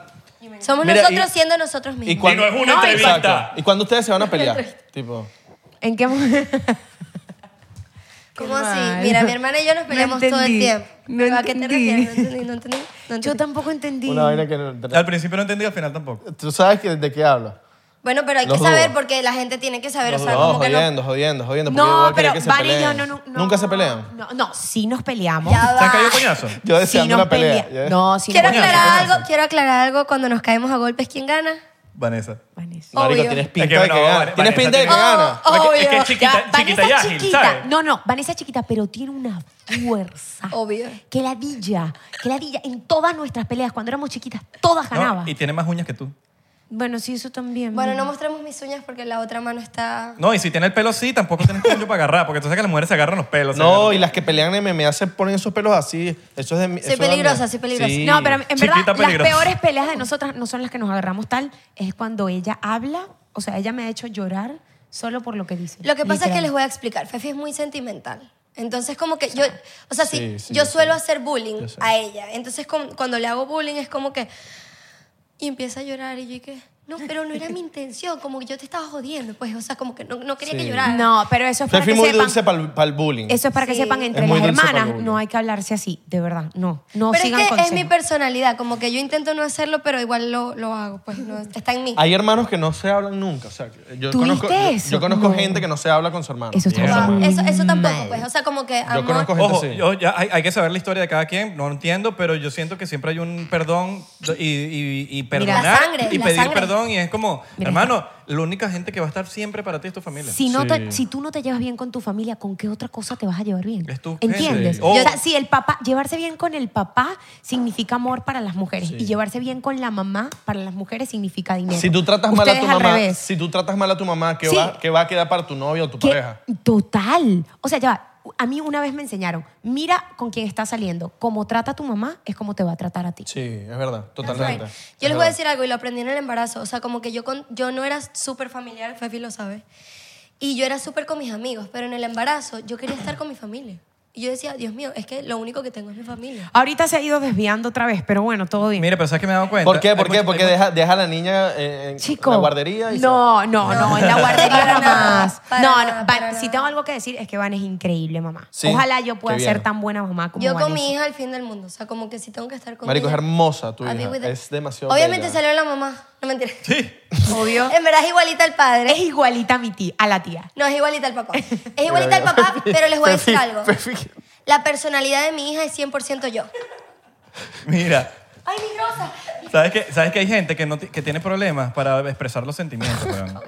Speaker 14: Somos
Speaker 3: Mira,
Speaker 14: nosotros
Speaker 3: y-
Speaker 14: siendo nosotros mismos.
Speaker 3: cuando-
Speaker 2: no es una entrevista.
Speaker 3: Exacto. ¿Y cuando ustedes se van a pelear?
Speaker 14: entrevista.
Speaker 3: tipo,
Speaker 9: ¿En qué momento?
Speaker 14: ¿Cómo
Speaker 9: Qué
Speaker 14: así?
Speaker 9: mal.
Speaker 14: Mira, mi hermana y yo nos peleamos todo el
Speaker 9: entendí.
Speaker 14: tiempo.
Speaker 9: No
Speaker 14: Pero ¿A qué te
Speaker 9: entendí.
Speaker 14: refieres? No entendí, no entendí. no
Speaker 9: Yo
Speaker 14: entendí.
Speaker 9: tampoco entendí.
Speaker 3: una vaina que no-
Speaker 2: Al principio no entendí, al final tampoco.
Speaker 3: Tú sabes que- de qué hablo.
Speaker 14: Bueno, pero hay que
Speaker 3: Los
Speaker 14: saber
Speaker 3: dos.
Speaker 14: porque la gente tiene que saber. O sea,
Speaker 3: No,
Speaker 14: como que no.
Speaker 3: jodiendo, jodiendo, jodiendo. porque yo voy
Speaker 9: No,
Speaker 3: a querer
Speaker 9: pero
Speaker 3: que se
Speaker 9: Van y yo
Speaker 3: peleen.
Speaker 9: no, no, no.
Speaker 3: ¿Nunca se pelean?
Speaker 9: No, no, sí nos peleamos.
Speaker 14: Ya
Speaker 2: ¿Se han
Speaker 14: va.
Speaker 2: caído coñazos?
Speaker 3: Yo
Speaker 9: Sí
Speaker 3: deseando
Speaker 9: nos
Speaker 3: una pelea.
Speaker 9: pelea.
Speaker 3: ¿ya?
Speaker 9: No, sí
Speaker 14: Quiero
Speaker 9: nos
Speaker 14: aclarar
Speaker 2: coñazo.
Speaker 14: algo, quiero aclarar algo. Cuando nos caemos a golpes, ¿quién gana?
Speaker 2: Vanessa.
Speaker 9: Vanessa.
Speaker 3: Marico,
Speaker 14: Obvio.
Speaker 3: tienes
Speaker 2: Es que
Speaker 3: pinta de
Speaker 2: no,
Speaker 3: que
Speaker 2: Vanessa
Speaker 3: gana. Tienes pinta de que
Speaker 2: tiene- Oh,
Speaker 3: gana.
Speaker 14: Obvio.
Speaker 2: Es que es
Speaker 9: Ya,
Speaker 2: chiquita,
Speaker 9: Vanessa
Speaker 2: chiquita y ágil,
Speaker 9: chiquita.
Speaker 2: ¿sabes?
Speaker 9: No, no, Vanessa es chiquita, pero tiene una fuerza.
Speaker 14: Obvio.
Speaker 9: Que la villa, que la villa. En todas nuestras peleas, cuando éramos chiquitas, todas
Speaker 2: No,
Speaker 9: ganaba.
Speaker 2: y tiene más uñas que tú.
Speaker 9: Bueno, sí, eso también.
Speaker 14: Bueno,
Speaker 3: Mm.
Speaker 14: no mostremos mis uñas porque la otra mano está.
Speaker 2: No, y si tiene el pelo así, tampoco tiene cuello para agarrar, porque tú sabes que las mujeres se agarran los pelos. se
Speaker 3: No,
Speaker 2: agarran-
Speaker 3: y las que pelean en MMA se ponen esos pelos así. Eso es de mi.
Speaker 14: Soy
Speaker 3: eso da
Speaker 14: peligrosa,
Speaker 3: miedo.
Speaker 14: soy peligrosa.
Speaker 9: No, pero en
Speaker 2: Chiquita
Speaker 9: verdad,
Speaker 2: peligrosa.
Speaker 9: las peores peleas de nosotras no son las que nos agarramos tal, es cuando ella habla, o sea, ella me ha hecho llorar solo por lo que dice.
Speaker 14: Lo que pasa es que les
Speaker 9: literal.
Speaker 14: voy a explicar. Fefi es muy sentimental. Entonces, como que yo. O sea, si
Speaker 3: Sí, sí,
Speaker 14: yo
Speaker 3: yo sé.
Speaker 14: suelo hacer bullying
Speaker 3: Yo sé.
Speaker 14: a ella. Entonces, con- cuando le hago bullying, es como que. Y empieza a llorar. Y yo, ¿y qué? No, pero no era mi intención. Como que yo te estaba jodiendo. Pues, o sea, como que no, no quería que
Speaker 3: Sí.
Speaker 14: llorara.
Speaker 9: No, pero eso es para
Speaker 3: Fefi
Speaker 9: que
Speaker 3: muy
Speaker 9: sepan.
Speaker 3: dulce para el bullying.
Speaker 9: Eso es para que
Speaker 14: Sí.
Speaker 9: sepan entre
Speaker 3: Es muy
Speaker 9: las
Speaker 3: dulce para
Speaker 9: hermanas,
Speaker 3: uno.
Speaker 9: no hay que hablarse así, de verdad, no. No
Speaker 14: pero
Speaker 9: sigan
Speaker 14: es que es
Speaker 9: consejos.
Speaker 14: mi personalidad. Como que yo intento no hacerlo, pero igual lo, lo hago. Pues, no, está en mí.
Speaker 3: Hay hermanos que no se hablan nunca. O sea, que yo
Speaker 9: ¿Tú
Speaker 3: conozco,
Speaker 9: viste
Speaker 3: yo- yo,
Speaker 9: eso?
Speaker 3: conozco
Speaker 9: No.
Speaker 3: gente que no se habla con su hermano.
Speaker 9: Eso está
Speaker 2: Mierda.
Speaker 14: Wow.
Speaker 9: muy
Speaker 14: Eso, eso tampoco,
Speaker 9: mal.
Speaker 14: pues. O sea, como que.
Speaker 3: Yo
Speaker 14: amor-
Speaker 3: conozco gente
Speaker 2: Ojo,
Speaker 3: así.
Speaker 2: yo- ya hay, hay que saber la historia de cada quien, no entiendo, pero yo siento que siempre hay un perdón y, y- y perdonar
Speaker 14: la sangre,
Speaker 2: y
Speaker 14: la
Speaker 2: pedir
Speaker 14: sangre.
Speaker 2: perdón y es como,
Speaker 9: Mira
Speaker 2: hermano, la única gente que va a estar siempre para ti es tu familia.
Speaker 9: Si, no te-
Speaker 3: Sí.
Speaker 9: si tú no te llevas bien con tu familia, ¿con qué otra cosa te vas a llevar bien?
Speaker 2: Es tu
Speaker 9: ¿Entiendes?
Speaker 2: gente.
Speaker 3: Oh.
Speaker 2: O-
Speaker 9: O sea, si el papá, llevarse bien con el papá significa amor para las mujeres y llevarse bien con la mamá para las mujeres significa dinero.
Speaker 3: Si tú tratas mal a
Speaker 9: Ustedes
Speaker 3: tu
Speaker 9: al
Speaker 3: mamá,
Speaker 9: revés.
Speaker 3: si tú tratas mal a tu mamá, ¿qué,
Speaker 9: Sí.
Speaker 3: va, qué va a quedar para tu novio o tu
Speaker 9: ¿Qué?
Speaker 3: pareja?
Speaker 9: Total. O sea, ya va. A mí una vez me enseñaron, mira con quién estás saliendo. Cómo trata a tu mamá es como te va a tratar a ti.
Speaker 3: Sí, es verdad,
Speaker 14: That's
Speaker 3: totalmente.
Speaker 14: right.
Speaker 3: Es
Speaker 14: Yo les voy a
Speaker 3: verdad.
Speaker 14: decir algo y lo aprendí en el embarazo. O sea, como que yo, con, yo no era súper familiar, Fefi lo sabe. Y yo era súper con mis amigos, pero en el embarazo yo quería estar con mi familia. Y yo decía, Dios mío, es que lo único que tengo es mi familia.
Speaker 9: Ahorita se ha ido desviando otra vez, pero bueno, todo bien.
Speaker 2: Mira, pero ¿sabes que me he dado cuenta?
Speaker 3: ¿Por qué? ¿Por qué? Porque deja, deja a la niña eh, en la guardería y se-
Speaker 9: No, no, no, en la guardería nada más.
Speaker 14: para
Speaker 9: no, no,
Speaker 14: nada,
Speaker 9: Van,
Speaker 14: para
Speaker 9: si tengo algo que decir es que Van es increíble mamá.
Speaker 3: Sí,
Speaker 9: Ojalá yo pueda
Speaker 3: qué bien.
Speaker 9: ser tan buena mamá como
Speaker 14: yo
Speaker 9: Vanessa.
Speaker 14: con mi hija al fin del mundo. O sea, como que si tengo que estar con
Speaker 3: Marico, es
Speaker 14: ella.
Speaker 3: hermosa tu
Speaker 14: I'll be
Speaker 3: hija.
Speaker 14: with it.
Speaker 3: Es demasiado
Speaker 14: Obviamente
Speaker 3: bella.
Speaker 14: salió la mamá. No mentira.
Speaker 9: Obvio.
Speaker 14: En verdad es igualita al padre.
Speaker 9: Es igualita a mi tía, a la tía.
Speaker 14: No, es igualita al papá. Es igualita al papá, pero les voy a decir algo. La personalidad de mi hija es 100% yo.
Speaker 2: Mira,
Speaker 14: ¡Ay, mi rosa!
Speaker 2: ¿sabes que, ¿sabes que hay gente que, no ti- que tiene problemas para expresar los sentimientos? weón?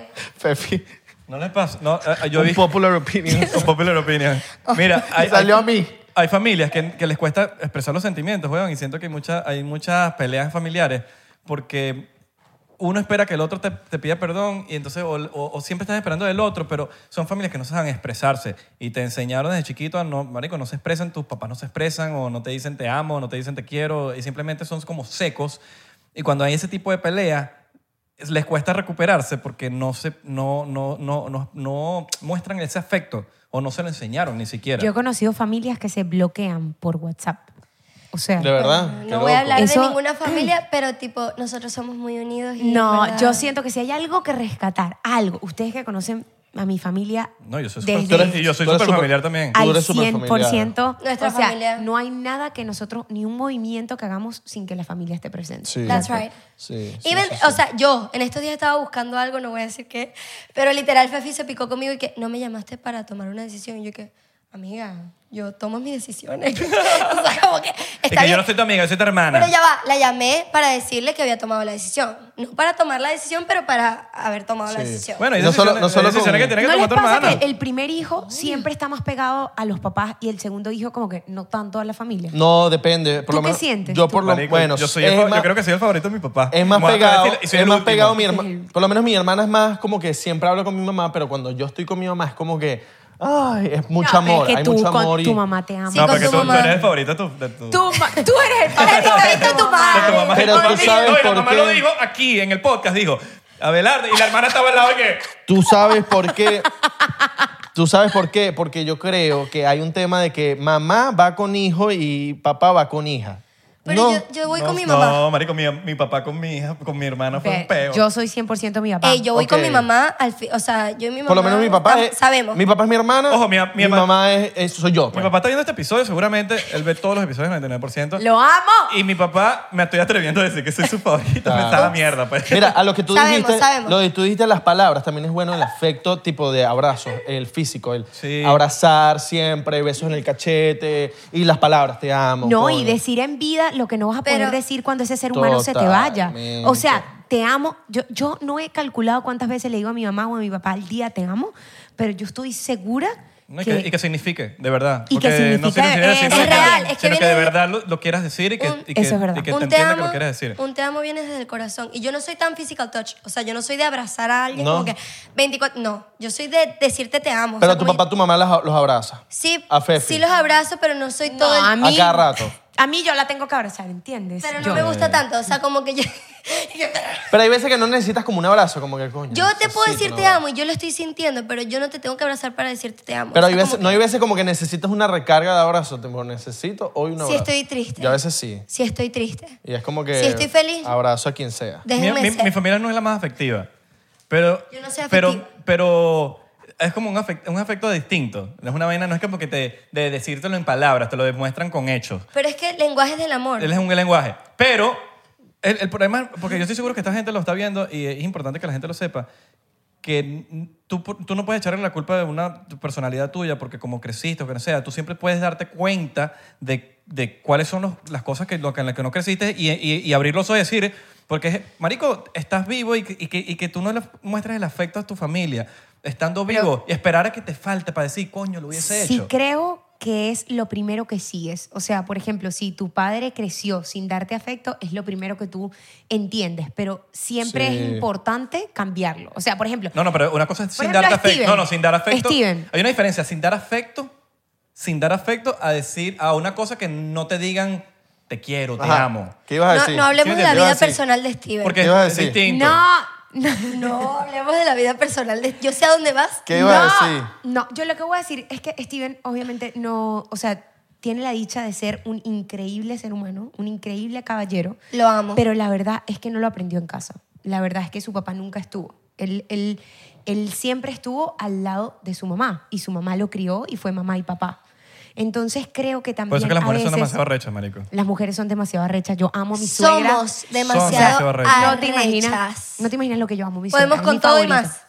Speaker 2: No les pasa. No, eh, yo
Speaker 3: Un
Speaker 2: vi-
Speaker 3: popular opinion.
Speaker 2: Un popular opinion. Mira, hay,
Speaker 3: Salió
Speaker 2: hay-
Speaker 3: a mí.
Speaker 2: Hay familias que, que les cuesta expresar los sentimientos, weón, y siento que hay, mucha- hay muchas peleas familiares porque uno espera que el otro te, te pida perdón y entonces o, o- o siempre estás esperando del otro, pero son familias que no saben expresarse y te enseñaron desde chiquito a no, marico, no se expresan, tus papás no se expresan o no te dicen te amo, no te dicen te quiero y simplemente son como secos y cuando hay ese tipo de pelea es- les cuesta recuperarse porque no se no no no no, no muestran ese afecto o no se lo enseñaron ni siquiera.
Speaker 9: Yo he conocido familias que se bloquean por WhatsApp. O sea,
Speaker 2: De verdad,
Speaker 14: No voy a hablar
Speaker 9: Eso-
Speaker 14: de ninguna familia, pero tipo, nosotros somos muy unidos. Y
Speaker 9: No,
Speaker 14: ¿verdad?
Speaker 9: yo siento que si hay algo que rescatar, algo, ustedes que conocen a mi familia
Speaker 2: No, yo soy
Speaker 9: Desde-
Speaker 2: super, tú eres- y yo soy
Speaker 3: tú eres
Speaker 2: súper
Speaker 3: súper-
Speaker 2: familiar también.
Speaker 9: al 100%,
Speaker 14: Nuestra
Speaker 9: o sea,
Speaker 14: familia.
Speaker 9: no hay nada que nosotros, ni un movimiento que hagamos sin que la familia esté presente.
Speaker 3: Sí.
Speaker 14: That's right.
Speaker 3: Sí.
Speaker 14: Even, o sea, yo en estos días estaba buscando algo, no voy a decir qué, pero literal Fefi se picó conmigo y que no me llamaste para tomar una decisión. Y yo que, amiga, yo tomo mis decisiones. o sea, como que
Speaker 2: Es que
Speaker 14: está
Speaker 2: yo
Speaker 14: bien.
Speaker 2: no soy tu amiga, yo soy tu hermana.
Speaker 14: Pero ya va, la llamé para decirle que había tomado la decisión. No para tomar la decisión, pero para haber tomado la
Speaker 3: Sí.
Speaker 14: decisión.
Speaker 2: Bueno, y
Speaker 3: No solo-
Speaker 2: decisiones,
Speaker 3: no solo
Speaker 2: hay decisiones
Speaker 3: con-
Speaker 2: que tiene que
Speaker 9: ¿No
Speaker 2: tomar
Speaker 9: les
Speaker 2: tu
Speaker 9: pasa
Speaker 2: hermana.
Speaker 9: que el primer hijo siempre está más pegado a los papás y el segundo hijo como que no tanto a la familia?
Speaker 3: No, depende. Por
Speaker 9: ¿Tú
Speaker 3: lo
Speaker 9: qué
Speaker 3: menos,
Speaker 9: sientes?
Speaker 3: Yo por lo
Speaker 2: Marico,
Speaker 3: menos.
Speaker 2: yo, soy el
Speaker 3: es
Speaker 2: fa- yo
Speaker 3: más-
Speaker 2: creo que soy el favorito de mi papá.
Speaker 3: Es más
Speaker 2: Me voy a atrever a
Speaker 3: pegado,
Speaker 2: decirle, y soy
Speaker 3: es
Speaker 2: el
Speaker 3: más
Speaker 2: último.
Speaker 3: pegado mi hermana. Por lo menos mi hermana es más como que siempre hablo con mi mamá, pero cuando yo estoy con mi mamá es como que, ay, es mucho
Speaker 9: No, pero
Speaker 3: amor,
Speaker 9: es que
Speaker 3: hay
Speaker 9: tú
Speaker 3: mucho
Speaker 9: con
Speaker 3: amor y
Speaker 9: tu mamá te ama.
Speaker 14: Sí,
Speaker 2: No,
Speaker 14: con
Speaker 2: porque
Speaker 14: tu
Speaker 2: tú, tú
Speaker 14: mamá.
Speaker 2: eres el favorito de tu, de tu-
Speaker 9: Tú, ma- tú eres el
Speaker 14: Favorito de tu madre.
Speaker 2: de tu mamá.
Speaker 3: Pero
Speaker 2: Tu
Speaker 3: tú
Speaker 2: mamá dijo-
Speaker 3: sabes
Speaker 2: no, y la
Speaker 3: por
Speaker 2: mamá
Speaker 3: qué.
Speaker 2: lo dijo aquí en el podcast, dijo, Abelardo, y la hermana estaba al lado y que...
Speaker 3: Tú sabes por qué. Tú sabes por qué. Porque yo creo que hay un tema de que mamá va con hijo y papá va con hija.
Speaker 14: Pero
Speaker 3: no.
Speaker 14: yo, yo voy
Speaker 2: no,
Speaker 14: con mi mamá.
Speaker 2: No, marico, mi, mi papá con mi hija, con mi hermana fue un peo.
Speaker 9: Yo soy 100% mi papá.
Speaker 14: Ey, Eh, yo voy con
Speaker 3: ok.
Speaker 14: mi mamá, al fi- o sea, yo y mi mamá.
Speaker 3: por lo menos mi papá
Speaker 14: tam-
Speaker 3: es.
Speaker 14: Sabemos.
Speaker 3: Mi papá es mi hermana.
Speaker 2: Ojo, mi- mi
Speaker 3: mi
Speaker 2: hermana-
Speaker 3: mamá es, es- soy yo.
Speaker 2: mi
Speaker 3: pues.
Speaker 2: papá está viendo este episodio, seguramente él ve todos los episodios 99%.
Speaker 9: ¡Lo amo!
Speaker 2: Y mi papá, me estoy atreviendo a decir que soy su favorito. Me
Speaker 3: Claro.
Speaker 2: está la mierda, pues.
Speaker 3: Mira, a lo que tú
Speaker 14: Sabemos,
Speaker 3: dijiste,
Speaker 14: sabemos.
Speaker 3: lo que tú dijiste las palabras, también es bueno el afecto tipo de abrazos, el físico, el
Speaker 2: Sí.
Speaker 3: abrazar siempre, besos en el cachete y las palabras, te amo.
Speaker 9: No,
Speaker 3: coño.
Speaker 9: y decir en vida lo que no vas a poder
Speaker 14: Pero-
Speaker 9: decir cuando ese ser humano se te vaya.
Speaker 3: Totalmente.
Speaker 9: O sea, te amo. Yo, yo no he calculado cuántas veces le digo a mi mamá o a mi papá al día te amo, pero yo estoy segura
Speaker 2: No, y,
Speaker 9: que,
Speaker 2: que, y que signifique, de verdad.
Speaker 9: Y que
Speaker 2: no
Speaker 9: signifique,
Speaker 2: significa
Speaker 9: es-
Speaker 2: decirlo,
Speaker 9: es
Speaker 2: sino
Speaker 14: real,
Speaker 2: que,
Speaker 14: es que
Speaker 2: sino que
Speaker 14: viene
Speaker 2: de
Speaker 14: de-
Speaker 2: verdad lo, lo quieras decir y que,
Speaker 14: Un-
Speaker 2: y que,
Speaker 9: Eso es verdad.
Speaker 2: y que te
Speaker 14: un te
Speaker 2: entienda que
Speaker 14: amo,
Speaker 2: lo quieras decir.
Speaker 14: un te amo viene desde el corazón. Y yo no soy tan physical touch. O sea, yo no soy de abrazar a alguien
Speaker 3: No.
Speaker 14: como que 24. No, yo soy de decirte te amo. O
Speaker 3: Pero
Speaker 14: sea,
Speaker 3: tu
Speaker 14: como
Speaker 3: papá, tu mamá las- los abraza.
Speaker 14: que- Sí,
Speaker 3: a Fefi.
Speaker 14: sí los abrazo, pero no soy todo.
Speaker 9: No,
Speaker 14: el-
Speaker 9: a mí.
Speaker 3: A cada rato.
Speaker 9: A mí yo la tengo que abrazar, ¿entiendes?
Speaker 14: pero no
Speaker 9: Yo.
Speaker 14: me gusta tanto. O sea, como que yo.
Speaker 3: Pero hay veces que no necesitas como un abrazo, como que coño.
Speaker 14: yo te puedo
Speaker 3: necesito
Speaker 14: decir
Speaker 3: un
Speaker 14: te
Speaker 3: abrazo.
Speaker 14: amo y yo lo estoy sintiendo, pero yo no te tengo que abrazar para decirte te amo.
Speaker 3: Pero
Speaker 14: O
Speaker 3: hay
Speaker 14: sea,
Speaker 3: veces,
Speaker 14: como
Speaker 3: no
Speaker 14: que-
Speaker 3: hay veces como que necesitas una recarga de abrazo. Tipo, necesito hoy un
Speaker 14: Si
Speaker 3: abrazo.
Speaker 14: estoy triste.
Speaker 3: Yo a veces sí.
Speaker 14: Si estoy triste.
Speaker 3: Y es como que.
Speaker 14: Si estoy feliz.
Speaker 3: Abrazo a quien sea.
Speaker 2: Mi,
Speaker 14: Déjenme
Speaker 2: mi-
Speaker 14: ser.
Speaker 2: mi familia no es la más afectiva. Pero,
Speaker 14: Yo no soy
Speaker 2: pero,
Speaker 14: afectiva.
Speaker 2: pero es como un afecto, un afecto distinto. Es una vaina, no es como que te, de decírtelo en palabras, te lo demuestran con hechos.
Speaker 14: Pero es que el lenguaje es del amor.
Speaker 2: Él es un lenguaje. Pero el, el problema, porque yo estoy seguro que esta gente lo está viendo y es importante que la gente lo sepa, que n- tú, pu- tú no puedes echarle la culpa de una personalidad tuya porque como creciste o que no sea, tú siempre puedes darte cuenta de, de cuáles son los- las cosas que, lo que- en las que no creciste y, y- y abrir los ojos y decir, porque, es- marico, estás vivo y, que- y que, y que tú no le muestras el afecto a tu familia estando vivo y esperar a que te falte para decir, coño, lo hubiese
Speaker 9: Sí
Speaker 2: hecho.
Speaker 9: creo que es lo primero que sigues. O sea, por ejemplo, si tu padre creció sin darte afecto, es lo primero que tú entiendes, pero siempre
Speaker 3: Sí.
Speaker 9: es importante cambiarlo. O sea, por ejemplo,
Speaker 2: No, no, pero una cosa es
Speaker 9: Por
Speaker 2: sin
Speaker 9: ejemplo,
Speaker 2: darte afecto.
Speaker 9: Steven.
Speaker 2: No, no, sin dar afecto.
Speaker 9: Steven.
Speaker 2: Hay una diferencia, sin dar afecto, sin dar afecto a decir a una cosa que no te digan te quiero, te
Speaker 3: Ajá.
Speaker 2: amo.
Speaker 3: ¿Qué ibas a
Speaker 14: no,
Speaker 3: decir?
Speaker 14: no hablemos de
Speaker 3: ¿Qué ibas
Speaker 14: la
Speaker 3: a
Speaker 14: vida
Speaker 3: decir?
Speaker 14: personal de Steven.
Speaker 2: Porque
Speaker 3: ¿Qué ibas a
Speaker 2: es
Speaker 3: decir?
Speaker 2: distinto.
Speaker 9: no,
Speaker 14: No, hablemos de la vida personal. de- Yo sé a dónde vas.
Speaker 3: ¿Qué iba a
Speaker 14: No.
Speaker 3: decir?
Speaker 9: Ah, No, yo lo que voy a decir es que Steven obviamente no, o sea, tiene la dicha de ser un increíble ser humano, un increíble caballero.
Speaker 14: Lo amo.
Speaker 9: Pero la verdad es que no lo aprendió en casa. La verdad es que su papá nunca estuvo. Él, él, él siempre estuvo al lado de su mamá y su mamá lo crió y fue mamá y papá. Entonces creo que también
Speaker 2: Por eso es que las
Speaker 9: a
Speaker 2: mujeres son
Speaker 9: veces-
Speaker 2: demasiado rechas, marico.
Speaker 9: Las mujeres son demasiado arrechas. Yo amo a mi
Speaker 14: Somos
Speaker 9: suegra.
Speaker 14: demasiado
Speaker 2: demasiado arrechas.
Speaker 9: No te imaginas, no te imaginas lo que yo amo a mi
Speaker 14: Podemos
Speaker 9: suegra, es
Speaker 14: con
Speaker 9: mi
Speaker 14: todo y
Speaker 9: favorita.
Speaker 14: más.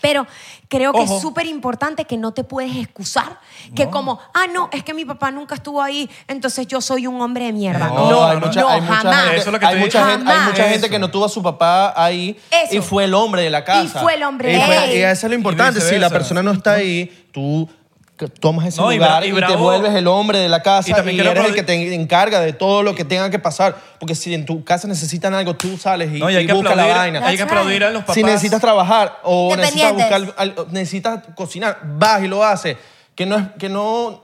Speaker 9: Pero creo que
Speaker 14: Ojo.
Speaker 9: es súper importante que no te puedes excusar que como, ah, no, es que mi papá nunca estuvo ahí, entonces yo soy un hombre de mierda.
Speaker 3: Ah, No,
Speaker 9: No,
Speaker 3: hay mucha,
Speaker 9: no,
Speaker 3: hay mucha
Speaker 9: jamás.
Speaker 3: gente, hay mucha gente, hay mucha gente que no tuvo a su papá ahí
Speaker 9: Eso.
Speaker 3: y fue el hombre de la casa.
Speaker 9: fue el hombre
Speaker 3: Y,
Speaker 9: de
Speaker 3: fue-
Speaker 9: él.
Speaker 3: y eso es lo importante. Si la
Speaker 2: viceversa.
Speaker 3: persona no está ahí, tú que tomas ese
Speaker 2: No, y
Speaker 3: lugar
Speaker 2: bra- y
Speaker 3: y, te
Speaker 2: bravo.
Speaker 3: vuelves el hombre de la casa
Speaker 2: Y
Speaker 3: y,
Speaker 2: también quiero
Speaker 3: eres el
Speaker 2: aplaudir-
Speaker 3: que te encarga de todo lo que tenga que pasar. Porque si en tu casa necesitan algo, tú sales y,
Speaker 2: No, y hay que
Speaker 3: buscas la
Speaker 2: aplaudir-
Speaker 3: vaina.
Speaker 2: hay que That's right. aplaudir a los
Speaker 3: Si
Speaker 2: papás.
Speaker 3: necesitas trabajar o necesitas buscar,
Speaker 2: Independientes.
Speaker 3: al- necesitas cocinar, vas y lo haces. Que no, es, que no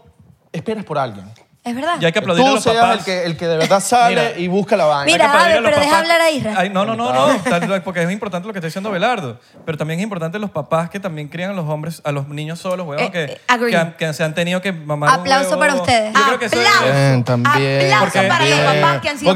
Speaker 3: esperas por alguien.
Speaker 14: Es verdad.
Speaker 2: Y hay que aplaudir
Speaker 3: Tú
Speaker 2: a los
Speaker 3: seas
Speaker 2: papás.
Speaker 3: el que, el que de verdad sale
Speaker 2: Mira.
Speaker 3: y busca la vaina.
Speaker 14: Mira,
Speaker 2: Hay que aplaudir
Speaker 14: Ave,
Speaker 2: a los
Speaker 14: pero deja
Speaker 2: papás.
Speaker 14: hablar a Isra.
Speaker 2: Ay, no, no, no, no, tal cual, porque es importante lo que está diciendo Belardo, pero también es importante los papás que también crían a los hombres, a los niños solos, huevón,
Speaker 14: Eh,
Speaker 2: que,
Speaker 14: eh, agree.
Speaker 2: que han- que se han tenido que mamar un
Speaker 14: Aplauso
Speaker 2: huevo.
Speaker 14: para ustedes.
Speaker 2: Yo creo que eso es-
Speaker 3: También,
Speaker 9: Ah, eh.
Speaker 3: también.
Speaker 2: Porque-
Speaker 3: Porque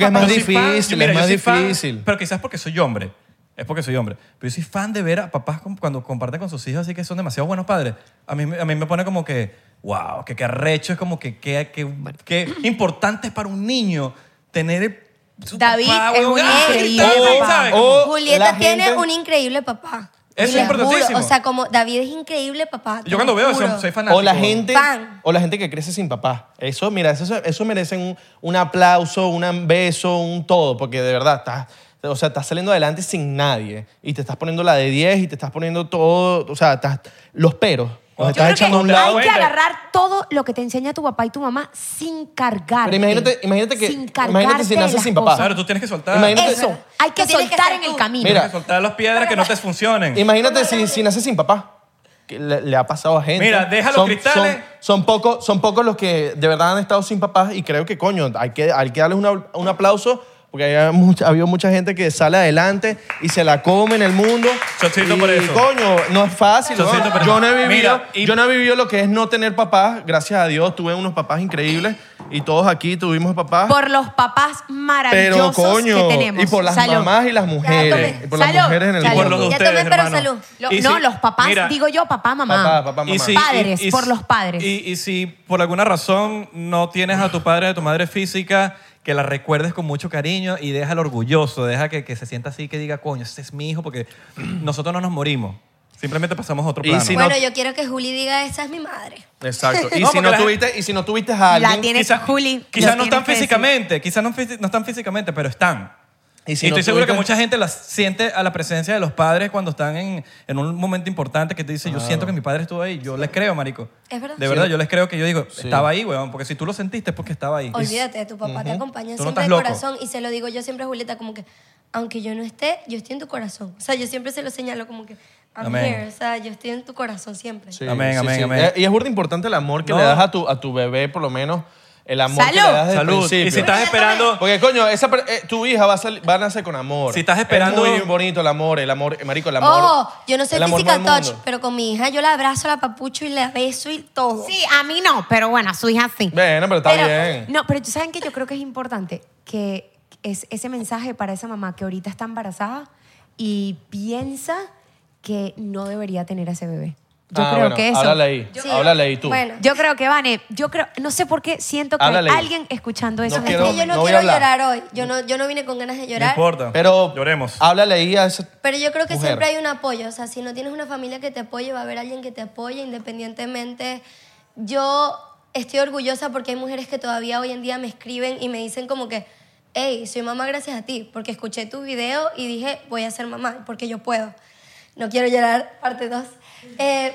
Speaker 3: es más
Speaker 2: Yo soy fan-
Speaker 3: difícil,
Speaker 2: mira,
Speaker 3: es
Speaker 2: yo
Speaker 3: más
Speaker 2: soy fan,
Speaker 3: difícil.
Speaker 2: pero quizás porque soy hombre. Es porque soy hombre. Pero yo soy fan de ver a papás com- cuando comparten con sus hijos así que son demasiado buenos padres. A mí, me- a mí me pone como que, wow, que qué arrecho, es como que qué que, que importante es para un niño tener... su
Speaker 14: David
Speaker 2: papá, ah,
Speaker 14: es un
Speaker 2: huevón. Ay,
Speaker 14: increíble
Speaker 2: David,
Speaker 14: papá.
Speaker 2: ¿sabes? Como-
Speaker 14: Julieta tiene un increíble papá.
Speaker 2: Eso
Speaker 14: Y
Speaker 2: es
Speaker 14: les juro,
Speaker 2: importantísimo.
Speaker 14: O sea, como David es increíble papá. te
Speaker 2: Yo cuando
Speaker 14: lo
Speaker 2: veo eso,
Speaker 14: juro.
Speaker 2: soy fanático.
Speaker 3: Oh, O la gente,
Speaker 14: Fan.
Speaker 3: o la gente que crece sin papá. Eso, mira, eso, eso merece un, un aplauso, un beso, un todo, porque de verdad estás, o sea, estás saliendo adelante sin nadie y te estás poniendo la de 10 y te estás poniendo todo, o sea, estás, los peros. Los
Speaker 9: Yo
Speaker 3: estás
Speaker 9: creo que
Speaker 3: echando a un lado.
Speaker 9: hay que agarrar todo lo que te enseña tu papá y tu mamá sin cargar.
Speaker 3: Pero imagínate, imagínate que
Speaker 9: Sin
Speaker 3: imagínate si
Speaker 9: cargarte
Speaker 3: naces
Speaker 9: las
Speaker 3: sin papá.
Speaker 2: Claro, tú tienes que soltar.
Speaker 3: Imagínate-
Speaker 9: Eso, hay que
Speaker 14: Tú tienes que
Speaker 9: soltar
Speaker 14: ser
Speaker 9: en el
Speaker 14: tú.
Speaker 9: camino.
Speaker 2: Tienes que
Speaker 3: Mira.
Speaker 2: soltar las piedras que no te funcionen.
Speaker 3: Imagínate si, si naces sin papá. Que le, le ha pasado a gente.
Speaker 2: Mira, deja los cristales.
Speaker 3: Son, pocos, son pocos los que de verdad han estado sin papás y creo que, coño, hay que, hay que darles una- un aplauso porque hay mucha, ha habido mucha gente que sale adelante y se la come en el mundo.
Speaker 2: Chocito
Speaker 3: y,
Speaker 2: por eso.
Speaker 3: coño, no es fácil. ¿no?
Speaker 2: Chocito por eso.
Speaker 3: Yo, no he vivido,
Speaker 2: Mira, y-
Speaker 3: yo no he vivido lo que es no tener papás. Gracias a Dios tuve unos papás increíbles y todos aquí tuvimos papás.
Speaker 9: Por los papás
Speaker 3: pero
Speaker 9: maravillosos
Speaker 3: coño,
Speaker 9: que tenemos.
Speaker 3: y por las
Speaker 9: Salud.
Speaker 3: mamás y las mujeres.
Speaker 9: tomé.
Speaker 3: y Eh, por las
Speaker 9: Salud.
Speaker 3: mujeres en el
Speaker 2: Y por
Speaker 3: mundo.
Speaker 2: los de
Speaker 14: Ya
Speaker 2: ustedes,
Speaker 14: tomé, pero
Speaker 2: hermano.
Speaker 14: salud.
Speaker 9: Lo-
Speaker 2: Y
Speaker 9: no,
Speaker 2: si-
Speaker 9: los papás,
Speaker 2: mira,
Speaker 9: digo yo, papá, mamá.
Speaker 3: Papá, papá, mamá.
Speaker 2: y si-
Speaker 9: Padres,
Speaker 2: y- y
Speaker 9: por
Speaker 2: si-
Speaker 9: los padres.
Speaker 2: Y, y si por alguna razón no tienes a tu padre o a tu madre física, que la recuerdes con mucho cariño y déjalo orgulloso, deja que, que se sienta así, que diga, coño, este es mi hijo, porque nosotros no nos morimos. Simplemente pasamos a otro
Speaker 3: Y
Speaker 2: plano.
Speaker 3: si no-
Speaker 14: Bueno, yo quiero que Juli diga, esa es mi madre.
Speaker 3: Exacto. Y,
Speaker 2: No,
Speaker 3: si
Speaker 2: porque
Speaker 3: no
Speaker 2: la gente-
Speaker 3: tuviste, y si no tuviste a
Speaker 9: La
Speaker 3: alguien.
Speaker 9: tienes,
Speaker 2: quizás-
Speaker 9: Juli.
Speaker 2: Quizás
Speaker 9: lo
Speaker 2: no
Speaker 9: tienes
Speaker 2: están
Speaker 9: que decir.
Speaker 2: físicamente, quizás no, fisi- no están físicamente, pero están.
Speaker 3: Y si
Speaker 2: y
Speaker 3: no
Speaker 2: estoy seguro que
Speaker 3: tuviste-
Speaker 2: mucha gente las siente a la presencia de los padres cuando están en, en un momento importante que te dice, yo siento que mi padre estuvo ahí. Yo les creo, marico.
Speaker 14: Es verdad.
Speaker 2: De verdad,
Speaker 3: Sí.
Speaker 2: yo les creo que yo digo, estaba ahí, weón, porque si tú lo sentiste es porque estaba ahí.
Speaker 14: Olvídate, tu papá te acompaña
Speaker 2: Tú no
Speaker 14: siempre
Speaker 2: estás
Speaker 14: de
Speaker 2: loco.
Speaker 14: corazón y se lo digo yo siempre a Julieta como que aunque yo no esté, yo estoy en tu corazón. O sea, yo siempre se lo señalo como que I'm
Speaker 2: Amén.
Speaker 14: here, o sea, yo estoy en tu corazón siempre.
Speaker 3: Sí,
Speaker 2: Amén, amén, amén.
Speaker 3: Eh, Y es burda importante el amor que
Speaker 2: No.
Speaker 3: le das a tu, a tu bebé, por lo menos. El amor que
Speaker 9: Salud.
Speaker 3: le das desde el
Speaker 2: Salud.
Speaker 3: principio.
Speaker 2: Y si estás esperando,
Speaker 3: Porque, coño, esa, per- eh, tu hija va a, sal- va a nacer con amor.
Speaker 2: Si estás esperando-
Speaker 3: Es muy bonito el amor, el amor, eh, marico, el amor.
Speaker 9: Oh,
Speaker 14: Ojo, Oh, yo no soy
Speaker 3: el amor
Speaker 14: física
Speaker 3: no es
Speaker 14: touch,
Speaker 3: el mundo.
Speaker 14: pero con mi hija yo la abrazo, la papucho y la beso y todo.
Speaker 9: Sí, a mí no, pero bueno, a su hija sí.
Speaker 3: Bueno, pero está
Speaker 9: Pero-
Speaker 3: bien.
Speaker 9: No, pero ¿saben que Yo creo que es importante que es ese mensaje para esa mamá que ahorita está embarazada y piensa que no debería tener a ese bebé. Yo
Speaker 3: Ah,
Speaker 9: creo
Speaker 3: bueno,
Speaker 9: que eso.
Speaker 3: Háblale ahí,
Speaker 14: Yo-
Speaker 3: háblale ahí tú.
Speaker 14: Bueno,
Speaker 9: Yo creo que, Vane, yo creo, no sé por qué siento que
Speaker 3: Háblale.
Speaker 9: hay alguien escuchando eso.
Speaker 3: No
Speaker 9: en este
Speaker 3: quiero-
Speaker 14: es que yo no,
Speaker 3: no voy a
Speaker 14: quiero
Speaker 3: hablar.
Speaker 14: llorar hoy. Yo no, yo no vine con ganas de
Speaker 2: no
Speaker 14: llorar.
Speaker 2: importa.
Speaker 3: Pero
Speaker 2: Lloremos.
Speaker 3: háblale ahí a ese...
Speaker 14: Pero yo creo que
Speaker 3: Mujer.
Speaker 14: siempre hay un apoyo. O sea, si no tienes una familia que te apoye, va a haber alguien que te apoye independientemente. Yo estoy orgullosa porque hay mujeres que todavía hoy en día me escriben y me dicen como que, hey, soy mamá gracias a ti, porque escuché tu video y dije, voy a ser mamá, porque yo puedo. No quiero llorar, parte 2.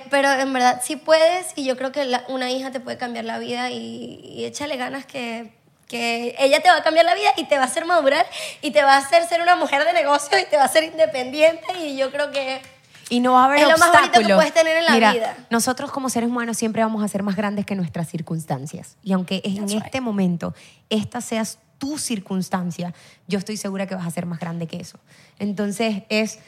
Speaker 14: pero en verdad sí puedes y yo creo que la- una hija te puede cambiar la vida y, y échale ganas que, que ella te va a cambiar la vida y te va a hacer madurar y te va a hacer ser una mujer de negocio y te va a hacer independiente y yo creo que...
Speaker 9: Y no va a haber
Speaker 14: Es lo más bonito que
Speaker 9: obstáculos.
Speaker 14: puedes tener en la
Speaker 9: Mira,
Speaker 14: vida.
Speaker 9: Nosotros como seres humanos siempre vamos a ser más grandes que nuestras circunstancias. Y aunque en este momento esta seas tu circunstancia, yo estoy segura que vas a ser más grande que eso. Entonces es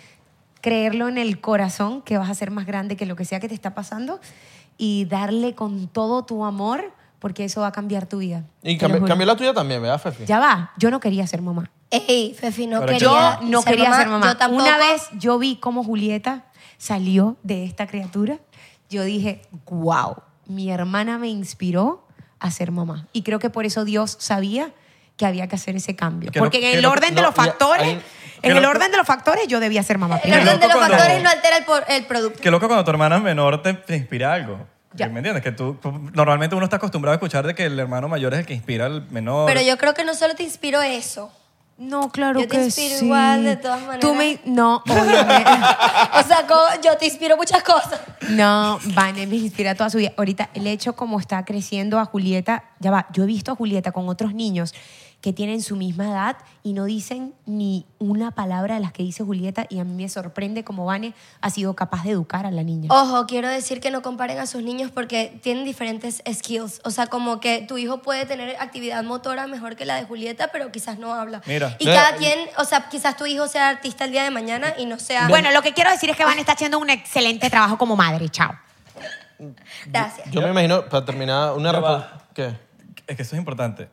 Speaker 9: creerlo en el corazón que vas a ser más grande que lo que sea que te está pasando y darle con todo tu amor porque eso va a cambiar tu vida.
Speaker 3: Y
Speaker 9: Te lo
Speaker 3: cambi-
Speaker 9: juro.
Speaker 3: cambió la tuya también, ¿verdad, Fefi?
Speaker 9: Ya va, yo no quería ser mamá.
Speaker 14: Ey, Fefi, no
Speaker 3: Pero
Speaker 14: quería.
Speaker 9: Yo no quería ser mamá.
Speaker 14: Yo tampoco.
Speaker 9: Una vez yo vi cómo Julieta salió de esta criatura, yo dije, wow, mi hermana me inspiró a ser mamá. Y creo que por eso Dios sabía que había que hacer ese cambio.
Speaker 14: Que
Speaker 9: Porque
Speaker 14: lo-
Speaker 9: en
Speaker 14: que
Speaker 9: el
Speaker 14: lo-
Speaker 9: orden de
Speaker 14: no,
Speaker 9: los
Speaker 14: ya,
Speaker 9: factores,
Speaker 14: ahí-
Speaker 2: que
Speaker 9: en el
Speaker 2: lo-
Speaker 9: orden de los factores yo debía ser mamá.
Speaker 14: El
Speaker 9: primero.
Speaker 14: orden de los
Speaker 2: cuando-
Speaker 14: factores no altera el, por- el producto.
Speaker 2: Qué loco cuando tu hermana menor te, te inspira algo.
Speaker 14: Ya.
Speaker 2: ¿Me entiendes? Que tú, tú- normalmente uno está acostumbrado a escuchar de que el hermano mayor es el que inspira al menor.
Speaker 14: Pero yo creo que no solo te inspiró eso.
Speaker 9: No, claro
Speaker 14: Yo te
Speaker 9: que
Speaker 14: inspiro
Speaker 9: sí.
Speaker 14: igual, de todas maneras.
Speaker 9: Tú me... No,
Speaker 14: o sea, co- yo te inspiro muchas cosas.
Speaker 9: No, Vane me inspira toda su vida. Ahorita, el hecho como está creciendo a Julieta, ya va, yo he visto a Julieta con otros niños que tienen su misma edad y no dicen ni una palabra de las que dice Julieta y a mí me sorprende cómo Vane ha sido capaz de educar a la niña.
Speaker 14: Ojo, quiero decir que no comparen a sus niños porque tienen diferentes skills. O sea, como que tu hijo puede tener actividad motora mejor que la de Julieta, pero quizás no habla.
Speaker 9: Mira.
Speaker 14: Y
Speaker 9: Eh,
Speaker 14: cada quien, o sea, quizás tu hijo sea artista el día de mañana y no sea...
Speaker 9: Bueno, lo que quiero decir es que Vane está haciendo un excelente trabajo como madre, chao.
Speaker 14: Gracias.
Speaker 3: Yo me imagino, para terminar, una
Speaker 2: Ya
Speaker 3: respu-
Speaker 2: va.
Speaker 3: ¿Qué?
Speaker 2: Es que eso es importante.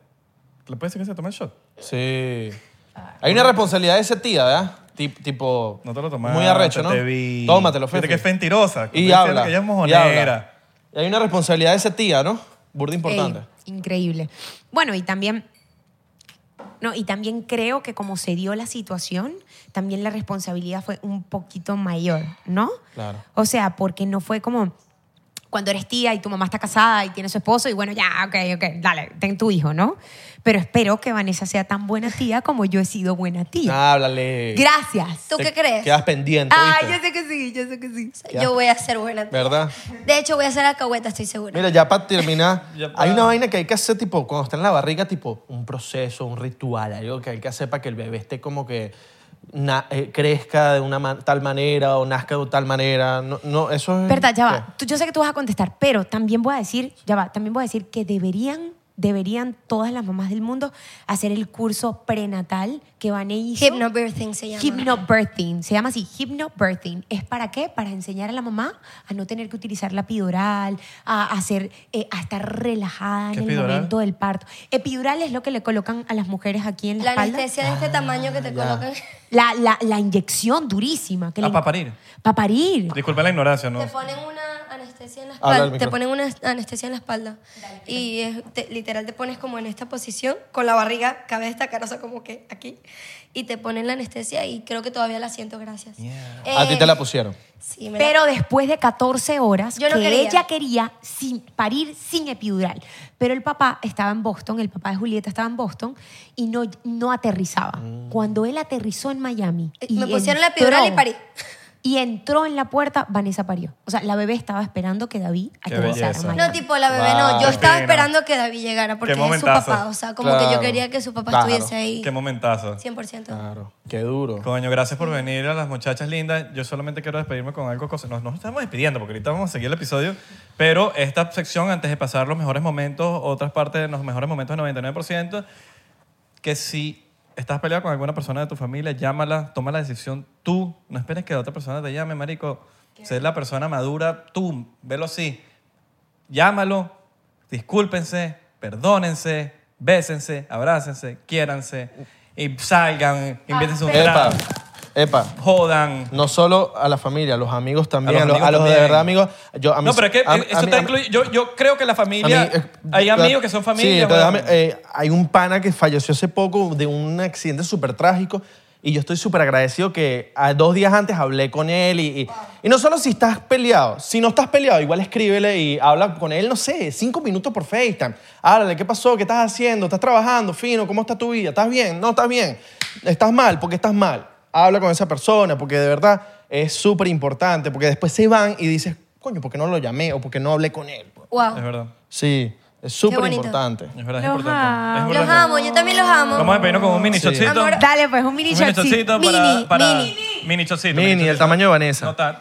Speaker 2: ¿Le puedes decir que se tome el shot?
Speaker 3: Sí.
Speaker 9: Ah,
Speaker 3: Hay una responsabilidad de ese tía, ¿verdad? Tip- tipo. No te lo
Speaker 2: tomaste,
Speaker 3: Muy arrecho, ¿no?
Speaker 2: te vi.
Speaker 3: Tómatelo, Fefi.
Speaker 2: Fíjate que es mentirosa.
Speaker 3: Y
Speaker 2: Estoy
Speaker 3: habla.
Speaker 2: diciendo que ella es
Speaker 3: y habla.
Speaker 2: mojonera.
Speaker 3: Y hay una responsabilidad de ese tía, ¿no? Burda importante.
Speaker 9: Ey, increíble. Bueno, y también. No, y también creo que como se dio la situación, también la responsabilidad fue un poquito mayor, ¿no?
Speaker 3: Claro.
Speaker 9: O sea, porque no fue como cuando eres tía y tu mamá está casada y tiene su esposo y bueno, ya, ok, ok, dale, ten tu hijo, ¿no? Pero espero que Vanessa sea tan buena tía como yo he sido buena tía.
Speaker 3: Ah, Háblale.
Speaker 9: Gracias.
Speaker 14: ¿Tú qué crees?
Speaker 3: Quedas pendiente.
Speaker 14: Ah,
Speaker 3: ¿viste?
Speaker 14: yo
Speaker 9: sé que sí, yo sé que sí.
Speaker 3: Ya.
Speaker 14: Yo voy a ser buena.
Speaker 3: ¿Verdad?
Speaker 14: De hecho, voy a ser alcahueta, estoy segura.
Speaker 3: Mira, ya para terminar, hay una vaina que hay que hacer, tipo, cuando está en la barriga, tipo, un proceso, un ritual, algo que hay que hacer para que el bebé esté como que na- eh, crezca de una ma- tal manera o nazca de tal manera. No, no eso es.
Speaker 9: Berta, ya
Speaker 3: ¿Qué?
Speaker 9: va. Tú- yo sé que tú vas a contestar, pero también voy a decir, ya va, también voy a decir que deberían, deberían todas las mamás del mundo hacer el curso prenatal que van a hizo.
Speaker 14: Hypnobirthing se llama.
Speaker 9: Hypnobirthing. Se llama así, hypnobirthing. ¿Es para qué? Para enseñar a la mamá a no tener que utilizar la epidural, a, hacer, eh, a estar relajada en
Speaker 14: ¿Qué
Speaker 9: el
Speaker 14: epidural?
Speaker 9: momento del parto. Epidural es lo que le colocan a las mujeres aquí en la,
Speaker 14: La
Speaker 9: espalda.
Speaker 14: anestesia de este tamaño que te
Speaker 9: ya.
Speaker 14: colocan.
Speaker 9: La, la- la inyección durísima. Que
Speaker 2: Ah,
Speaker 9: le-
Speaker 2: para parir.
Speaker 9: Pa' parir.
Speaker 2: Disculpa la ignorancia, ¿no?
Speaker 14: Te ponen una anestesia en la
Speaker 2: Habla al
Speaker 14: espalda. Te
Speaker 2: micrófono.
Speaker 14: ponen una anestesia en la espalda. y es- te- literal te pones como en esta posición, con la barriga, cabe destacar, o sea, como que aquí. Y te ponen la anestesia y creo que todavía la siento, gracias.
Speaker 3: A ti
Speaker 14: Eh,
Speaker 3: te la pusieron.
Speaker 14: sí, me la-
Speaker 9: Pero después de 14 horas,
Speaker 14: Yo no
Speaker 9: que
Speaker 14: quería.
Speaker 9: ella quería sin, parir sin epidural. Pero el papá estaba en Boston, el papá de Julieta estaba en Boston y no, no aterrizaba.
Speaker 14: Mm.
Speaker 9: Cuando él aterrizó en Miami. y
Speaker 14: Eh, me pusieron la epidural y parí.
Speaker 9: Y entró en la puerta, Vanessa parió. O sea, la bebé estaba esperando que David
Speaker 14: Qué
Speaker 9: aterrizara. en
Speaker 14: belleza.
Speaker 9: Miami.
Speaker 14: No, tipo, la bebé no. Yo
Speaker 2: Wow.
Speaker 14: estaba
Speaker 2: Qué fino.
Speaker 14: esperando que David llegara porque
Speaker 2: Qué
Speaker 14: es su
Speaker 2: momentazo.
Speaker 14: papá. O sea, como que yo
Speaker 2: Claro.
Speaker 14: quería que su papá
Speaker 2: Claro.
Speaker 14: estuviese ahí.
Speaker 2: Qué Ah. momentazo.
Speaker 14: 100%.
Speaker 3: Qué duro.
Speaker 2: Coño, gracias por venir a las muchachas lindas. Yo solamente quiero despedirme con algo. cosa- Nos, nos estamos despidiendo porque ahorita vamos a seguir el episodio. Pero esta sección, antes de pasar los mejores momentos, otras partes de los mejores momentos del 99%, que si estás peleado con alguna persona de tu familia, llámala, toma la decisión tú. No esperes que la otra persona te llame, marico. Sé la persona madura tú. Velo así. Llámalo, discúlpense, perdónense, bésense, abrácense, quiéranse. Y salgan, invítense un
Speaker 14: Ah,
Speaker 3: Epa,
Speaker 2: trago.
Speaker 3: epa.
Speaker 2: Jodan.
Speaker 3: No solo a la familia, a los amigos también.
Speaker 2: A
Speaker 3: A
Speaker 2: los
Speaker 3: los, a los
Speaker 2: amigos
Speaker 3: de
Speaker 2: también.
Speaker 3: verdad amigos. Yo, a mí-
Speaker 2: No, pero es que
Speaker 3: a-
Speaker 2: eso
Speaker 3: a mí-
Speaker 2: está
Speaker 3: a mí-
Speaker 2: incluido. Yo, yo creo que la familia.
Speaker 3: A mí, eh,
Speaker 2: hay
Speaker 3: claro.
Speaker 2: amigos que son familia.
Speaker 3: Sí, entonces,
Speaker 2: weón.
Speaker 3: dame, eh, hay un pana que falleció hace poco de un accidente súper trágico y yo estoy súper agradecido que a dos días antes hablé con él y, y, y no solo si estás peleado, si no estás peleado, igual escríbele y habla con él, no sé, cinco minutos por FaceTime. Háblale, ¿qué pasó? ¿Qué estás haciendo? ¿Estás trabajando? ¿Fino? ¿Cómo está tu vida? ¿Estás bien? ¿No estás bien? ¿Estás mal? ¿Por qué estás mal? Habla con esa persona porque de verdad es súper importante porque después se van y dices, coño, ¿por qué no lo llamé o por qué no hablé con él?
Speaker 14: Wow.
Speaker 2: verdad.
Speaker 3: Sí, es
Speaker 14: Qué bonito.
Speaker 3: súper importante.
Speaker 2: Es verdad,
Speaker 14: es Los importante.
Speaker 2: Es
Speaker 14: Los
Speaker 2: importante.
Speaker 14: amo, yo también los amo.
Speaker 2: Vamos a despedirnos con un mini
Speaker 3: Sí.
Speaker 2: chocito.
Speaker 14: Amor,
Speaker 9: Dale, pues un mini
Speaker 2: Un mini
Speaker 9: shotcito.
Speaker 2: chocito para. para- Mini chocito. ¡Ah!
Speaker 3: Mini, el tamaño de Vanessa.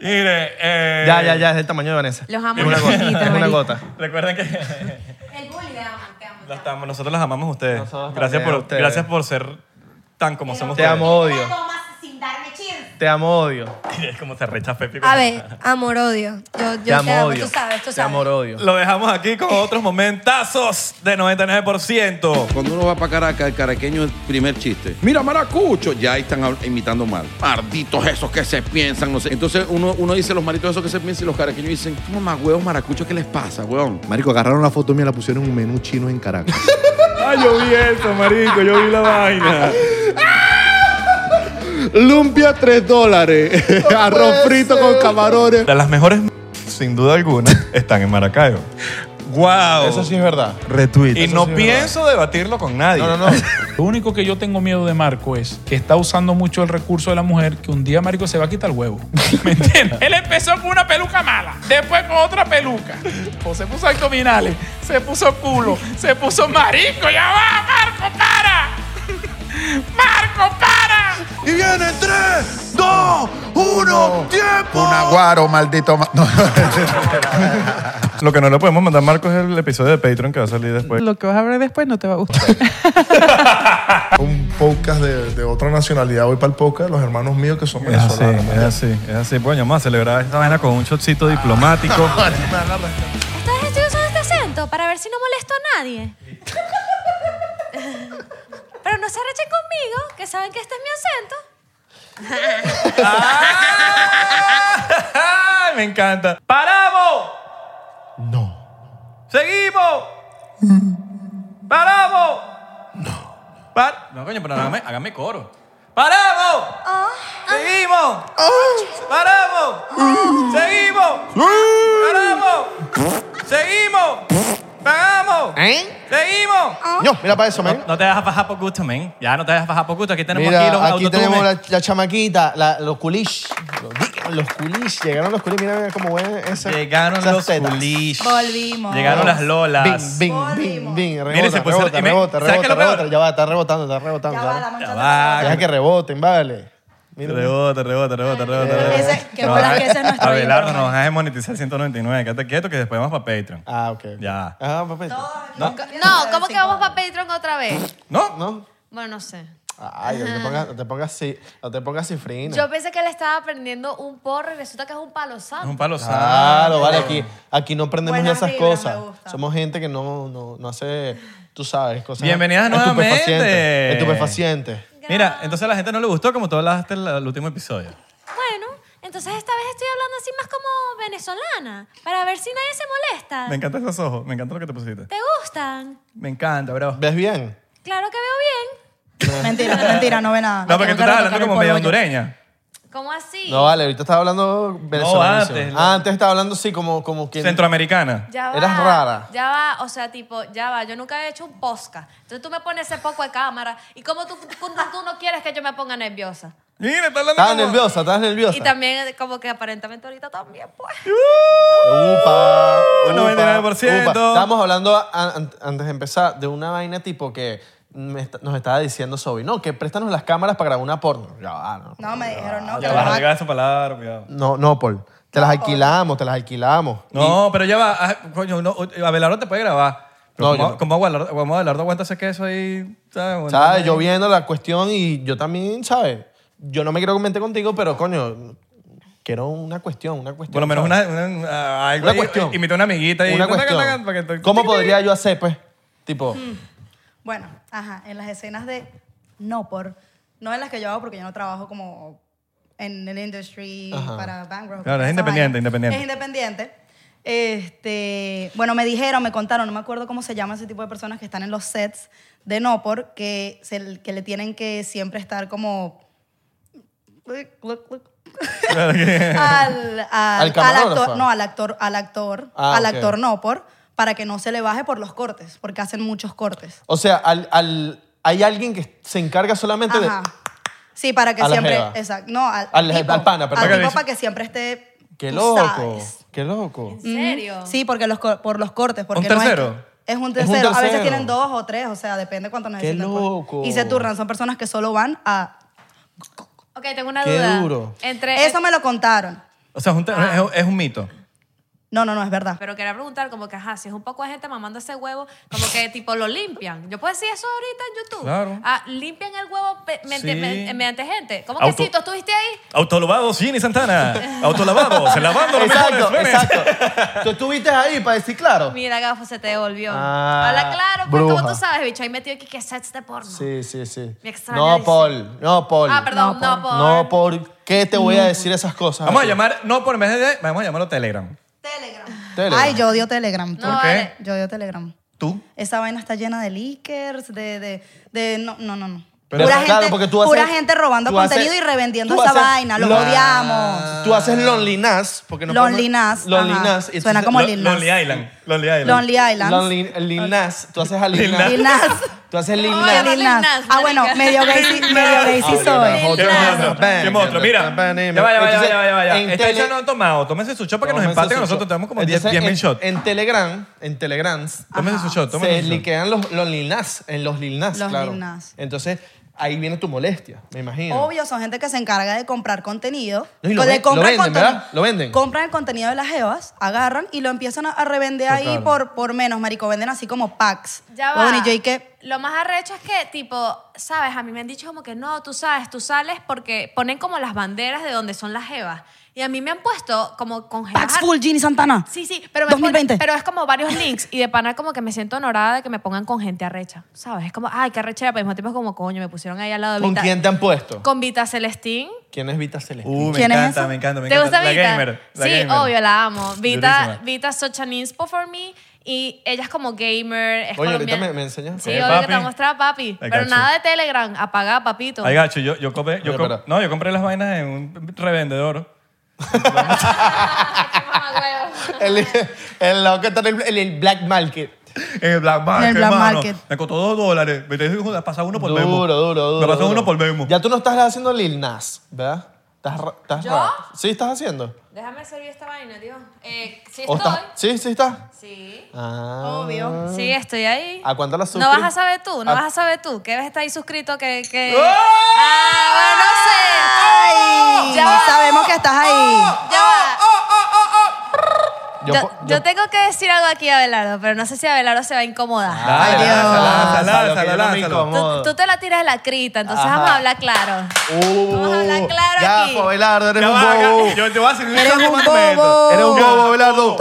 Speaker 2: Mire, eh,
Speaker 3: Ya, ya, ya, es el tamaño de Vanessa.
Speaker 9: Los amo
Speaker 3: Es una gota.
Speaker 9: muchísimo,
Speaker 3: Es una
Speaker 9: marico.
Speaker 3: gota.
Speaker 2: Recuerden que. Las amo, nosotros las amamos a ustedes.
Speaker 3: Nosotros
Speaker 2: gracias
Speaker 3: también
Speaker 2: por,
Speaker 3: a ustedes.
Speaker 2: gracias por ser tan como somos
Speaker 3: Te amo, odio.
Speaker 9: sin darme cheers.
Speaker 3: Te amo, odio.
Speaker 2: es como se recha Pepi.
Speaker 14: A ver, amor, odio. Yo, yo
Speaker 2: Te amo, odio.
Speaker 14: tú sabes, tú sabes.
Speaker 3: odio.
Speaker 2: Lo dejamos aquí con otros momentazos de 99%.
Speaker 11: Cuando uno va para Caracas, el caraqueño es el primer chiste. Mira, maracucho. Ya ahí están hab- imitando mal. Malditos esos que se piensan, no sé. Entonces uno, uno dice los malditos esos que se piensan y los caraqueños dicen, ¿cómo más huevos maracuchos? ¿Qué les pasa, huevón?
Speaker 16: Marico, agarraron la foto y me la pusieron en un menú chino en Caracas.
Speaker 2: Ay, Ah, yo vi eso, marico, yo vi la vaina.
Speaker 16: Lumpia 3 dólares. Arroz frito con camarones.
Speaker 2: De las mejores, sin duda alguna, están en Maracaibo. ¡Wow!
Speaker 3: Eso sí es verdad.
Speaker 2: Retweet. Y
Speaker 1: Eso
Speaker 2: no
Speaker 1: sí es
Speaker 2: pienso debatirlo con nadie.
Speaker 1: No, Lo único que yo tengo miedo de Marco es que está usando mucho el recurso de la mujer que un día Marco se va a quitar el huevo. ¿Me entiendes? Él empezó con una peluca mala, después con otra peluca. O se puso abdominales, se puso culo, se puso marico. ¡Ya va, Marco, para! ¡Marco, para!
Speaker 17: Y viene 3, 2, 1, tiempo.
Speaker 16: Un aguaro, maldito. ma- No.
Speaker 2: Lo que no le podemos mandar, Marcos, es el episodio de Patreon que va a salir después.
Speaker 18: Lo que vas a ver después no te va a gustar.
Speaker 19: un podcast de, de otra nacionalidad. Voy para el podcast de los hermanos míos que son
Speaker 2: Es así,
Speaker 19: venezolanos.
Speaker 2: es así, es así. Bueno, vamos a celebrar esta vaina con un shotcito diplomático.
Speaker 20: ¿Estás usando este acento para ver si no molesto a nadie? Pero no se arrechen conmigo, que saben que este es mi acento.
Speaker 2: ¡Ay, me encanta! ¡Paramos! No. ¡Seguimos! ¡Paramos! No. no, coño, pero hágame, hágame coro. ¡Paramos! ¡Seguimos! ¡Paramos! ¡Seguimos! ¡Paramos! ¡Seguimos! ¡Paramos!
Speaker 3: ¿Eh?
Speaker 2: ¡Seguimos!
Speaker 3: No, mira para eso, men.
Speaker 2: No te dejas bajar por gusto, men. Ya no te dejas bajar por gusto. Aquí tenemos aquí los
Speaker 3: Mira, aquí
Speaker 2: autotunes.
Speaker 3: tenemos la, la chamaquita, la- los culish. Los, los culish. Llegaron los culish. Mira mira cómo ven esa.
Speaker 2: Llegaron
Speaker 3: esas
Speaker 2: los
Speaker 3: tetas.
Speaker 2: culish. Volvimos. Llegaron las lolas.
Speaker 3: Bing, bing, bing, bing. Rebota,
Speaker 2: Mire, se puso-
Speaker 3: rebota,
Speaker 2: y me-
Speaker 3: rebota,
Speaker 2: ¿sabes qué es
Speaker 3: rebota,
Speaker 2: lo peor?
Speaker 3: rebota. Ya va, está rebotando, está rebotando. Ya va,
Speaker 2: Ya va.
Speaker 3: Deja que reboten, vale.
Speaker 2: Rebota, rebota, rebota, rebota. rebota.
Speaker 20: Ese- que fuera que ese es nuestro
Speaker 2: Abelardo,
Speaker 20: intro.
Speaker 2: nos vas a monetizar 199. Quédate quieto que después vamos para Patreon.
Speaker 3: Ah, ok.
Speaker 2: Ya.
Speaker 3: Ah, para Patreon.
Speaker 2: No.
Speaker 20: No, ¿cómo que vamos para Patreon otra vez?
Speaker 2: ¿No?
Speaker 3: No.
Speaker 20: Bueno, no sé.
Speaker 3: Ay, no te pongas, no te pongas así, no te pongas cifrina.
Speaker 20: Yo pensé que le estaba aprendiendo un porro y resulta que es un palo santo.
Speaker 2: palo
Speaker 3: Claro,
Speaker 2: santo.
Speaker 3: vale, aquí, aquí no aprendemos
Speaker 20: Buenas
Speaker 3: esas
Speaker 20: vibras,
Speaker 3: cosas. Somos gente que no, no, no hace, tú sabes, cosas.
Speaker 2: Bienvenidas nuevamente.
Speaker 3: Estupefacientes. estupefacientes.
Speaker 2: Mira, entonces a la gente no le gustó como tú hablaste el, el último episodio.
Speaker 20: Bueno, entonces esta vez estoy hablando así más como venezolana, para ver si nadie se molesta.
Speaker 2: Me encantan esos ojos. Me encanta lo que te pusiste.
Speaker 20: ¿Te gustan?
Speaker 2: Me encanta, bro.
Speaker 3: ¿Ves bien?
Speaker 20: Claro que veo
Speaker 15: Mentira, mentira, no ve nada.
Speaker 2: No, porque tú
Speaker 15: Tengo que
Speaker 2: estás hablando
Speaker 15: retocar el
Speaker 2: como medio
Speaker 15: polvo yo.
Speaker 2: hondureña.
Speaker 20: bien. ¿Cómo así?
Speaker 3: No, vale, ahorita estaba hablando venezolano.
Speaker 2: antes,
Speaker 3: Ah, antes estaba hablando sí, como, como que.
Speaker 2: Centroamericana.
Speaker 20: Ya va,
Speaker 3: Eras rara.
Speaker 20: Ya va, o sea, tipo, ya va, yo nunca he hecho un posca. Entonces tú me pones ese poco de cámara y como tú, tú, tú no quieres que yo me ponga nerviosa.
Speaker 2: Mira, estás hablando
Speaker 3: Estabas
Speaker 2: como-
Speaker 3: nerviosa, estabas nerviosa.
Speaker 20: Y también eh, como que aparentemente ahorita también, pues.
Speaker 3: Upa,
Speaker 2: Un 99%.
Speaker 3: Estábamos hablando a- an- antes de empezar de una vaina tipo que me est- nos estaba diciendo Sobi, no, que préstanos las cámaras para grabar una porno. Ya va, no.
Speaker 15: No, me dijeron no.
Speaker 2: Ah, Ya vas a llegar a esa palabra, cuidado.
Speaker 3: No, no, Paul. Te las alquilamos, te las alquilamos.
Speaker 2: No, pero ya va. ah, Coño, no, Abelardo te puede grabar.
Speaker 3: No,
Speaker 2: No,
Speaker 3: yo
Speaker 2: ¿Cómo,
Speaker 3: no.
Speaker 2: cómo Abelardo, cómo Abelardo aguanta ese queso ahí? ¿Sabes? Bueno,
Speaker 3: ¿Sabes?
Speaker 2: ahí.
Speaker 3: Yo viendo la cuestión y yo también, ¿sabes? Yo no me quiero comentar contigo, pero coño, quiero una cuestión, una cuestión.
Speaker 2: Por lo menos
Speaker 3: ¿sabes?
Speaker 2: una, una, ah, algo
Speaker 3: Una
Speaker 2: ahí,
Speaker 3: cuestión.
Speaker 2: Imita a una amiguita y
Speaker 3: Una cuestión. ¿Cómo podría yo hacer, pues? Tipo,
Speaker 15: Bueno, ajá, en las escenas de no por, no en las que yo hago porque yo no trabajo como en el industry
Speaker 2: Ajá.
Speaker 15: para bankroll.
Speaker 2: Claro, es
Speaker 15: esa
Speaker 2: independiente,
Speaker 15: vaina.
Speaker 2: independiente.
Speaker 15: Es independiente. Este, bueno, me dijeron, me contaron, no me acuerdo cómo se llama ese tipo de personas que están en los sets de no por que se- que le tienen que siempre estar como look, look, look, al, al-
Speaker 3: ¿Al camarógrafo?
Speaker 15: actor, no, al actor, al actor,
Speaker 3: Ah,
Speaker 15: al
Speaker 3: ok.
Speaker 15: actor no por para que no se le baje por los cortes, porque hacen muchos cortes.
Speaker 3: o sea, al, al- hay alguien que se encarga solamente
Speaker 15: Ajá. Sí, para que
Speaker 3: A la
Speaker 15: siempre.
Speaker 3: jeva.
Speaker 15: Exacto. No, al,
Speaker 3: Al-
Speaker 15: tipo,
Speaker 3: al pana, perdón.
Speaker 15: Al tipo
Speaker 3: Dice-
Speaker 15: para que siempre esté.
Speaker 3: de. ¡Qué
Speaker 15: tú
Speaker 3: loco!
Speaker 15: sabes.
Speaker 3: ¡Qué loco!
Speaker 15: Ujú. Sí, porque los, co- por los cortes. Porque
Speaker 3: ¿Un
Speaker 15: no es que-
Speaker 3: tercero?
Speaker 15: es, un
Speaker 3: Es un
Speaker 15: tercero. A veces
Speaker 3: tercero.
Speaker 15: tienen dos o tres, o sea, depende cuánto necesitan. pues.
Speaker 3: loco!
Speaker 15: Y se turnan, son personas que solo van a.
Speaker 20: Ok, tengo una
Speaker 2: Qué
Speaker 20: duda.
Speaker 2: duro.
Speaker 20: Entre
Speaker 15: Eso me lo contaron.
Speaker 2: O sea, es un, te- es, es un mito.
Speaker 15: No, no, no, es verdad.
Speaker 20: Pero quería preguntar, como que, ajá, si es un poco de gente mamando ese huevo, como que tipo lo limpian. Yo puedo decir eso ahorita en YouTube.
Speaker 2: Claro.
Speaker 20: Ah, limpian el huevo pe- mediante
Speaker 2: Sí.
Speaker 20: me- mediante gente. ¿Cómo
Speaker 2: Auto-
Speaker 20: que sí? ¿Tú estuviste ahí?
Speaker 2: Autolavado, Gini Santana. Autolavado, se lavando los
Speaker 3: Exacto,
Speaker 2: mejores penes.
Speaker 3: exacto. Tú estuviste ahí para decir claro.
Speaker 20: Mira, gafo, se te devolvió.
Speaker 3: Ah,
Speaker 20: Habla claro, pues
Speaker 3: bruja.
Speaker 20: como tú sabes, bicho, ahí metido aquí que sets de porno.
Speaker 3: Sí, sí, sí.
Speaker 20: Me extraña,
Speaker 3: No,
Speaker 20: dice.
Speaker 3: Paul. No, Paul.
Speaker 20: Ah, perdón, no, Paul.
Speaker 3: No, Paul. ¿Qué te voy a decir esas cosas?
Speaker 2: Vamos a llamar, no, por en vez de, vamos a llamarlo Telegram. Telegram.
Speaker 15: Ay, yo odio Telegram.
Speaker 2: ¿Por qué? vale.
Speaker 15: Yo odio Telegram.
Speaker 2: ¿Tú?
Speaker 15: Esa vaina está llena de leakers, de... de, de no, no, no, no.
Speaker 3: Pero
Speaker 15: pura
Speaker 3: eso,
Speaker 15: gente,
Speaker 3: claro, porque tú
Speaker 15: pura
Speaker 3: haces-
Speaker 15: gente robando
Speaker 3: tú haces-
Speaker 15: contenido y revendiendo
Speaker 3: tú
Speaker 15: esa
Speaker 3: haces
Speaker 15: vaina. Los
Speaker 3: lo-
Speaker 15: odiamos.
Speaker 3: Tú haces Lonely Nas. Porque no
Speaker 15: Lonely
Speaker 3: podemos-
Speaker 15: Nas,
Speaker 3: Lonely
Speaker 15: ajá.
Speaker 3: Nas.
Speaker 15: Suena como Lil Nas.
Speaker 2: Lonely Island. Lonely Island.
Speaker 15: Lonely Island.
Speaker 3: Lonely- Lil Nas. Tú haces a Lil Nas.
Speaker 15: Lil Nas.
Speaker 3: Tú haces Lil
Speaker 15: Oye,
Speaker 3: Nas.
Speaker 15: Lil Nas. Ah, bueno, medio gay sí, medio gay
Speaker 3: Ah,
Speaker 15: sí soy.
Speaker 2: ¿Qué monstruo? ¿Qué monstruo? Mira. Ya va, ya va, ya va, ya va, ya va, ya va. Este hecho no han tomado. Tómense su shot para que nos empaten a nosotros. Tenemos como 10
Speaker 3: Entonces,
Speaker 2: 10 mil
Speaker 3: en-
Speaker 2: shots.
Speaker 3: En Telegram, en Telegrams.
Speaker 2: Tómense su shot, tómense
Speaker 3: Se
Speaker 2: su shot.
Speaker 3: liquean los, los Lil Nas, en los Lil Nas,
Speaker 15: Los
Speaker 3: claro.
Speaker 15: Lil Nas.
Speaker 3: Entonces, ahí viene tu molestia, me imagino.
Speaker 15: Obvio, son gente que se encarga de comprar contenido.
Speaker 3: No, y lo,
Speaker 15: de
Speaker 3: ven- lo
Speaker 15: comprar
Speaker 3: venden,
Speaker 15: contenido.
Speaker 3: ¿verdad? Lo venden.
Speaker 15: Compran el contenido de las jevas, agarran y lo empiezan a- a revender ahí
Speaker 3: Total.
Speaker 15: por, por menos, marico. Venden así como packs.
Speaker 20: Ya va.
Speaker 15: Bueno, y yo y que...
Speaker 20: Lo más arrecho es que, tipo, sabes, a mí me han dicho como que no, tú sabes, tú sales porque ponen como las banderas de donde son las jevas. Y a mí me han puesto como con jevas
Speaker 15: Packs full Ginny Santana.
Speaker 20: Sí, sí, pero, me
Speaker 15: 2020.
Speaker 20: ponen- pero es como varios links y de pana como que me siento honorada de que me pongan con gente arrecha, ¿sabes? Es como, ay, qué arrechera, pero al mismo tiempo es como, coño, me pusieron ahí al lado de
Speaker 3: ¿Con
Speaker 20: Vita-
Speaker 3: quién te han puesto?
Speaker 20: Con Vita Celestín.
Speaker 3: ¿Quién es Vita Celestina?
Speaker 2: Uh, me ¿Quién es encanta, esa? me encanta, me
Speaker 20: ¿Te gusta
Speaker 2: La
Speaker 20: Vita?
Speaker 2: gamer, la
Speaker 20: sí,
Speaker 2: gamer.
Speaker 20: obvio, la amo. Vita,
Speaker 2: Durísima.
Speaker 20: Vita is such an inspo for me. Y ella es como gamer, es
Speaker 3: Oye, ahorita
Speaker 20: colombiana.
Speaker 3: me, me enseñas.
Speaker 20: Sí,
Speaker 2: Eh,
Speaker 20: obvio que
Speaker 2: papi.
Speaker 20: te va a mostrar papi.
Speaker 2: I
Speaker 20: Pero
Speaker 2: got
Speaker 20: nada de Telegram. Apaga, papito.
Speaker 2: Ay, gacho, yo, yo compré, yo
Speaker 3: Oye,
Speaker 2: com-
Speaker 3: espera.
Speaker 2: no, yo compré las vainas en un revendedor.
Speaker 3: el, el lado que está en el, el- el black market.
Speaker 2: En el black
Speaker 3: market,
Speaker 2: En el black
Speaker 3: mano.
Speaker 2: market. Me costó dos dólares. Me pasaba uno por
Speaker 3: Duro,
Speaker 2: Venmo.
Speaker 3: duro, duro.
Speaker 2: Me pasaba
Speaker 3: duro.
Speaker 2: uno por Venmo.
Speaker 3: Ya tú no estás haciendo Lil Nas, ¿verdad? Estás, ra- estás
Speaker 20: ¿Yo?
Speaker 3: ra- Sí, estás haciendo.
Speaker 20: Déjame servir esta vaina, Dios. Eh, sí
Speaker 3: ¿O
Speaker 20: estoy.
Speaker 3: estás- Sí, sí estás.
Speaker 20: Sí.
Speaker 3: Ah.
Speaker 20: Sí, estoy ahí.
Speaker 3: ¿A cuánto la suscribes?
Speaker 20: No vas a saber tú, no
Speaker 3: Ah.
Speaker 20: vas a saber tú. ¿Qué ves está ahí suscrito que... que...
Speaker 3: ¡Oh!
Speaker 20: Ah, bueno, no sé. Ya va.
Speaker 15: Sabemos que estás ahí.
Speaker 20: Ya va.
Speaker 3: Yo
Speaker 20: Yo,
Speaker 3: po-
Speaker 20: yo tengo que decir algo aquí a Abelardo, pero no sé si Abelardo se va a incomodar.
Speaker 3: Dale, lánzalo, lánzalo,
Speaker 2: lánzalo,
Speaker 3: que yo no me
Speaker 2: lánzalo.
Speaker 3: incomodo.
Speaker 20: Tú te la tiras de la crita, entonces
Speaker 3: Ajá.
Speaker 20: vamos a hablar claro.
Speaker 3: Vamos
Speaker 20: a hablar claro
Speaker 3: Uh, ya,
Speaker 20: aquí.
Speaker 3: po, Belardo, eres
Speaker 2: Ya
Speaker 3: un
Speaker 2: va, acá.
Speaker 3: bobo.
Speaker 2: Yo te voy a hacer un
Speaker 3: Eres
Speaker 2: shot de
Speaker 3: un
Speaker 2: más momento.
Speaker 3: bobo. Eres un bobo, Abelardo.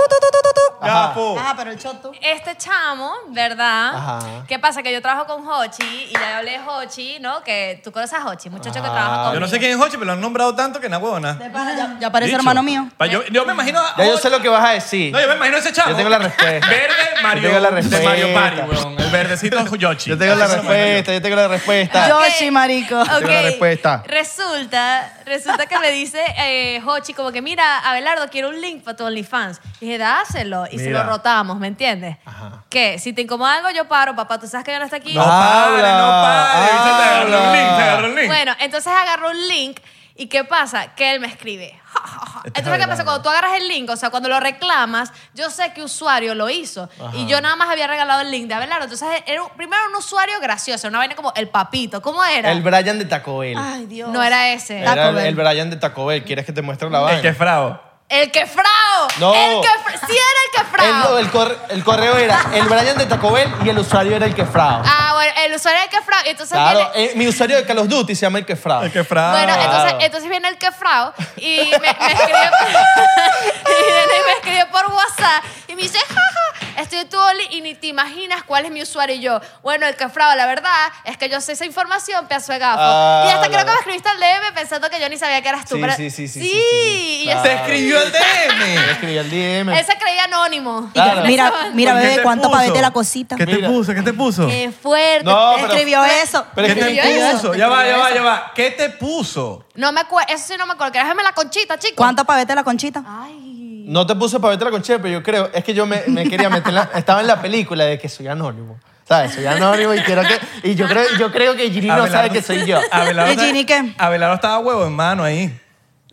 Speaker 2: Ya, po.
Speaker 15: Ah, pero el choto.
Speaker 20: Este chamo, ¿verdad?
Speaker 2: Ajá.
Speaker 20: ¿Qué pasa? Que yo trabajo con Hochi y ya hablé de Hochi, ¿no? Que tú conoces a Hochi, muchacho que trabaja
Speaker 2: Ah,
Speaker 20: conmigo.
Speaker 2: Yo no sé quién es Hochi, pero lo han nombrado tanto que na huevona.
Speaker 15: Ya, ya parece
Speaker 2: Dicho.
Speaker 15: hermano mío.
Speaker 2: Pa- Yo, yo me imagino. a-
Speaker 3: Ya yo sé lo que vas a decir.
Speaker 2: No, yo me imagino a ese chavo.
Speaker 3: Yo tengo la respuesta.
Speaker 2: Verde Mario.
Speaker 3: Yo tengo la
Speaker 2: De Mario
Speaker 3: respuesta.
Speaker 2: Party, weón. El verdecito Yoshi.
Speaker 3: Yo tengo la respuesta, yo tengo la respuesta.
Speaker 15: Yoshi, marico.
Speaker 3: Yo tengo la respuesta.
Speaker 20: Resulta, resulta que me dice eh, Hochi como que, mira, Abelardo, quiero un link para tu OnlyFans. Y dije, dáselo. Y se
Speaker 3: Mira.
Speaker 20: lo rotamos, ¿me entiendes? Que si te incomoda algo, yo paro, papá. Tú sabes que yo no estoy aquí.
Speaker 3: No pare, no pare.
Speaker 2: Ahorita te agarró un link, te agarró un link.
Speaker 20: Bueno, entonces agarró un link y ¿qué pasa? Que él me escribe. Ja, ja, ja. Entonces, ¿qué pasa? Cuando tú agarras el link, o sea, cuando lo reclamas, yo sé que usuario lo hizo.
Speaker 3: Ajá.
Speaker 20: Y yo nada más había regalado el link de Abelardo. Entonces, era un- primero un usuario gracioso, una vaina como el papito. ¿Cómo era?
Speaker 3: El Brian de Taco Bell.
Speaker 20: Ay, Dios. No era ese.
Speaker 3: Era el, el Brian de Taco Bell. ¿Quieres que te muestre la vaina? El que
Speaker 2: frao.
Speaker 20: El quefrao.
Speaker 3: No.
Speaker 20: El quefra- Sí era el
Speaker 3: Eh, El,
Speaker 20: quefrao.
Speaker 3: corre- el correo era el Brian de Taco Bell y el usuario era el quefrao.
Speaker 20: Ah, bueno, el usuario era el quefrao. y Entonces
Speaker 3: Claro,
Speaker 20: viene...
Speaker 3: eh, mi usuario de Call of Duty se llama el quefrao. El
Speaker 2: quefrao.
Speaker 20: Bueno, entonces, entonces viene el quefrao y me, me escribe, y viene y me escribe por WhatsApp y me dice, jaja, estoy en tu Oli y ni te imaginas cuál es mi usuario y yo. Bueno, el quefrao, la verdad es que yo sé esa información, pedazo de gafo.
Speaker 3: Ah,
Speaker 20: y hasta creo
Speaker 3: la-
Speaker 20: que me escribiste al DM pensando que yo ni sabía que eras tú.
Speaker 3: Sí,
Speaker 20: pero-
Speaker 3: sí, sí, sí, sí,
Speaker 20: Sí,
Speaker 3: sí,
Speaker 20: y yo-
Speaker 3: Claro.
Speaker 2: DM.
Speaker 3: Te escribí el DM.
Speaker 20: Él se creía anónimo.
Speaker 3: Y Claro.
Speaker 15: Mira, mira,
Speaker 3: ¿Por qué
Speaker 15: bebé,
Speaker 3: te
Speaker 15: cuánto
Speaker 3: puso?
Speaker 15: pavete la cosita.
Speaker 2: ¿Qué te puso? ¿Qué te puso?
Speaker 20: Qué fuerte.
Speaker 2: No,
Speaker 20: Te
Speaker 2: pero-
Speaker 20: escribió eso.
Speaker 2: ¿Qué
Speaker 20: Te
Speaker 2: te
Speaker 20: Eh, escribió eso.
Speaker 2: puso? Ya va, ya va,
Speaker 20: Te
Speaker 2: ya
Speaker 20: escribió eso.
Speaker 2: va. ¿Qué te puso?
Speaker 20: No me acuerdo, eso sí no me acuerdo. Déjame la conchita, chico.
Speaker 15: ¿Cuánto pavete la conchita?
Speaker 20: Ah.
Speaker 3: No te puse para verte la conchera, pero yo creo, es que yo me, me quería meter, en la- estaba en la película de que soy anónimo. ¿Sabes? Soy anónimo y quiero que, y yo creo, yo creo que Gini no
Speaker 2: Abelardo-
Speaker 3: sabe que soy yo.
Speaker 2: Abelardo- Abelardo estaba huevo en mano ahí.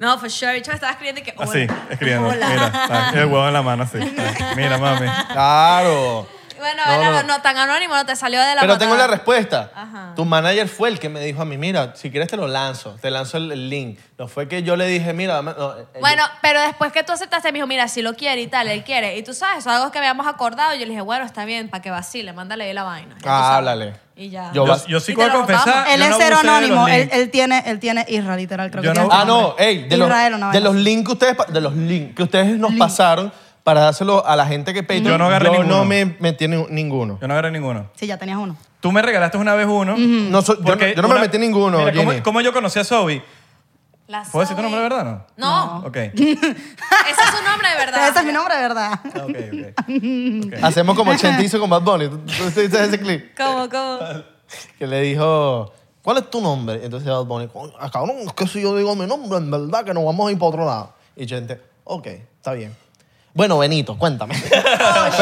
Speaker 20: No, for sure. Yo estaba escribiendo que.
Speaker 2: Así, escribiendo.
Speaker 20: Hola.
Speaker 2: Mira, el huevo en la mano así. Mira, mami.
Speaker 3: Claro.
Speaker 20: Bueno,
Speaker 3: No,
Speaker 20: era-
Speaker 3: no,
Speaker 20: no,
Speaker 3: no.
Speaker 20: tan anónimo, no te salió de la
Speaker 3: Pero
Speaker 20: patada.
Speaker 3: tengo la respuesta.
Speaker 20: Ajá.
Speaker 3: Tu manager fue el que me dijo a mí, mira, si quieres te lo lanzo, te lanzo el, el link. No fue que yo le dije, mira, dame- no, eh,
Speaker 20: Bueno, pero después que tú aceptaste, me dijo, mira, si lo quiere y tal, él quiere. Y tú sabes, eso es algo que habíamos acordado. Yo le dije, bueno, está bien, para que vacile, mándale ahí la vaina.
Speaker 3: yo- ah, háblale.
Speaker 20: Y ya.
Speaker 3: Yo-
Speaker 2: Yo, yo sí puedo confesar.
Speaker 15: Él
Speaker 2: yo
Speaker 15: es
Speaker 2: no abusé
Speaker 15: cero
Speaker 2: de los
Speaker 15: anónimo. Él,
Speaker 2: links.
Speaker 15: él tiene, él tiene Isra, literal. Creo
Speaker 3: Yo
Speaker 15: que
Speaker 3: no-
Speaker 15: tiene
Speaker 3: ah,
Speaker 15: ese
Speaker 3: no,
Speaker 15: nombre.
Speaker 3: ey, de los,
Speaker 15: Israel, una
Speaker 3: de
Speaker 15: vaina.
Speaker 3: los links que ustedes, pa- de los links que ustedes nos pasaron para dárselo a la gente que Patreon.
Speaker 2: Yo no agarré ninguno.
Speaker 3: no me metí en ninguno.
Speaker 2: Yo no agarré ninguno.
Speaker 15: Sí, ya tenías uno.
Speaker 2: Tú me regalaste una vez uno.
Speaker 3: No soy- yo no- yo no me metí ninguno,
Speaker 2: Mira, ¿cómo,
Speaker 3: Jenny.
Speaker 2: cómo yo conocí a Sobi?
Speaker 20: La
Speaker 2: ¿Puedo decir tu
Speaker 20: Zoe.
Speaker 2: nombre de verdad no?
Speaker 20: No,
Speaker 2: Ok.
Speaker 20: ese es su nombre de verdad.
Speaker 15: Ese es mi nombre de verdad.
Speaker 2: Ah,
Speaker 3: Hacemos como Chente hizo con Bad Bunny. ¿Tú, tú- tú viste ese clip?
Speaker 20: ¿Cómo, cómo?
Speaker 3: Que le dijo, ¿cuál es tu nombre? Entonces Bad Bunny, "Coño, ah, cabrón, es que si yo digo mi nombre, en verdad que nos vamos a ir para otro lado. Y Chente, ok, está bien. Bueno, Benito, cuéntame. Pero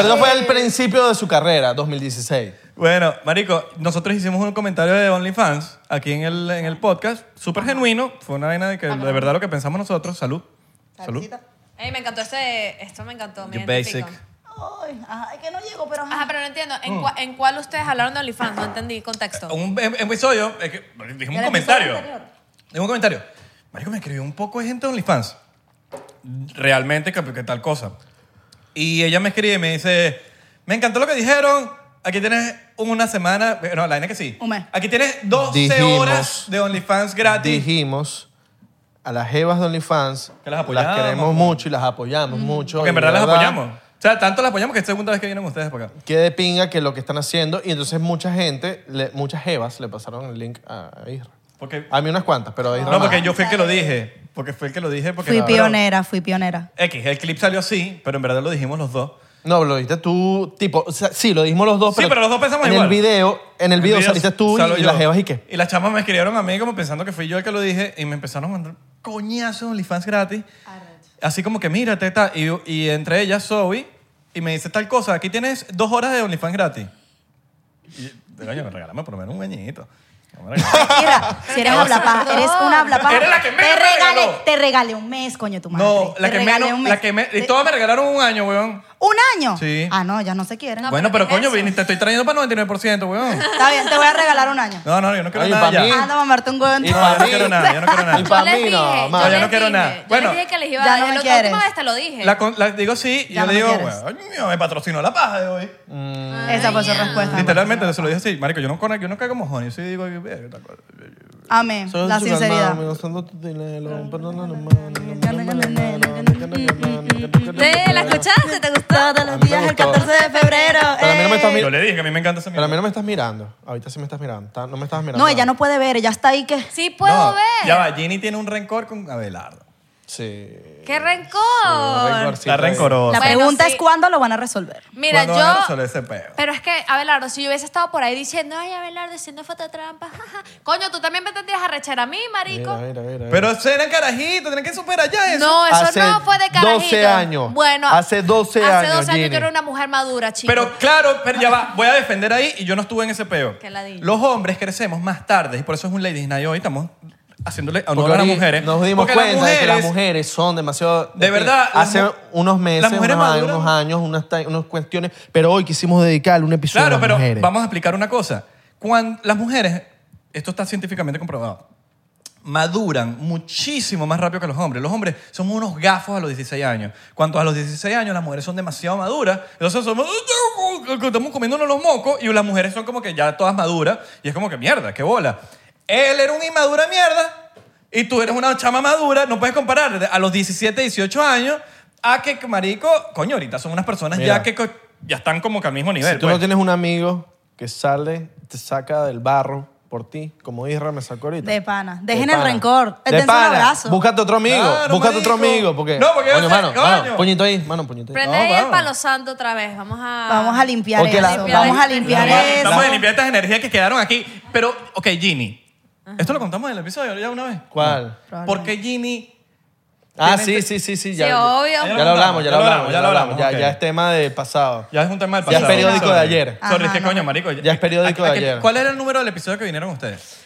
Speaker 3: eso fue el principio de su carrera, 2016.
Speaker 2: Bueno, Marico, nosotros hicimos un comentario de OnlyFans aquí en el, en el podcast, súper genuino. Fue una vaina de que de verdad lo que pensamos nosotros. Salud. Salud.
Speaker 20: Ey, me encantó ese. Esto me encantó. me
Speaker 2: The
Speaker 20: identifico.
Speaker 2: basic.
Speaker 15: Ay, ajá, es que no llego, pero.
Speaker 20: Ajá, pero no entiendo. ¿En,
Speaker 2: Mm.
Speaker 20: cua- en cuál ustedes hablaron de OnlyFans? No entendí contexto.
Speaker 2: Un em- episodio, es que, dije un
Speaker 20: Del
Speaker 2: comentario.
Speaker 20: episodio anterior.
Speaker 2: Dije un comentario. Marico, me escribió un poco de gente de OnlyFans. Realmente, que, que tal cosa. Y ella me escribe y me dice, me encantó lo que dijeron. Aquí tienes una semana, no, la vaina que sí.
Speaker 15: Un mes.
Speaker 2: Aquí tienes 12
Speaker 3: Dijimos.
Speaker 2: horas de OnlyFans gratis.
Speaker 3: Dijimos a las jevas de OnlyFans
Speaker 2: Que las apoyamos.
Speaker 3: queremos mucho y las apoyamos mucho.
Speaker 2: Porque en
Speaker 3: y
Speaker 2: verdad las apoyamos. O sea, tanto las apoyamos que es la segunda vez que vienen ustedes para acá.
Speaker 3: Qué de pinga que lo que están haciendo. Y entonces mucha gente, le- muchas jevas le pasaron el link a a Isra.
Speaker 2: Porque,
Speaker 3: A mí unas cuantas, pero a Isra
Speaker 2: no,
Speaker 3: nada.
Speaker 2: porque yo fui el que lo dije. Porque fui el que lo dije. Porque
Speaker 15: Fui
Speaker 2: no,
Speaker 15: pionera, fui pionera.
Speaker 2: pero- X, el clip salió así, pero en verdad lo dijimos los dos.
Speaker 3: No, lo dijiste tú, tipo, o sea, sí, lo dijimos los dos.
Speaker 2: Sí, pero los dos pensamos
Speaker 3: en
Speaker 2: igual.
Speaker 3: el video, en el video, saliste tú y,
Speaker 2: salgo
Speaker 3: y
Speaker 2: yo.
Speaker 3: las jevas y qué.
Speaker 2: Y las chamas me escribieron a mí como pensando que fui yo el que lo dije y me empezaron a mandar coñazos de OnlyFans gratis. Así como que mírate, está. Y, y entre ellas Zoe y me dice tal cosa, aquí tienes dos horas de OnlyFans gratis. Y, coño, me regálame por lo menos un bañito.
Speaker 15: Mira, si
Speaker 2: Pero
Speaker 15: eres
Speaker 2: qué
Speaker 15: hablapaja,
Speaker 2: abusador.
Speaker 15: eres una hablapapa.
Speaker 2: Eres la que menos
Speaker 15: te
Speaker 2: me
Speaker 15: regalé,
Speaker 2: regaló.
Speaker 15: te regalé un mes, coño, tu madre.
Speaker 2: No, la
Speaker 15: Te
Speaker 2: que
Speaker 15: regalé
Speaker 2: menos,
Speaker 15: un mes.
Speaker 2: la que me, y todas me regalaron un año, weón.
Speaker 15: ¿Un año?
Speaker 2: Sí.
Speaker 15: Ah, no, ya no se quieren.
Speaker 2: bueno, pero coño, Vini, te estoy trayendo para 99%, weón.
Speaker 15: Está bien, te voy a regalar un año.
Speaker 2: No, no, yo no quiero
Speaker 3: Ay,
Speaker 2: nada
Speaker 3: pa'
Speaker 2: ya.
Speaker 3: mí.
Speaker 15: Anda a mamarte un huevo en
Speaker 2: No,
Speaker 15: tu
Speaker 2: yo no quiero nada, yo no quiero nada.
Speaker 3: Y pa'
Speaker 20: Yo les
Speaker 3: mí
Speaker 20: dije,
Speaker 3: no,
Speaker 20: yo
Speaker 3: ma.
Speaker 2: No, yo
Speaker 20: les
Speaker 2: no quiero
Speaker 20: dije,
Speaker 2: nada.
Speaker 20: Yo
Speaker 2: Bueno.
Speaker 20: les dije que les iba
Speaker 15: Ya
Speaker 20: a
Speaker 15: no
Speaker 20: dar.
Speaker 15: me
Speaker 20: La
Speaker 15: quieres.
Speaker 20: última vez te lo dije.
Speaker 2: Ah, La, con- la- digo sí, y
Speaker 15: Ya
Speaker 2: yo
Speaker 15: no
Speaker 2: le
Speaker 15: me
Speaker 2: digo,
Speaker 15: quieres. Ah,
Speaker 2: weón, coño, me patrocinó la paja de hoy.
Speaker 15: Esa fue su respuesta.
Speaker 2: Literalmente, se lo dije así, marico, yo no, conozco- yo no cago mojón, yo sí digo, "Verga, tal cosa".
Speaker 15: Amén,
Speaker 3: Soy
Speaker 15: la
Speaker 3: su calmado,
Speaker 15: sinceridad.
Speaker 3: amigo, usando tu dinero, perdóname,
Speaker 20: ¿Te la escuchaste? ¿Te gustó?
Speaker 15: Todos los días el 14 de febrero.
Speaker 3: Pero a mí no me estás
Speaker 2: Yo
Speaker 3: mirando.
Speaker 2: le dije que a mí me encanta esa
Speaker 3: Pero a mí no
Speaker 2: mierda.
Speaker 3: me estás mirando. Ahorita sí me estás mirando. Está- No me estás mirando.
Speaker 15: No, ella no puede ver, ella está ahí que.
Speaker 20: Sí puedo
Speaker 2: No,
Speaker 20: ver.
Speaker 2: Ya va, Ginny tiene un rencor con Abelardo.
Speaker 3: Sí.
Speaker 20: ¡Qué
Speaker 3: un
Speaker 20: rencor!
Speaker 3: rencorcito
Speaker 2: Está
Speaker 3: ahí.
Speaker 2: rencoroso.
Speaker 15: La
Speaker 20: Bueno,
Speaker 15: pregunta
Speaker 20: sí.
Speaker 15: es cuándo lo van a resolver.
Speaker 20: Mira,
Speaker 2: ¿Cuándo van a
Speaker 20: yo.
Speaker 2: resolver ese peo?
Speaker 20: Pero es que, Abelardo, si yo hubiese estado por ahí diciendo, ay, Abelardo, haciendo fototrampa, jaja. Coño, tú también me tendrías a rechar a mí, marico.
Speaker 3: Mira, mira, mira, mira.
Speaker 2: Pero serán carajitos, tienen que superar ya eso.
Speaker 20: No, eso
Speaker 3: Hace
Speaker 20: no fue de carajito.
Speaker 3: 12 años.
Speaker 20: Bueno,
Speaker 3: Hace 12
Speaker 20: Hace
Speaker 3: años,
Speaker 20: 12 años
Speaker 3: Jenny.
Speaker 20: yo era una mujer madura, chico.
Speaker 2: Pero claro, pero ya va, voy a defender ahí y yo no estuve en ese peo.
Speaker 20: Qué ladilla.
Speaker 2: Los hombres crecemos más tarde y por eso es un Ladies Night hoy, estamos haciéndole honor
Speaker 3: Porque
Speaker 2: a las
Speaker 3: ahorita
Speaker 2: mujeres.
Speaker 3: Nos dimos
Speaker 2: Porque las
Speaker 3: cuenta de que las
Speaker 2: mujeres-
Speaker 3: mujeres son demasiado.
Speaker 2: De verdad, las
Speaker 3: Hace
Speaker 2: mu-
Speaker 3: unos meses,
Speaker 2: las mujeres
Speaker 3: unos, años,
Speaker 2: maduran.
Speaker 3: unos años, unas, ta- unas cuestiones. Pero hoy quisimos dedicarle un episodio
Speaker 2: Claro,
Speaker 3: a las
Speaker 2: pero
Speaker 3: mujeres.
Speaker 2: vamos a explicar una cosa. Cuando las mujeres, esto está científicamente comprobado, maduran muchísimo más rápido que los hombres. Los hombres somos unos gafos a los 16 años. Cuanto a los 16 años, las mujeres son demasiado maduras. Entonces somos, estamos comiéndonos los mocos y las mujeres son como que ya todas maduras. Y es como que mierda, qué bola. Él era una inmadura mierda y tú eres una chama madura. No puedes comparar a los 17, 18 años a que, marico, coño, ahorita son unas personas
Speaker 3: Mira.
Speaker 2: ya que co- ya están como que al mismo nivel.
Speaker 3: si tú
Speaker 2: pues.
Speaker 3: no tienes un amigo que sale, te saca del barro por ti, como Isra me sacó ahorita.
Speaker 15: De pana. Dejen el
Speaker 3: pana.
Speaker 15: rencor.
Speaker 3: De
Speaker 15: Dense un
Speaker 3: pana.
Speaker 15: abrazo.
Speaker 3: Búscate otro amigo.
Speaker 2: Claro,
Speaker 3: búscate otro
Speaker 2: marico.
Speaker 3: amigo. Porque,
Speaker 2: No, porque yo
Speaker 3: Coño,
Speaker 2: sé-
Speaker 3: mano,
Speaker 2: coño.
Speaker 3: mano, puñito ahí, mano, puñito ahí.
Speaker 20: Prende
Speaker 2: No,
Speaker 20: ahí el
Speaker 2: vamos.
Speaker 20: palo santo otra vez. Vamos a.
Speaker 15: Vamos a limpiar
Speaker 3: Porque
Speaker 15: eso.
Speaker 3: la- la-
Speaker 15: Vamos a limpiar
Speaker 2: Vamos a-
Speaker 15: eso.
Speaker 2: Vamos a limpiar estas energías que quedaron aquí. Pero, ok, Ginny. Esto lo contamos en el episodio ya una vez.
Speaker 3: ¿Cuál?
Speaker 2: ¿Por qué Ginny?
Speaker 3: Ah,
Speaker 2: Tiene-
Speaker 3: sí, sí, sí, sí.
Speaker 20: Sí,
Speaker 3: Ya,
Speaker 20: obvio.
Speaker 3: ya lo hablamos, ya lo hablamos, ya lo hablamos. Ya,
Speaker 2: ok.
Speaker 3: ya es tema del pasado.
Speaker 2: Ya es un tema del
Speaker 3: Ya es
Speaker 2: pasado.
Speaker 3: periódico de ayer.
Speaker 2: Sorry,
Speaker 15: Ajá,
Speaker 2: es que
Speaker 15: no.
Speaker 2: coño, marico.
Speaker 3: Ya es periódico de
Speaker 2: ¿A- a-
Speaker 3: ayer.
Speaker 2: ¿Cuál era el número del episodio que vinieron ustedes?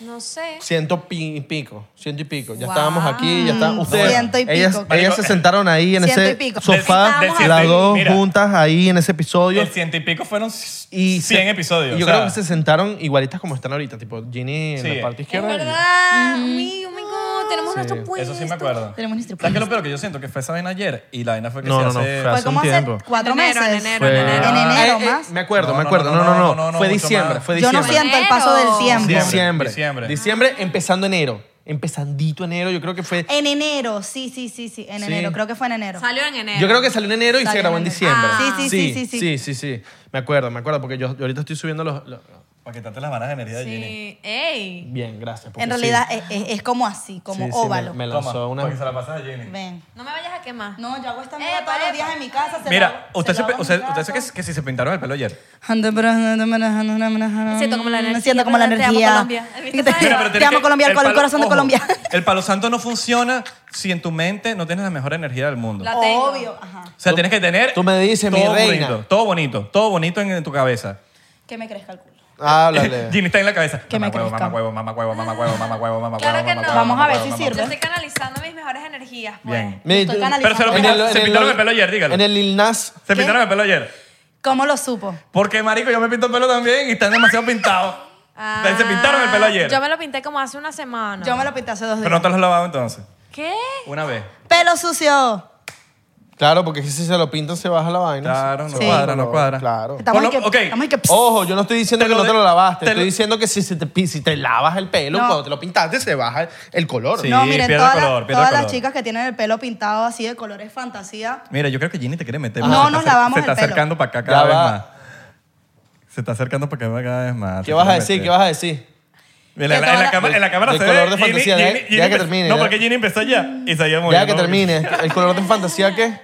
Speaker 10: No sé.
Speaker 3: Ciento pi- y pico, ciento y pico. Ya
Speaker 10: Wow.
Speaker 3: estábamos aquí, ya está.
Speaker 10: Mm,
Speaker 3: Ustedes,
Speaker 10: ciento y pico.
Speaker 3: Ellas,
Speaker 10: Marico,
Speaker 3: ellas se
Speaker 10: eh,
Speaker 3: sentaron ahí en
Speaker 10: ciento y
Speaker 3: ese
Speaker 10: pico.
Speaker 3: sofá,
Speaker 10: Del- del-
Speaker 3: las
Speaker 10: del-
Speaker 3: dos
Speaker 10: mira.
Speaker 3: juntas ahí en ese episodio.
Speaker 2: El ciento y pico fueron
Speaker 3: y
Speaker 2: 100
Speaker 3: se-
Speaker 2: episodios.
Speaker 3: y Yo
Speaker 2: o sea,
Speaker 3: creo que se sentaron igualitas como están ahorita, tipo Ginny en
Speaker 2: Sí.
Speaker 3: la parte izquierda.
Speaker 2: Es
Speaker 3: y-
Speaker 20: Ah, uy, oh my God, tenemos
Speaker 2: Sí.
Speaker 20: nuestro puesto.
Speaker 2: Eso sí me acuerdo.
Speaker 20: Tenemos nuestro
Speaker 2: ¿Sabes qué es lo peor que yo siento? Que fue esa vaina ayer y la vaina fue que
Speaker 3: No,
Speaker 2: se
Speaker 3: no, no,
Speaker 2: hace... eh,
Speaker 3: fue hace Fue como un hace tiempo.
Speaker 15: Cuatro
Speaker 21: En enero,
Speaker 15: meses.
Speaker 21: en enero.
Speaker 3: Fue-
Speaker 15: En enero más.
Speaker 3: Me acuerdo,
Speaker 2: No,
Speaker 3: me
Speaker 2: no,
Speaker 3: acuerdo.
Speaker 2: no,
Speaker 3: No, no, no.
Speaker 2: no, no,
Speaker 3: fue
Speaker 2: mucho
Speaker 3: diciembre.
Speaker 2: más.
Speaker 3: Fue
Speaker 15: Yo no
Speaker 3: diciembre.
Speaker 15: siento el paso del tiempo.
Speaker 3: Diciembre.
Speaker 2: Diciembre.
Speaker 3: Diciembre. empezando enero. Empezandito enero. Yo creo que fue.
Speaker 15: En enero, sí, sí, sí, sí. En
Speaker 3: Sí.
Speaker 15: enero, creo que fue en enero.
Speaker 21: Salió en enero.
Speaker 3: Yo creo que salió en enero y
Speaker 15: Salió
Speaker 3: se grabó en
Speaker 15: enero.
Speaker 3: diciembre.
Speaker 15: Ah. Sí, sí, sí, sí, sí.
Speaker 3: Sí, sí, sí. Me acuerdo, me acuerdo, porque yo, yo ahorita estoy subiendo los. los-
Speaker 2: Para quitarte las vanas de energía de Ginny.
Speaker 15: Sí. Ey.
Speaker 3: Bien, gracias. porque
Speaker 15: En
Speaker 3: sí.
Speaker 15: realidad es, eh, es- es como así, como
Speaker 3: Sí, sí, me-
Speaker 15: óvalo.
Speaker 3: me lanzó
Speaker 2: Toma,
Speaker 3: una-
Speaker 2: para que se la pases a Ginny.
Speaker 15: Ven.
Speaker 20: No me vayas a quemar.
Speaker 15: No, yo hago esta mierda todos los días en mi casa. se la
Speaker 2: Mira,
Speaker 15: hago-
Speaker 2: usted
Speaker 15: se
Speaker 2: se,
Speaker 15: la
Speaker 2: pe-
Speaker 15: hago
Speaker 2: usted,
Speaker 15: en mi
Speaker 2: usted sabe que, que si se pintaron el pelo ayer.
Speaker 15: Mm, Me
Speaker 20: siento como la energía,
Speaker 15: siento como la
Speaker 20: pero te amo,
Speaker 15: energía.
Speaker 20: Colombia.
Speaker 15: Te,
Speaker 20: Mira, pero
Speaker 15: te
Speaker 2: tienes
Speaker 15: amo
Speaker 2: que-
Speaker 15: Colombia, el,
Speaker 2: palo-
Speaker 15: corazón de
Speaker 2: ojo,
Speaker 15: Colombia.
Speaker 2: El palo santo no funciona si en tu mente no tienes la mejor energía del mundo.
Speaker 15: La tengo. Obvio. Ajá.
Speaker 2: O sea, tienes que tener. Tú
Speaker 3: me dices,
Speaker 2: todo
Speaker 3: mi reina.
Speaker 2: Bonito, todo bonito, todo bonito en, en tu cabeza.
Speaker 15: Que me crezca el culo.
Speaker 3: Háblale.
Speaker 2: Ginny está en la cabeza.
Speaker 15: Que me
Speaker 2: mamá huevo,
Speaker 15: crezca.
Speaker 2: mamá huevo, mamá huevo, mamá huevo, mamá huevo, mamá
Speaker 20: Claro
Speaker 2: huevo,
Speaker 20: que
Speaker 2: mamá
Speaker 20: no.
Speaker 2: huevo, mamá huevo, mamá
Speaker 20: Yo
Speaker 2: huevo.
Speaker 20: estoy canalizando mis mejores energías. pues.
Speaker 2: Bien.
Speaker 3: Mira,
Speaker 15: Estoy
Speaker 3: tú-
Speaker 2: Pero
Speaker 15: canalizando.
Speaker 2: se lo
Speaker 3: En
Speaker 2: pintaron-
Speaker 3: el-
Speaker 2: se
Speaker 3: en
Speaker 2: pintaron el pelo ayer, dígalo.
Speaker 3: En el Lil Nas.
Speaker 2: Se pintaron el pelo ayer.
Speaker 15: ¿Cómo lo supo?
Speaker 2: Porque, marico, yo me pinto el pelo también y están demasiado pintados.
Speaker 20: Ah,
Speaker 2: Se pintaron el pelo ayer.
Speaker 20: Yo me lo pinté como hace una semana.
Speaker 15: Yo me lo pinté hace dos días.
Speaker 2: Pero no te los has lavado entonces.
Speaker 20: ¿Qué?
Speaker 2: Una vez.
Speaker 15: Pelo sucio.
Speaker 3: Claro, porque si se lo pintan se baja la vaina.
Speaker 2: Claro, no
Speaker 3: Sí.
Speaker 2: cuadra, no cuadra.
Speaker 3: Claro.
Speaker 15: Estamos en que- estamos en que-
Speaker 3: Ojo, yo no estoy diciendo que no te lo lavaste.
Speaker 2: te
Speaker 3: estoy diciendo que si, se te, pi- si te lavas el pelo,
Speaker 15: No.
Speaker 3: cuando te lo pintaste, se baja el color.
Speaker 15: no, miren, todas, las- todas las chicas que tienen el pelo pintado así de colores fantasía.
Speaker 2: Mira, yo creo que Ginny te quiere meter.
Speaker 15: Ah, No,
Speaker 2: porque se
Speaker 15: nos
Speaker 2: está acer-
Speaker 15: lavamos
Speaker 2: Se
Speaker 15: el
Speaker 2: está
Speaker 15: pelo.
Speaker 2: acercando para acá
Speaker 3: Ya
Speaker 2: cada vez
Speaker 3: va.
Speaker 2: más. Se está acercando para acá cada vez más.
Speaker 3: ¿Qué vas a decir? ¿Qué vas a decir?
Speaker 2: Mira, en la, en la cámara- en la cámara
Speaker 3: Del
Speaker 2: se
Speaker 3: color
Speaker 2: ve
Speaker 3: de
Speaker 2: Ginny-
Speaker 3: fantasía,
Speaker 2: Ginny-
Speaker 3: deja-
Speaker 2: Ginny
Speaker 3: deja que
Speaker 2: empe-
Speaker 3: termine,
Speaker 2: No,
Speaker 3: ya.
Speaker 2: porque Ginny empezó ya y seguía
Speaker 3: Ya
Speaker 2: moviendo.
Speaker 3: que termine. ¿El color de fantasía qué?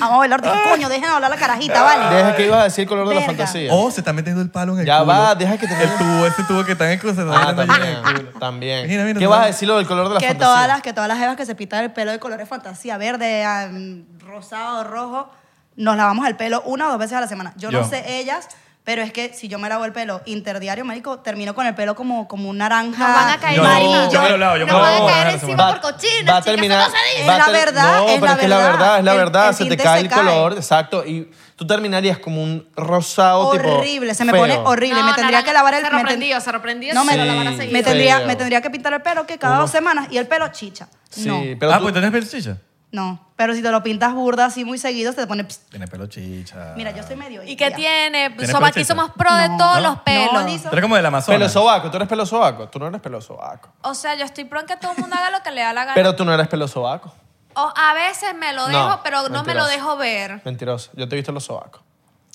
Speaker 15: Vamos a bailar. Dije, coño, dejen hablar la carajita, ¿vale?
Speaker 3: Deja que ibas a decir el color de la
Speaker 15: Verga.
Speaker 3: fantasía.
Speaker 2: Oh, se está metiendo el palo en el
Speaker 3: Ya
Speaker 2: culo.
Speaker 3: va, deja que te
Speaker 2: El tubo, ese tubo que está en el culo se está
Speaker 3: Ah,
Speaker 2: metiendo allí en el culo.
Speaker 3: también. también.
Speaker 2: Mira, mira,
Speaker 3: ¿Qué
Speaker 2: tú
Speaker 3: vas a
Speaker 2: sabes.
Speaker 3: decir lo del color de la
Speaker 15: que
Speaker 3: fantasía?
Speaker 15: todas las que todas las evas que se pintan el pelo de colores fantasía, verde, ah, mm, rosado, rojo, nos lavamos el pelo una o dos veces a la semana. Yo, no
Speaker 2: Yo.
Speaker 15: sé ellas, pero es que si yo me lavo el pelo interdiario, marico, termino con el pelo como, como un naranja.
Speaker 20: Nos van a caer
Speaker 2: Yo no,
Speaker 20: encima.
Speaker 2: yo me lo lavo, yo me
Speaker 20: Nos
Speaker 2: lo
Speaker 20: van
Speaker 2: lavo
Speaker 20: a
Speaker 2: una
Speaker 20: caer
Speaker 2: vez a la
Speaker 20: encima
Speaker 3: semana.
Speaker 20: por cochinas,
Speaker 3: Va a
Speaker 20: chicas, eso
Speaker 3: terminar.
Speaker 20: no se dice.
Speaker 3: va a
Speaker 15: Es la
Speaker 3: ter-
Speaker 15: verdad,
Speaker 3: No,
Speaker 15: es
Speaker 3: pero
Speaker 15: la
Speaker 3: es que es la
Speaker 15: verdad.
Speaker 3: verdad, es la
Speaker 15: El-
Speaker 3: verdad.
Speaker 15: el
Speaker 3: se te
Speaker 15: tinte
Speaker 3: cae
Speaker 15: se
Speaker 3: el
Speaker 15: cae.
Speaker 3: color, exacto. Y tú terminarías como un rosado tipo.
Speaker 15: horrible, se me pone
Speaker 3: feo.
Speaker 15: horrible.
Speaker 20: No,
Speaker 15: me tendría
Speaker 20: naranja,
Speaker 15: que lavar el
Speaker 20: se
Speaker 15: me ten-
Speaker 20: reprendió, se reprendió,
Speaker 15: No, me,
Speaker 20: se lo lavará seguido.
Speaker 15: me tendría,
Speaker 3: Feo.
Speaker 15: me tendría que pintar el pelo que cada
Speaker 3: Uno-
Speaker 15: dos semanas y el pelo chicha.
Speaker 3: Sí,
Speaker 15: No,
Speaker 3: pero
Speaker 2: ah,
Speaker 3: tú-
Speaker 2: pues tenés pelo chicha.
Speaker 15: no. Pero si te lo pintas burda así muy seguido, se te pone. pss.
Speaker 2: Tienes pelo chicha.
Speaker 15: Mira, yo soy medio.
Speaker 20: ¿Y qué tiene?
Speaker 2: ¿Tienes
Speaker 20: Somos aquí
Speaker 2: peluchito?
Speaker 20: somos pro de
Speaker 15: No.
Speaker 20: todos
Speaker 2: No.
Speaker 20: los pelos.
Speaker 15: No, liso.
Speaker 2: Tú eres como del Amazonas.
Speaker 3: Pelo sobaco, tú eres pelo sobaco. Tú no eres pelo sobaco.
Speaker 20: O sea, yo estoy pro en que todo el mundo haga lo que le da la gana.
Speaker 3: Pero tú no eres pelo sobaco.
Speaker 20: O a veces me lo
Speaker 3: No,
Speaker 20: dejo, pero no me lo
Speaker 3: mentiroso.
Speaker 20: dejo ver.
Speaker 3: Mentiroso. Yo te he visto los sobacos.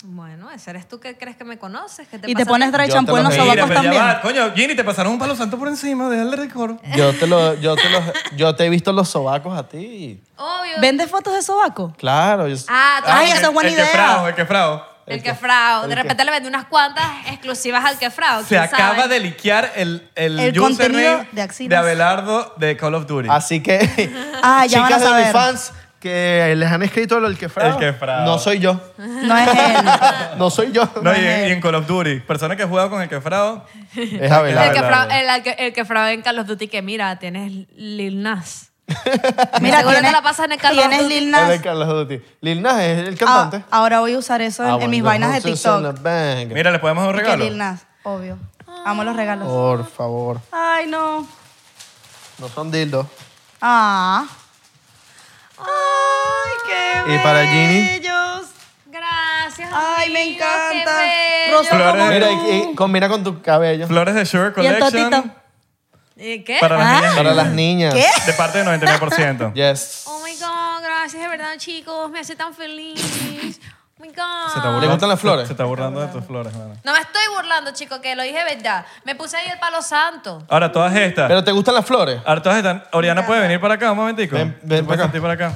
Speaker 20: Bueno, ese eres tú que crees que me conoces. ¿Qué te
Speaker 15: Y te
Speaker 20: pasa?
Speaker 15: pones dry
Speaker 3: Yo
Speaker 15: shampoo
Speaker 3: te
Speaker 15: en
Speaker 3: lo
Speaker 15: los
Speaker 3: juro.
Speaker 2: Mira,
Speaker 15: sobacos
Speaker 2: pero ya
Speaker 15: también.
Speaker 2: va. Coño, Ginny, te pasaron un palo santo por encima. Déjale el récord.
Speaker 3: Yo te, lo, yo, te lo- yo te he visto los sobacos a ti.
Speaker 20: Obvio.
Speaker 15: ¿Vendes fotos de sobaco?
Speaker 3: Claro. yo-
Speaker 20: Ah, tú
Speaker 15: Ay,
Speaker 20: eres
Speaker 15: esa es buena
Speaker 2: el
Speaker 15: idea.
Speaker 2: quefrao, el quefrao.
Speaker 20: el, el quefrao. De
Speaker 3: el que-
Speaker 20: repente le vendí unas cuantas exclusivas al quefrao.
Speaker 2: Se
Speaker 20: ¿quién
Speaker 2: acaba
Speaker 20: sabe?
Speaker 2: de liquear el, el, username
Speaker 15: El contenido de Axilas.
Speaker 2: de Abelardo de Call of Duty.
Speaker 3: Así que,
Speaker 15: Ah, ya van a
Speaker 3: chicas de
Speaker 15: saber.
Speaker 3: OnlyFans que les han escrito el quefrao.
Speaker 2: El quefrao.
Speaker 3: No soy yo.
Speaker 15: No es él.
Speaker 3: No soy yo.
Speaker 2: No, y, y en Call of Duty. Persona que juega con el quefrao.
Speaker 3: Es Abelardo.
Speaker 20: El quefrao, el, al que- el quefrao en Call of Duty que mira, tienes Lil Nas.
Speaker 15: Mira,
Speaker 20: Seguro te
Speaker 15: tienes-
Speaker 20: la pasas en el Call of
Speaker 15: tienes
Speaker 20: Duty.
Speaker 15: Lil
Speaker 3: Él
Speaker 15: Nas.
Speaker 3: es Carlos Duty. Lil Nas es el
Speaker 15: Ah,
Speaker 3: cantante. Ah,
Speaker 15: ahora voy a usar eso en, en mis vainas de TikTok.
Speaker 3: Mira,
Speaker 2: Mira, le podemos dar un
Speaker 15: Y que
Speaker 2: regalo.
Speaker 15: Lil Nas, obvio.
Speaker 20: Ah.
Speaker 15: Amo los regalos.
Speaker 3: por favor.
Speaker 15: Ay, no.
Speaker 3: No son dildos.
Speaker 15: Ah. Ay, qué
Speaker 3: ¿Y para Ginny?
Speaker 15: bellos.
Speaker 20: Gracias.
Speaker 15: Ay,
Speaker 20: amigo,
Speaker 15: me
Speaker 20: qué
Speaker 15: encanta.
Speaker 20: bello.
Speaker 15: Rosa
Speaker 2: Flores.
Speaker 15: como
Speaker 3: Mira,
Speaker 15: tú.
Speaker 3: y, y combina con tu cabello.
Speaker 2: Flores de Sugar
Speaker 15: Y el
Speaker 2: Collection.
Speaker 15: totito. Eh, Ah.
Speaker 20: ¿Y ¿Qué?
Speaker 2: Para las niñas.
Speaker 3: Para las niñas.
Speaker 15: ¿Qué?
Speaker 2: De parte del 99%.
Speaker 3: Yes.
Speaker 20: Oh my God, gracias de verdad, chicos. Me hace tan feliz. Oh my God.
Speaker 2: Se está burlando-
Speaker 3: ¿Le gustan las flores?
Speaker 2: Se está burlando de tus flores, mano.
Speaker 20: No me estoy burlando, chicos, que lo dije de verdad. Me puse ahí el palo santo.
Speaker 2: Ahora, todas estas.
Speaker 3: ¿Pero te gustan las flores?
Speaker 2: Ahora, todas estas. Oriana puede venir para acá un momentico.
Speaker 3: Ven- ven
Speaker 2: ¿Tú puedes
Speaker 3: para acá.
Speaker 2: sentir para acá.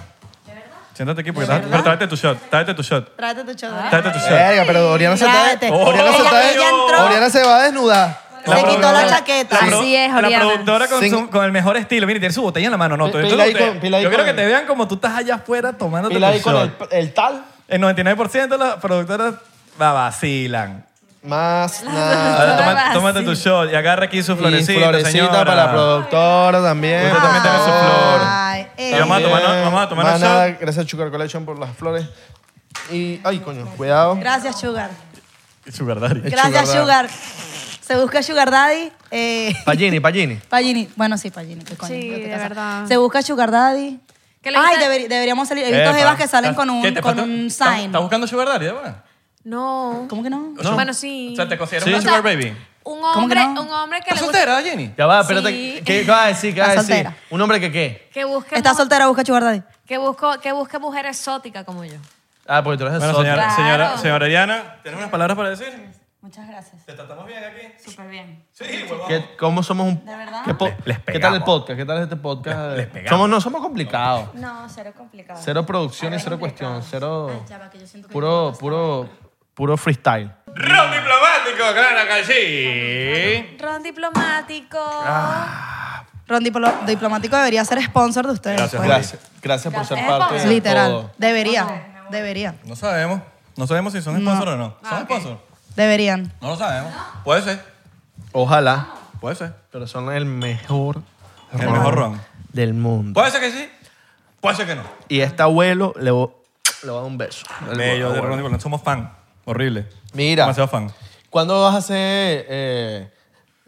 Speaker 2: Siéntate aquí porque estás- Pero tráete tu shot. Tráete tu shot.
Speaker 15: Tráete tu chodra.
Speaker 2: Tráete tu shot.
Speaker 3: Verga, pero Oriana se está...
Speaker 15: Tráete.
Speaker 3: Oriana se
Speaker 15: Ella-
Speaker 3: está-
Speaker 15: ella entró.
Speaker 3: Oriana se va a desnudar.
Speaker 15: Se quitó la chaqueta.
Speaker 2: pro-
Speaker 20: Así es,
Speaker 2: La
Speaker 20: Oriana.
Speaker 2: productora con,
Speaker 3: Sin-
Speaker 2: su- con el mejor estilo. Mire, tiene su botella en la mano. No,
Speaker 3: Pi-
Speaker 2: tú- tú-
Speaker 3: pila ahí
Speaker 2: tú-
Speaker 3: con- pila ahí
Speaker 2: yo
Speaker 3: con
Speaker 2: creo que
Speaker 3: el-
Speaker 2: te vean como tú estás allá afuera tomando tu
Speaker 3: Y la ahí con el,
Speaker 2: shot.
Speaker 3: el tal.
Speaker 2: En 99% las productoras va, vacilan.
Speaker 3: Más
Speaker 2: Ahora
Speaker 3: nada.
Speaker 2: toma- tómate tu shot y agarra aquí su
Speaker 3: Y
Speaker 2: florecita,
Speaker 3: florecita
Speaker 2: señora.
Speaker 3: para la productora también. Oh,
Speaker 2: Usted también tiene su flor.
Speaker 15: Ay,
Speaker 2: eh. Vamos a tomar- vamos a tomar
Speaker 3: Más
Speaker 2: un
Speaker 3: nada, Gracias, Sugar Collection, por las flores. Y, ay, coño, cuidado.
Speaker 15: Gracias, Sugar.
Speaker 2: Sugar Daddy.
Speaker 15: Gracias, Sugar. Se busca Sugar Daddy. Eh,
Speaker 3: Pagini, Pagini.
Speaker 15: Pagini. Bueno, sí, Pagini. qué coño,
Speaker 4: Sí,
Speaker 15: creo que
Speaker 4: de
Speaker 15: pasa.
Speaker 4: verdad.
Speaker 15: Se busca Sugar Daddy.
Speaker 4: le
Speaker 15: Ay,
Speaker 4: dicen?
Speaker 15: deberi- deberíamos salir. He visto
Speaker 2: Epa.
Speaker 15: jevas que salen
Speaker 2: ¿Estás-
Speaker 15: con un,
Speaker 2: qué, te
Speaker 15: con
Speaker 2: falta-
Speaker 15: un
Speaker 2: ¿Estás-
Speaker 15: sign.
Speaker 2: ¿Estás buscando Sugar Daddy, ¿verdad?
Speaker 15: No. ¿Cómo que no?
Speaker 2: No.
Speaker 20: Bueno, sí.
Speaker 2: O sea, ¿te consideras
Speaker 20: Sí.
Speaker 2: una
Speaker 20: O sea,
Speaker 2: Sugar Baby?
Speaker 20: Un
Speaker 15: ¿Cómo que
Speaker 20: hombre,
Speaker 15: no?
Speaker 20: un hombre que
Speaker 2: ¿Estás
Speaker 20: le
Speaker 2: soltera,
Speaker 20: gusta,
Speaker 2: Jenny? Ya va, espérate. ¿Qué vas a decir? ¿Qué vas a
Speaker 15: Está
Speaker 2: decir? ¿Un hombre que qué?
Speaker 20: que busque
Speaker 15: Está
Speaker 20: mu-
Speaker 15: soltera, busca Sugar Daddy.
Speaker 20: que busco que busque mujer exótica como yo.
Speaker 3: Ah, porque tú eres
Speaker 2: Bueno,
Speaker 3: exótica.
Speaker 2: señora,
Speaker 20: Claro.
Speaker 2: señora, señora Diana, ¿tienes unas palabras para decir?
Speaker 15: Muchas gracias.
Speaker 2: ¿Te tratamos bien aquí?
Speaker 15: Súper bien.
Speaker 2: Sí, huevón.
Speaker 3: ¿Qué- ¿Cómo somos un.?
Speaker 15: ¿De verdad?
Speaker 3: ¿Qué, po- ¿Qué tal el podcast? ¿Qué tal este podcast? Les, somos, no, somos complicados.
Speaker 15: No, cero complicado.
Speaker 3: Cero producciones, cero cuestión, cero.
Speaker 15: siento
Speaker 3: Puro, puro, puro freestyle.
Speaker 2: ¡Ron diplomático, claro que sí!
Speaker 20: Ron diplomático.
Speaker 2: Ah.
Speaker 15: Ron Diplo- Diplomático debería ser sponsor de ustedes.
Speaker 3: Gracias,
Speaker 15: pues.
Speaker 3: gracias. Gracias por ser
Speaker 15: Es
Speaker 3: parte de
Speaker 15: Literal.
Speaker 3: todo.
Speaker 15: Debería. Debería.
Speaker 2: No sabemos. No sabemos si son sponsors o no. ¿Son sponsors?
Speaker 15: Deberían.
Speaker 2: No lo sabemos. Puede ser.
Speaker 3: Ojalá.
Speaker 2: Puede ser.
Speaker 3: Pero son el mejor
Speaker 2: El mejor ron.
Speaker 3: del mundo.
Speaker 2: Puede ser que sí. Puede ser que no.
Speaker 3: Y este abuelo le, vo- le va a dar un beso. Al
Speaker 2: Bello de
Speaker 3: abuelo.
Speaker 2: Ron Diplomático. Somos fan. Horrible.
Speaker 3: Mira.
Speaker 2: Demasiado fan.
Speaker 3: ¿Cuándo vas a hacer eh,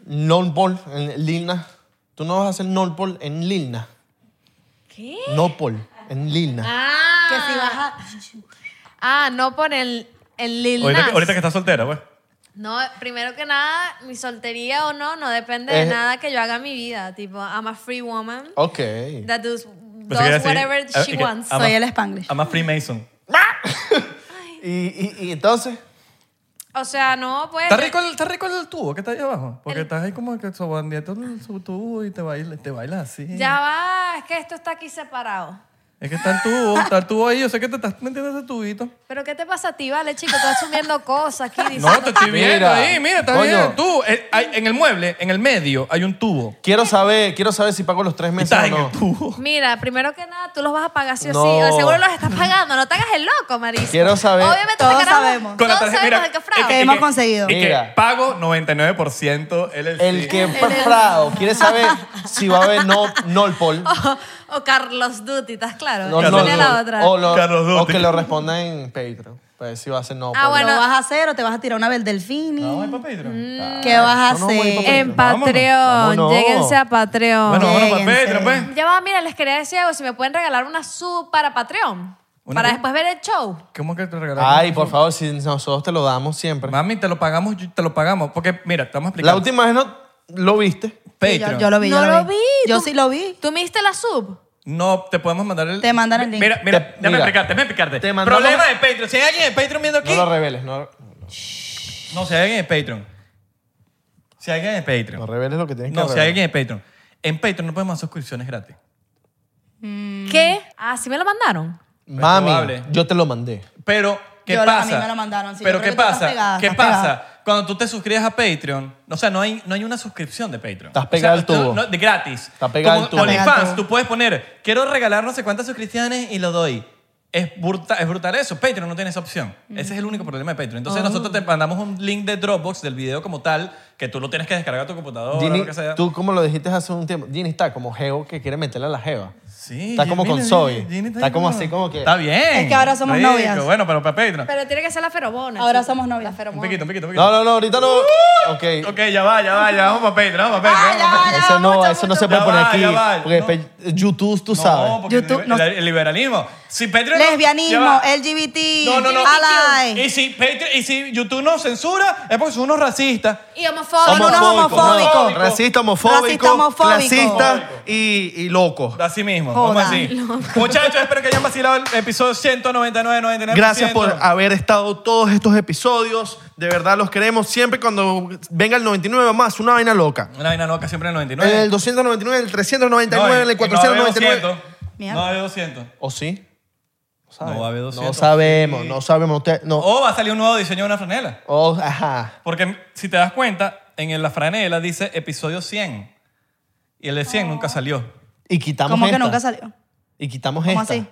Speaker 3: non-pol en Lilna? ¿Tú no vas a hacer non-pol en Lilna?
Speaker 20: ¿Qué?
Speaker 3: No-pol en Lilna.
Speaker 20: Ah.
Speaker 15: Que si baja.
Speaker 20: Ah, no por el el Lil
Speaker 2: Ahorita,
Speaker 20: Nas.
Speaker 2: ahorita que estás soltera, pues.
Speaker 20: No, primero que nada, mi soltería o no, no depende de
Speaker 3: Es-
Speaker 20: nada que yo haga en mi vida. Tipo, I'm a free woman
Speaker 3: Ok.
Speaker 20: that does,
Speaker 2: Pensé que
Speaker 20: does
Speaker 2: iba a decir-
Speaker 20: whatever
Speaker 2: ah,
Speaker 20: she
Speaker 2: y que-
Speaker 20: wants. Eh,
Speaker 2: ah,
Speaker 15: Soy
Speaker 2: va.
Speaker 15: el Spanglish.
Speaker 2: Ama Freemason.
Speaker 3: ¿Y, y, y entonces?
Speaker 20: O sea, no, pues...
Speaker 2: ¿Está rico, el, está rico el tubo que está ahí abajo? Porque estás ahí como que sobandeando el su tubo y te bailas, te bailas así.
Speaker 20: Ya va, es que esto está aquí separado.
Speaker 2: Es que está el tubo, está el tubo ahí. Yo sé que te estás metiendo ese tubito.
Speaker 20: ¿Pero qué te pasa a ti, vale, chico? Estás subiendo cosas aquí.
Speaker 2: No,
Speaker 20: diciendo-
Speaker 2: te estoy viendo
Speaker 3: Mira,
Speaker 2: ahí, mira, estás
Speaker 3: coño.
Speaker 2: viendo tú. eh, hay- en el mueble, en el medio, hay un tubo.
Speaker 3: Quiero saber, quiero saber si pago los tres meses
Speaker 2: Estás
Speaker 3: o
Speaker 2: en
Speaker 3: no.
Speaker 2: el tubo.
Speaker 20: Mira, primero que nada, tú los vas a pagar sí o
Speaker 3: No.
Speaker 20: sí. Seguro los estás pagando. No te hagas el loco, Marisa.
Speaker 3: Quiero saber-
Speaker 20: Obviamente,
Speaker 15: Todos
Speaker 20: te queramos-
Speaker 15: sabemos.
Speaker 20: Todos sabemos el que fraude.
Speaker 2: y
Speaker 15: Que hemos conseguido.
Speaker 2: Y que
Speaker 3: Mira.
Speaker 2: pago 99% LLC.
Speaker 3: El que fue fraude quiere saber si va a haber no, nolpol.
Speaker 20: O, o Carlos Duty, ¿estás claro?
Speaker 3: No,
Speaker 20: Esa
Speaker 3: no,
Speaker 20: sería
Speaker 3: no.
Speaker 20: la otra.
Speaker 3: O, lo-
Speaker 2: Carlos Dutti.
Speaker 3: o que lo responda en Patreon. Para ver si va a ser no.
Speaker 20: Ah,
Speaker 15: ¿Lo
Speaker 20: bueno.
Speaker 15: vas a hacer o te vas a tirar una Beldelfini?
Speaker 2: para Patreon.
Speaker 20: Mm.
Speaker 15: ¿Qué vas a
Speaker 3: No, no, voy
Speaker 15: hacer?
Speaker 3: pa'
Speaker 20: En
Speaker 3: Vámonos.
Speaker 20: Patreon.
Speaker 3: Vámonos.
Speaker 20: Lléguense a Patreon.
Speaker 2: Bueno, vámonos para
Speaker 15: Lléguense.
Speaker 2: Patreon, pues.
Speaker 20: Ya va, mira, les quería decir algo. Si me pueden regalar una sub para Patreon.
Speaker 2: ¿Una
Speaker 20: para
Speaker 2: qué?
Speaker 20: después ver el show.
Speaker 2: ¿Cómo que te regalamos?
Speaker 3: Ay, por favor, si nosotros te lo damos siempre.
Speaker 2: Mami, te lo pagamos, yo- te lo pagamos. Porque, mira, te vamos a explicar.
Speaker 3: La última vez no lo viste.
Speaker 15: Sí,
Speaker 2: Patreon.
Speaker 15: yo, yo lo vi.
Speaker 20: No
Speaker 15: yo
Speaker 20: lo vi.
Speaker 15: Yo
Speaker 20: Tú-
Speaker 15: sí lo vi.
Speaker 20: ¿Tú me diste la sub?
Speaker 2: No, te podemos mandar el...
Speaker 15: Te mandan el link.
Speaker 2: Mira, mira,
Speaker 3: Te-
Speaker 2: déjame
Speaker 3: mira.
Speaker 2: explicarte, déjame explicarte.
Speaker 3: Te mandamos-
Speaker 2: Problema de Patreon. Si hay alguien de Patreon viendo aquí...
Speaker 3: No lo reveles, no,
Speaker 2: No, si hay alguien de Patreon. Si hay alguien de Patreon.
Speaker 3: no reveles lo que tienes que
Speaker 2: No, si
Speaker 3: revelar.
Speaker 2: hay alguien de Patreon. En Patreon no podemos hacer suscripciones gratis.
Speaker 20: ¿Qué? Ah, sí me lo mandaron.
Speaker 3: Mami,
Speaker 2: probable.
Speaker 3: yo te lo mandé.
Speaker 2: Pero, ¿qué
Speaker 15: Yo lo- a
Speaker 2: pasa?
Speaker 15: mí me lo mandaron, sí,
Speaker 2: Pero,
Speaker 15: yo
Speaker 2: ¿qué
Speaker 15: creo que tú
Speaker 2: pasa?
Speaker 15: estás pegada,
Speaker 2: ¿Qué
Speaker 15: estás
Speaker 2: pasa?
Speaker 15: pegada.
Speaker 2: Cuando tú te suscribes a Patreon, o sea, no hay, no hay una suscripción de Patreon.
Speaker 3: Estás pegada
Speaker 2: O
Speaker 3: al
Speaker 2: sea,
Speaker 3: tubo.
Speaker 2: no- no, de gratis.
Speaker 3: Estás pegada
Speaker 2: Como
Speaker 3: al tubo.
Speaker 2: OnlyFans,
Speaker 15: Estás pegada al tubo.
Speaker 2: tú puedes poner, quiero regalar no sé cuántas suscripciones y lo doy. Es, bruta- es brutal eso. Patreon no tiene esa opción.
Speaker 15: Mm.
Speaker 2: Ese es el único problema de Patreon.
Speaker 15: Oh.
Speaker 2: Entonces, nosotros te mandamos un link de Dropbox del video como tal, que tú lo tienes que descargar a tu computadora
Speaker 3: Ginny,
Speaker 2: lo que sea.
Speaker 3: tú como lo dijiste hace un tiempo, Ginny está como geo que quiere meterle a la jeva.
Speaker 2: Sí,
Speaker 3: Está como
Speaker 2: Ginny,
Speaker 3: con
Speaker 2: Ginny,
Speaker 3: Zoe.
Speaker 2: Ginny
Speaker 3: Está como así como que...
Speaker 2: Está bien.
Speaker 15: Es que ahora somos
Speaker 2: Rico.
Speaker 15: novias.
Speaker 2: Bueno, pero para Patreon.
Speaker 20: Pero tiene que ser la feromona.
Speaker 15: Ahora
Speaker 20: chico.
Speaker 15: somos novias.
Speaker 20: La
Speaker 2: Un
Speaker 20: feromona.
Speaker 2: piquito, un piquito, un piquito.
Speaker 3: No, no, no, ahorita no. Ok.
Speaker 2: Uh, Ok, ya va, ya va, ya vamos para Patreon, vamos para Patreon. vamos pa' Patreon.
Speaker 3: Eso no, eso no se puede
Speaker 2: Ya
Speaker 3: poner
Speaker 2: va,
Speaker 3: aquí.
Speaker 2: ya va.
Speaker 3: Porque
Speaker 2: No.
Speaker 3: pe- YouTube, tú sabes.
Speaker 2: No, porque
Speaker 15: YouTube,
Speaker 2: el,
Speaker 15: no.
Speaker 2: el liberalismo. Si Patreon no- ya
Speaker 15: Lesbianismo,
Speaker 2: va.
Speaker 15: LGBT,
Speaker 2: No, no, no.
Speaker 15: ally.
Speaker 2: Y si, Patreon, y si YouTube nos censura, es porque son unos racistas.
Speaker 20: Y homofóbico.
Speaker 15: Son unos homofóbicos.
Speaker 3: no, Racista, homofóbico,
Speaker 15: Racista, homofóbico.
Speaker 3: clasista y, y loco.
Speaker 2: Así mismo,
Speaker 15: Joda.
Speaker 2: vamos así. Muchachos, espero que hayan vacilado el episodio 199, 99%.
Speaker 3: Gracias por haber estado todos estos episodios. De verdad los queremos. Siempre cuando venga el 99 más, una vaina loca.
Speaker 2: Una vaina loca siempre en el
Speaker 3: En
Speaker 2: 99.
Speaker 3: el 299, en el 399, en el
Speaker 2: y- y no va a haber
Speaker 3: 499.
Speaker 2: 200. No va a haber 200.
Speaker 3: ¿O sí?
Speaker 2: No va a haber 200.
Speaker 3: No sabemos,
Speaker 2: Sí.
Speaker 3: no sabemos. Usted, no.
Speaker 2: O va a salir un nuevo diseño de una franela.
Speaker 3: Oh, ajá.
Speaker 2: Porque si te das cuenta, en la franela dice episodio 100. Y el de 100 nunca salió.
Speaker 3: Y quitamos
Speaker 15: ¿Cómo que
Speaker 3: esta.
Speaker 15: nunca salió?
Speaker 3: Y quitamos
Speaker 15: ¿Cómo
Speaker 3: esta.
Speaker 15: así?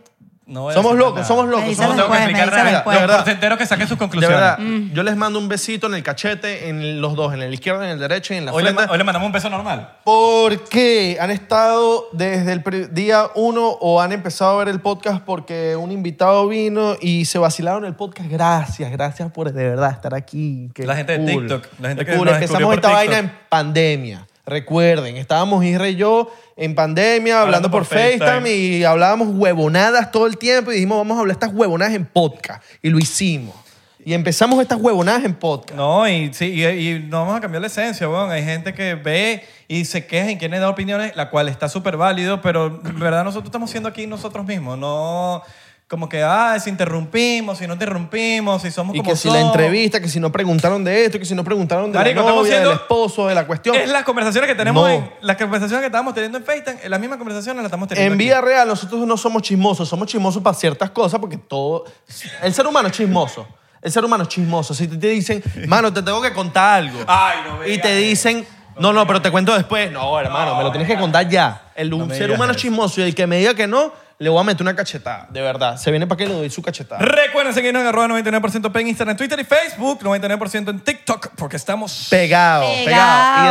Speaker 2: No voy a
Speaker 3: Somos
Speaker 2: hacer
Speaker 3: locos,
Speaker 2: nada.
Speaker 3: somos locos. somos
Speaker 2: No tengo
Speaker 3: locos.
Speaker 2: que explicar nada. Los porcenteros que saquen sus
Speaker 3: De
Speaker 2: conclusiones.
Speaker 3: verdad, yo les mando un besito en el cachete, en los dos, en el izquierdo, en el derecho y en la
Speaker 2: Hoy le,
Speaker 3: frente.
Speaker 2: ma- hoy le mandamos un beso normal.
Speaker 3: Porque han estado desde el pri- día uno o han empezado a ver el podcast porque un invitado vino y se vacilaron el podcast? Gracias, gracias por de verdad estar aquí. Qué
Speaker 2: La gente de
Speaker 3: cool.
Speaker 2: TikTok, la gente
Speaker 3: Qué
Speaker 2: que
Speaker 3: cool.
Speaker 2: nos
Speaker 3: Empezamos
Speaker 2: descubrió por
Speaker 3: esta vaina en
Speaker 2: TikTok.
Speaker 3: pandemia. Recuerden, estábamos Isra y yo en pandemia hablando,
Speaker 2: Hablando
Speaker 3: por,
Speaker 2: por
Speaker 3: FaceTime,
Speaker 2: FaceTime.
Speaker 3: y hablábamos huevonadas todo el tiempo y dijimos vamos a hablar estas huevonadas en podcast y lo hicimos. Y empezamos estas huevonadas en podcast.
Speaker 2: No, y, sí, y, y no vamos a cambiar la esencia, weón. Hay gente que ve y se queja y quiere dar opiniones, la cual está súper válido, pero en verdad nosotros estamos siendo aquí nosotros mismos, no como que, ah, si interrumpimos, si no interrumpimos, si somos
Speaker 3: Y
Speaker 2: como
Speaker 3: que si
Speaker 2: somos.
Speaker 3: la entrevista, que si no preguntaron de esto, que si no preguntaron de
Speaker 2: Marico,
Speaker 3: la
Speaker 2: estamos
Speaker 3: novia, del
Speaker 2: siendo-
Speaker 3: esposo, de la cuestión.
Speaker 2: Es las conversaciones que tenemos,
Speaker 3: No.
Speaker 2: en, las conversaciones que estábamos teniendo en FaceTime, eh, las mismas conversaciones las estamos teniendo
Speaker 3: En
Speaker 2: aquí.
Speaker 3: vida real nosotros no somos chismosos, somos chismosos para ciertas cosas porque todo... El ser humano es chismoso. El ser humano es chismoso. Si te te dicen, mano, te tengo que contar algo. y te dicen, no, no, pero te cuento después. No, hermano, me lo tienes que contar ya. El
Speaker 2: me
Speaker 3: ser
Speaker 2: digas
Speaker 3: humano es
Speaker 2: eso.
Speaker 3: chismoso y el que me diga que no, le voy a meter una cachetada. De verdad, se viene para que le doy su cachetada.
Speaker 2: Recuerden seguirnos en arroba 99% P en Instagram, Twitter y Facebook, 99% en TikTok, porque estamos
Speaker 3: Pegado, pegado. Y
Speaker 2: Pegado.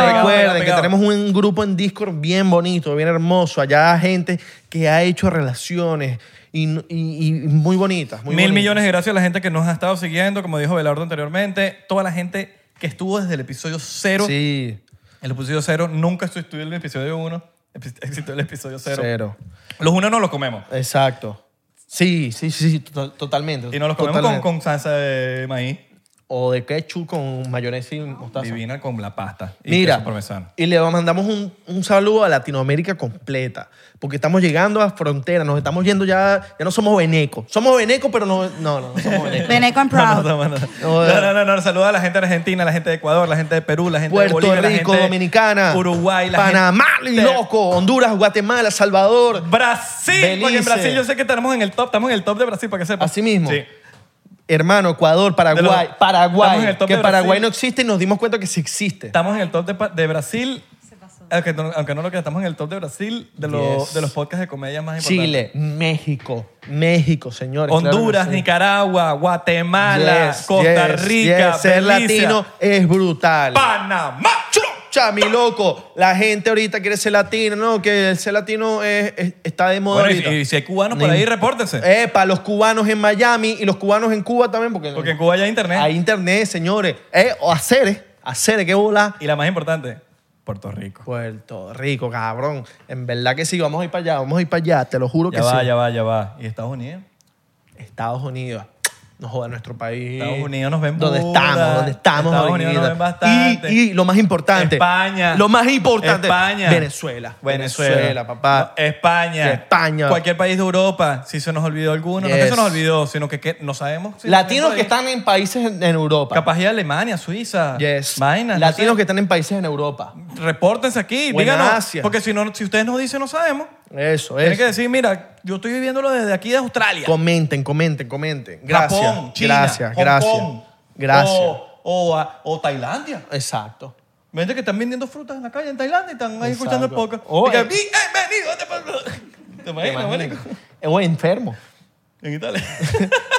Speaker 2: Pegado,
Speaker 3: recuerden
Speaker 2: pegado, pegado.
Speaker 3: que tenemos un grupo en Discord bien bonito, bien hermoso. Allá hay gente que ha hecho relaciones y, y- y muy bonitas. Muy
Speaker 2: Mil
Speaker 3: bonitas.
Speaker 2: millones de gracias a la gente que nos ha estado siguiendo, como dijo Belardo anteriormente, toda la gente que estuvo desde el episodio cero.
Speaker 3: Sí.
Speaker 2: El episodio cero, nunca estu- estuve en el episodio uno, epi- existió el episodio cero.
Speaker 3: Cero.
Speaker 2: Los uno no los comemos.
Speaker 3: Exacto. Sí, sí, sí, sí, to- totalmente.
Speaker 2: Y nos los comemos con,
Speaker 3: Totalmente.
Speaker 2: con salsa de maíz.
Speaker 3: O de ketchup con mayonesa y mostaza.
Speaker 2: Divina con la pasta. Y
Speaker 3: Mira,
Speaker 2: queso parmesano.
Speaker 3: y le mandamos un, un saludo a Latinoamérica completa, porque estamos llegando a fronteras, nos estamos yendo ya, ya no somos venecos. Somos venecos, pero no, no, no, no somos venecos.
Speaker 15: Veneco and
Speaker 2: No,
Speaker 15: proud.
Speaker 2: no, no, no. No, no, no, no, Saluda a la gente de Argentina, la gente de Ecuador, la gente de Perú, la gente de
Speaker 3: Puerto
Speaker 2: Bolivia, la
Speaker 3: Rico,
Speaker 2: gente de
Speaker 3: Dominicana,
Speaker 2: Uruguay, la
Speaker 3: Panamá,
Speaker 2: gente-
Speaker 3: loco, Honduras, Guatemala, Salvador,
Speaker 2: Brasil, porque en
Speaker 3: Belice.
Speaker 2: Brasil yo sé que estamos en el top, estamos en el top de Brasil, para que sepas.
Speaker 3: Así mismo.
Speaker 2: pues, Sí.
Speaker 3: hermano, Ecuador, Paraguay,
Speaker 2: De los- estamos en
Speaker 3: Paraguay,
Speaker 2: el top
Speaker 3: que
Speaker 2: de Brasil.
Speaker 3: Paraguay no existe y nos dimos cuenta que sí existe.
Speaker 2: Estamos en el top de, pa- de Brasil. Aunque no, aunque no lo creas, estamos en el top de Brasil de, los-
Speaker 3: Yes.
Speaker 2: de los podcasts de comedia más importantes.
Speaker 3: Chile, México, México, señores.
Speaker 2: Honduras,
Speaker 3: claro que sí.
Speaker 2: Nicaragua, Guatemala,
Speaker 3: Yes,
Speaker 2: Costa
Speaker 3: yes,
Speaker 2: Rica,
Speaker 3: yes. Ser
Speaker 2: Belice,
Speaker 3: latino es brutal.
Speaker 2: Panamá.
Speaker 3: Chucha, mi loco. La gente ahorita quiere ser latino, ¿no? Que el ser latino es- es- está de moda
Speaker 2: Bueno, y,
Speaker 3: ahorita.
Speaker 2: y si hay cubanos por
Speaker 3: Ni- Eh.
Speaker 2: ahí, repórtense.
Speaker 3: Epa, los cubanos en Miami y los cubanos en Cuba también, porque,
Speaker 2: Porque en Cuba hay internet.
Speaker 3: hay internet, señores. Eh, o hacer, hacer, qué bola.
Speaker 2: Y la más importante, Puerto Rico.
Speaker 3: Puerto Rico, cabrón. En verdad que sí, vamos a ir para allá, vamos a ir para allá, te lo juro
Speaker 2: Ya
Speaker 3: que
Speaker 2: va,
Speaker 3: sí.
Speaker 2: ya va, ya va. ¿Y Estados Unidos?
Speaker 3: Estados Unidos. No joda nuestro país.
Speaker 2: Estados Unidos nos ven
Speaker 3: ¿Dónde
Speaker 2: burda.
Speaker 3: estamos? ¿Dónde estamos?
Speaker 2: Estados Unidos nos
Speaker 3: Avenida?
Speaker 2: ven bastante.
Speaker 3: Y, y lo más importante.
Speaker 2: España.
Speaker 3: Lo más importante.
Speaker 2: España.
Speaker 3: Venezuela.
Speaker 2: Venezuela.
Speaker 3: papá.
Speaker 2: No, eh, España.
Speaker 3: España.
Speaker 2: Cualquier país de Europa, si se nos olvidó alguno. No que
Speaker 3: Yes.
Speaker 2: se nos olvidó, sino que, que no sabemos. si-
Speaker 3: Latinos que están en países en, en Europa.
Speaker 2: Capaz de Alemania, Suiza.
Speaker 3: Yes.
Speaker 2: Vainas. no
Speaker 3: Latinos que están en países en Europa.
Speaker 2: sé. Repórtense aquí,
Speaker 3: O en
Speaker 2: díganos.
Speaker 3: Asia.
Speaker 2: Porque si, no, si ustedes nos dicen, no sabemos.
Speaker 3: Eso,
Speaker 2: Tienen
Speaker 3: es.
Speaker 2: que decir, mira, yo estoy viviéndolo desde aquí de Australia.
Speaker 3: Comenten, comenten, comenten. Gracias.
Speaker 2: Japón, China,
Speaker 3: gracias,
Speaker 2: Hong
Speaker 3: gracias.
Speaker 2: Kong,
Speaker 3: gracias.
Speaker 2: O, o a- o Tailandia.
Speaker 3: Oh. Exacto.
Speaker 2: Vende que están vendiendo frutas en la calle en Tailandia y están ahí
Speaker 3: Exacto.
Speaker 2: escuchando el podcast.
Speaker 3: Oh,
Speaker 2: Y que,
Speaker 3: eh.
Speaker 2: bienvenido. este te- ¿Te
Speaker 3: Te
Speaker 2: imaginas,
Speaker 3: imaginas.
Speaker 2: marico?
Speaker 3: Eh, güey, enfermo.
Speaker 2: En Italia.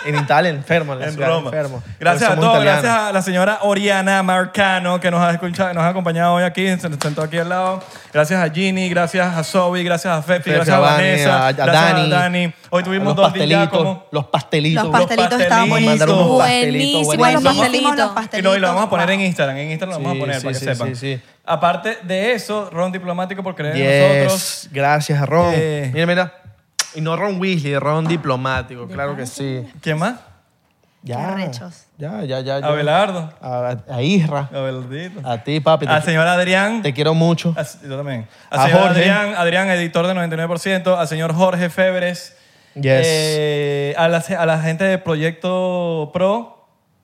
Speaker 3: En Italia, enfermo. En, la
Speaker 2: En
Speaker 3: ciudad,
Speaker 2: Roma.
Speaker 3: Enfermo.
Speaker 2: Gracias a
Speaker 3: Pero somos
Speaker 2: todos.
Speaker 3: italianos.
Speaker 2: Gracias a la señora Oriana Marcano que nos ha escuchado, nos ha acompañado hoy aquí, se nos sentó aquí al lado. Gracias a Ginny, gracias a Zoe, gracias a Fefi,
Speaker 3: Fefi,
Speaker 2: gracias a
Speaker 3: a Vane,
Speaker 2: Vanessa,
Speaker 3: a- a
Speaker 2: gracias a
Speaker 3: Dani,
Speaker 2: Dani. Hoy tuvimos
Speaker 3: Los
Speaker 2: dos días
Speaker 3: pastelitos,
Speaker 2: como...
Speaker 3: los pastelitos.
Speaker 15: Los pastelitos estaban
Speaker 3: Mandaron
Speaker 15: buenísimos.
Speaker 3: unos pastelitos
Speaker 15: Buenísimos
Speaker 3: buenísimos.
Speaker 15: los
Speaker 2: Y
Speaker 15: pastelitos.
Speaker 2: no, y lo vamos a poner en Instagram. En Instagram lo vamos
Speaker 3: Sí,
Speaker 2: a poner
Speaker 3: sí,
Speaker 2: para que
Speaker 3: sí,
Speaker 2: sepan.
Speaker 3: sí, sí.
Speaker 2: Aparte de eso, Ron Diplomático por creer en nosotros.
Speaker 3: Yes. Gracias a Ron.
Speaker 2: Eh.
Speaker 3: Mira, mira. Y no Ron Weasley, Ron diplomático, claro que sí.
Speaker 2: ¿Quién más?
Speaker 3: Ya. Ya, ya, ya. ya.
Speaker 2: Abelardo.
Speaker 3: A, a Isra.
Speaker 2: Abelardito.
Speaker 3: A ti, papi. te
Speaker 2: Al
Speaker 3: qui-
Speaker 2: señor Adrián.
Speaker 3: Te quiero mucho.
Speaker 2: Al- Yo también.
Speaker 3: A
Speaker 2: Al señor
Speaker 3: Jorge.
Speaker 2: Adrián, Adrián, editor de 99%. Al señor Jorge Febres.
Speaker 3: Yes.
Speaker 2: Eh, a, la, a la gente de Proyecto Pro.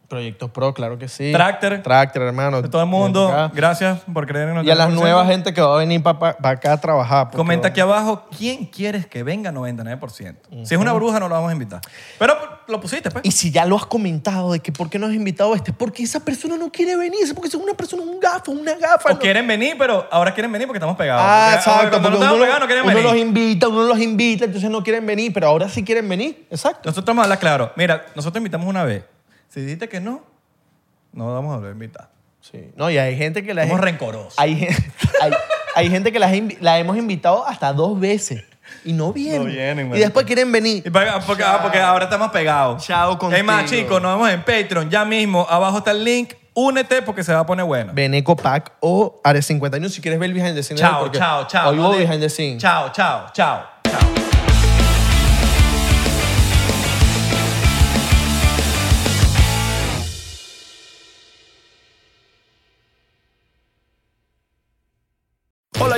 Speaker 3: Proyectos Pro, claro que sí.
Speaker 2: Tractor.
Speaker 3: Tractor, hermano.
Speaker 2: De todo el mundo, gracias por creer en
Speaker 3: Y a las
Speaker 2: nosotros.
Speaker 3: nuevas gente que va a venir para acá a trabajar. porque
Speaker 2: Comenta
Speaker 3: va-
Speaker 2: aquí abajo quién quieres que venga 99%. Si es una bruja, no la vamos a invitar. Pero lo pusiste, pues.
Speaker 3: Y si ya lo has comentado de que por qué no has invitado a este, porque esa persona no quiere venir, es porque es una persona, un gafo, una gafa.
Speaker 2: O
Speaker 3: no-
Speaker 2: quieren venir, pero ahora quieren venir porque estamos pegados.
Speaker 3: Ah,
Speaker 2: Porque ahora
Speaker 3: exacto.
Speaker 2: Cuando no
Speaker 3: porque
Speaker 2: estamos
Speaker 3: uno,
Speaker 2: pegados, no quieren
Speaker 3: uno
Speaker 2: venir.
Speaker 3: los invita, uno los invita, entonces no quieren venir, pero ahora sí quieren venir. Exacto.
Speaker 2: Nosotros vamos a hablar claro. Mira, nosotros invitamos una vez. Si dijiste que no, no vamos a volver a invitar.
Speaker 3: Sí. No, y hay gente que la
Speaker 2: Somos
Speaker 3: gente-
Speaker 2: rencorosos.
Speaker 3: Hay, gen- hay, hay gente que las invi- la hemos invitado hasta dos veces y no vienen.
Speaker 2: No vienen,
Speaker 3: y
Speaker 2: marico.
Speaker 3: después quieren venir.
Speaker 2: Y pa- porque, ah, porque ahora estamos pegados.
Speaker 3: Chao contigo.
Speaker 2: Es más, chicos, nos vemos en Patreon. Ya mismo, abajo está el link. Únete porque se va a poner bueno.
Speaker 3: Beneco Pack o Are 51 si quieres ver el behind the scenes.
Speaker 2: Chao,
Speaker 3: porque
Speaker 2: chao, chao.
Speaker 3: Hoy
Speaker 2: No
Speaker 3: hubo
Speaker 2: de-
Speaker 3: behind the scenes.
Speaker 2: Chao, chao, chao.
Speaker 22: Hola,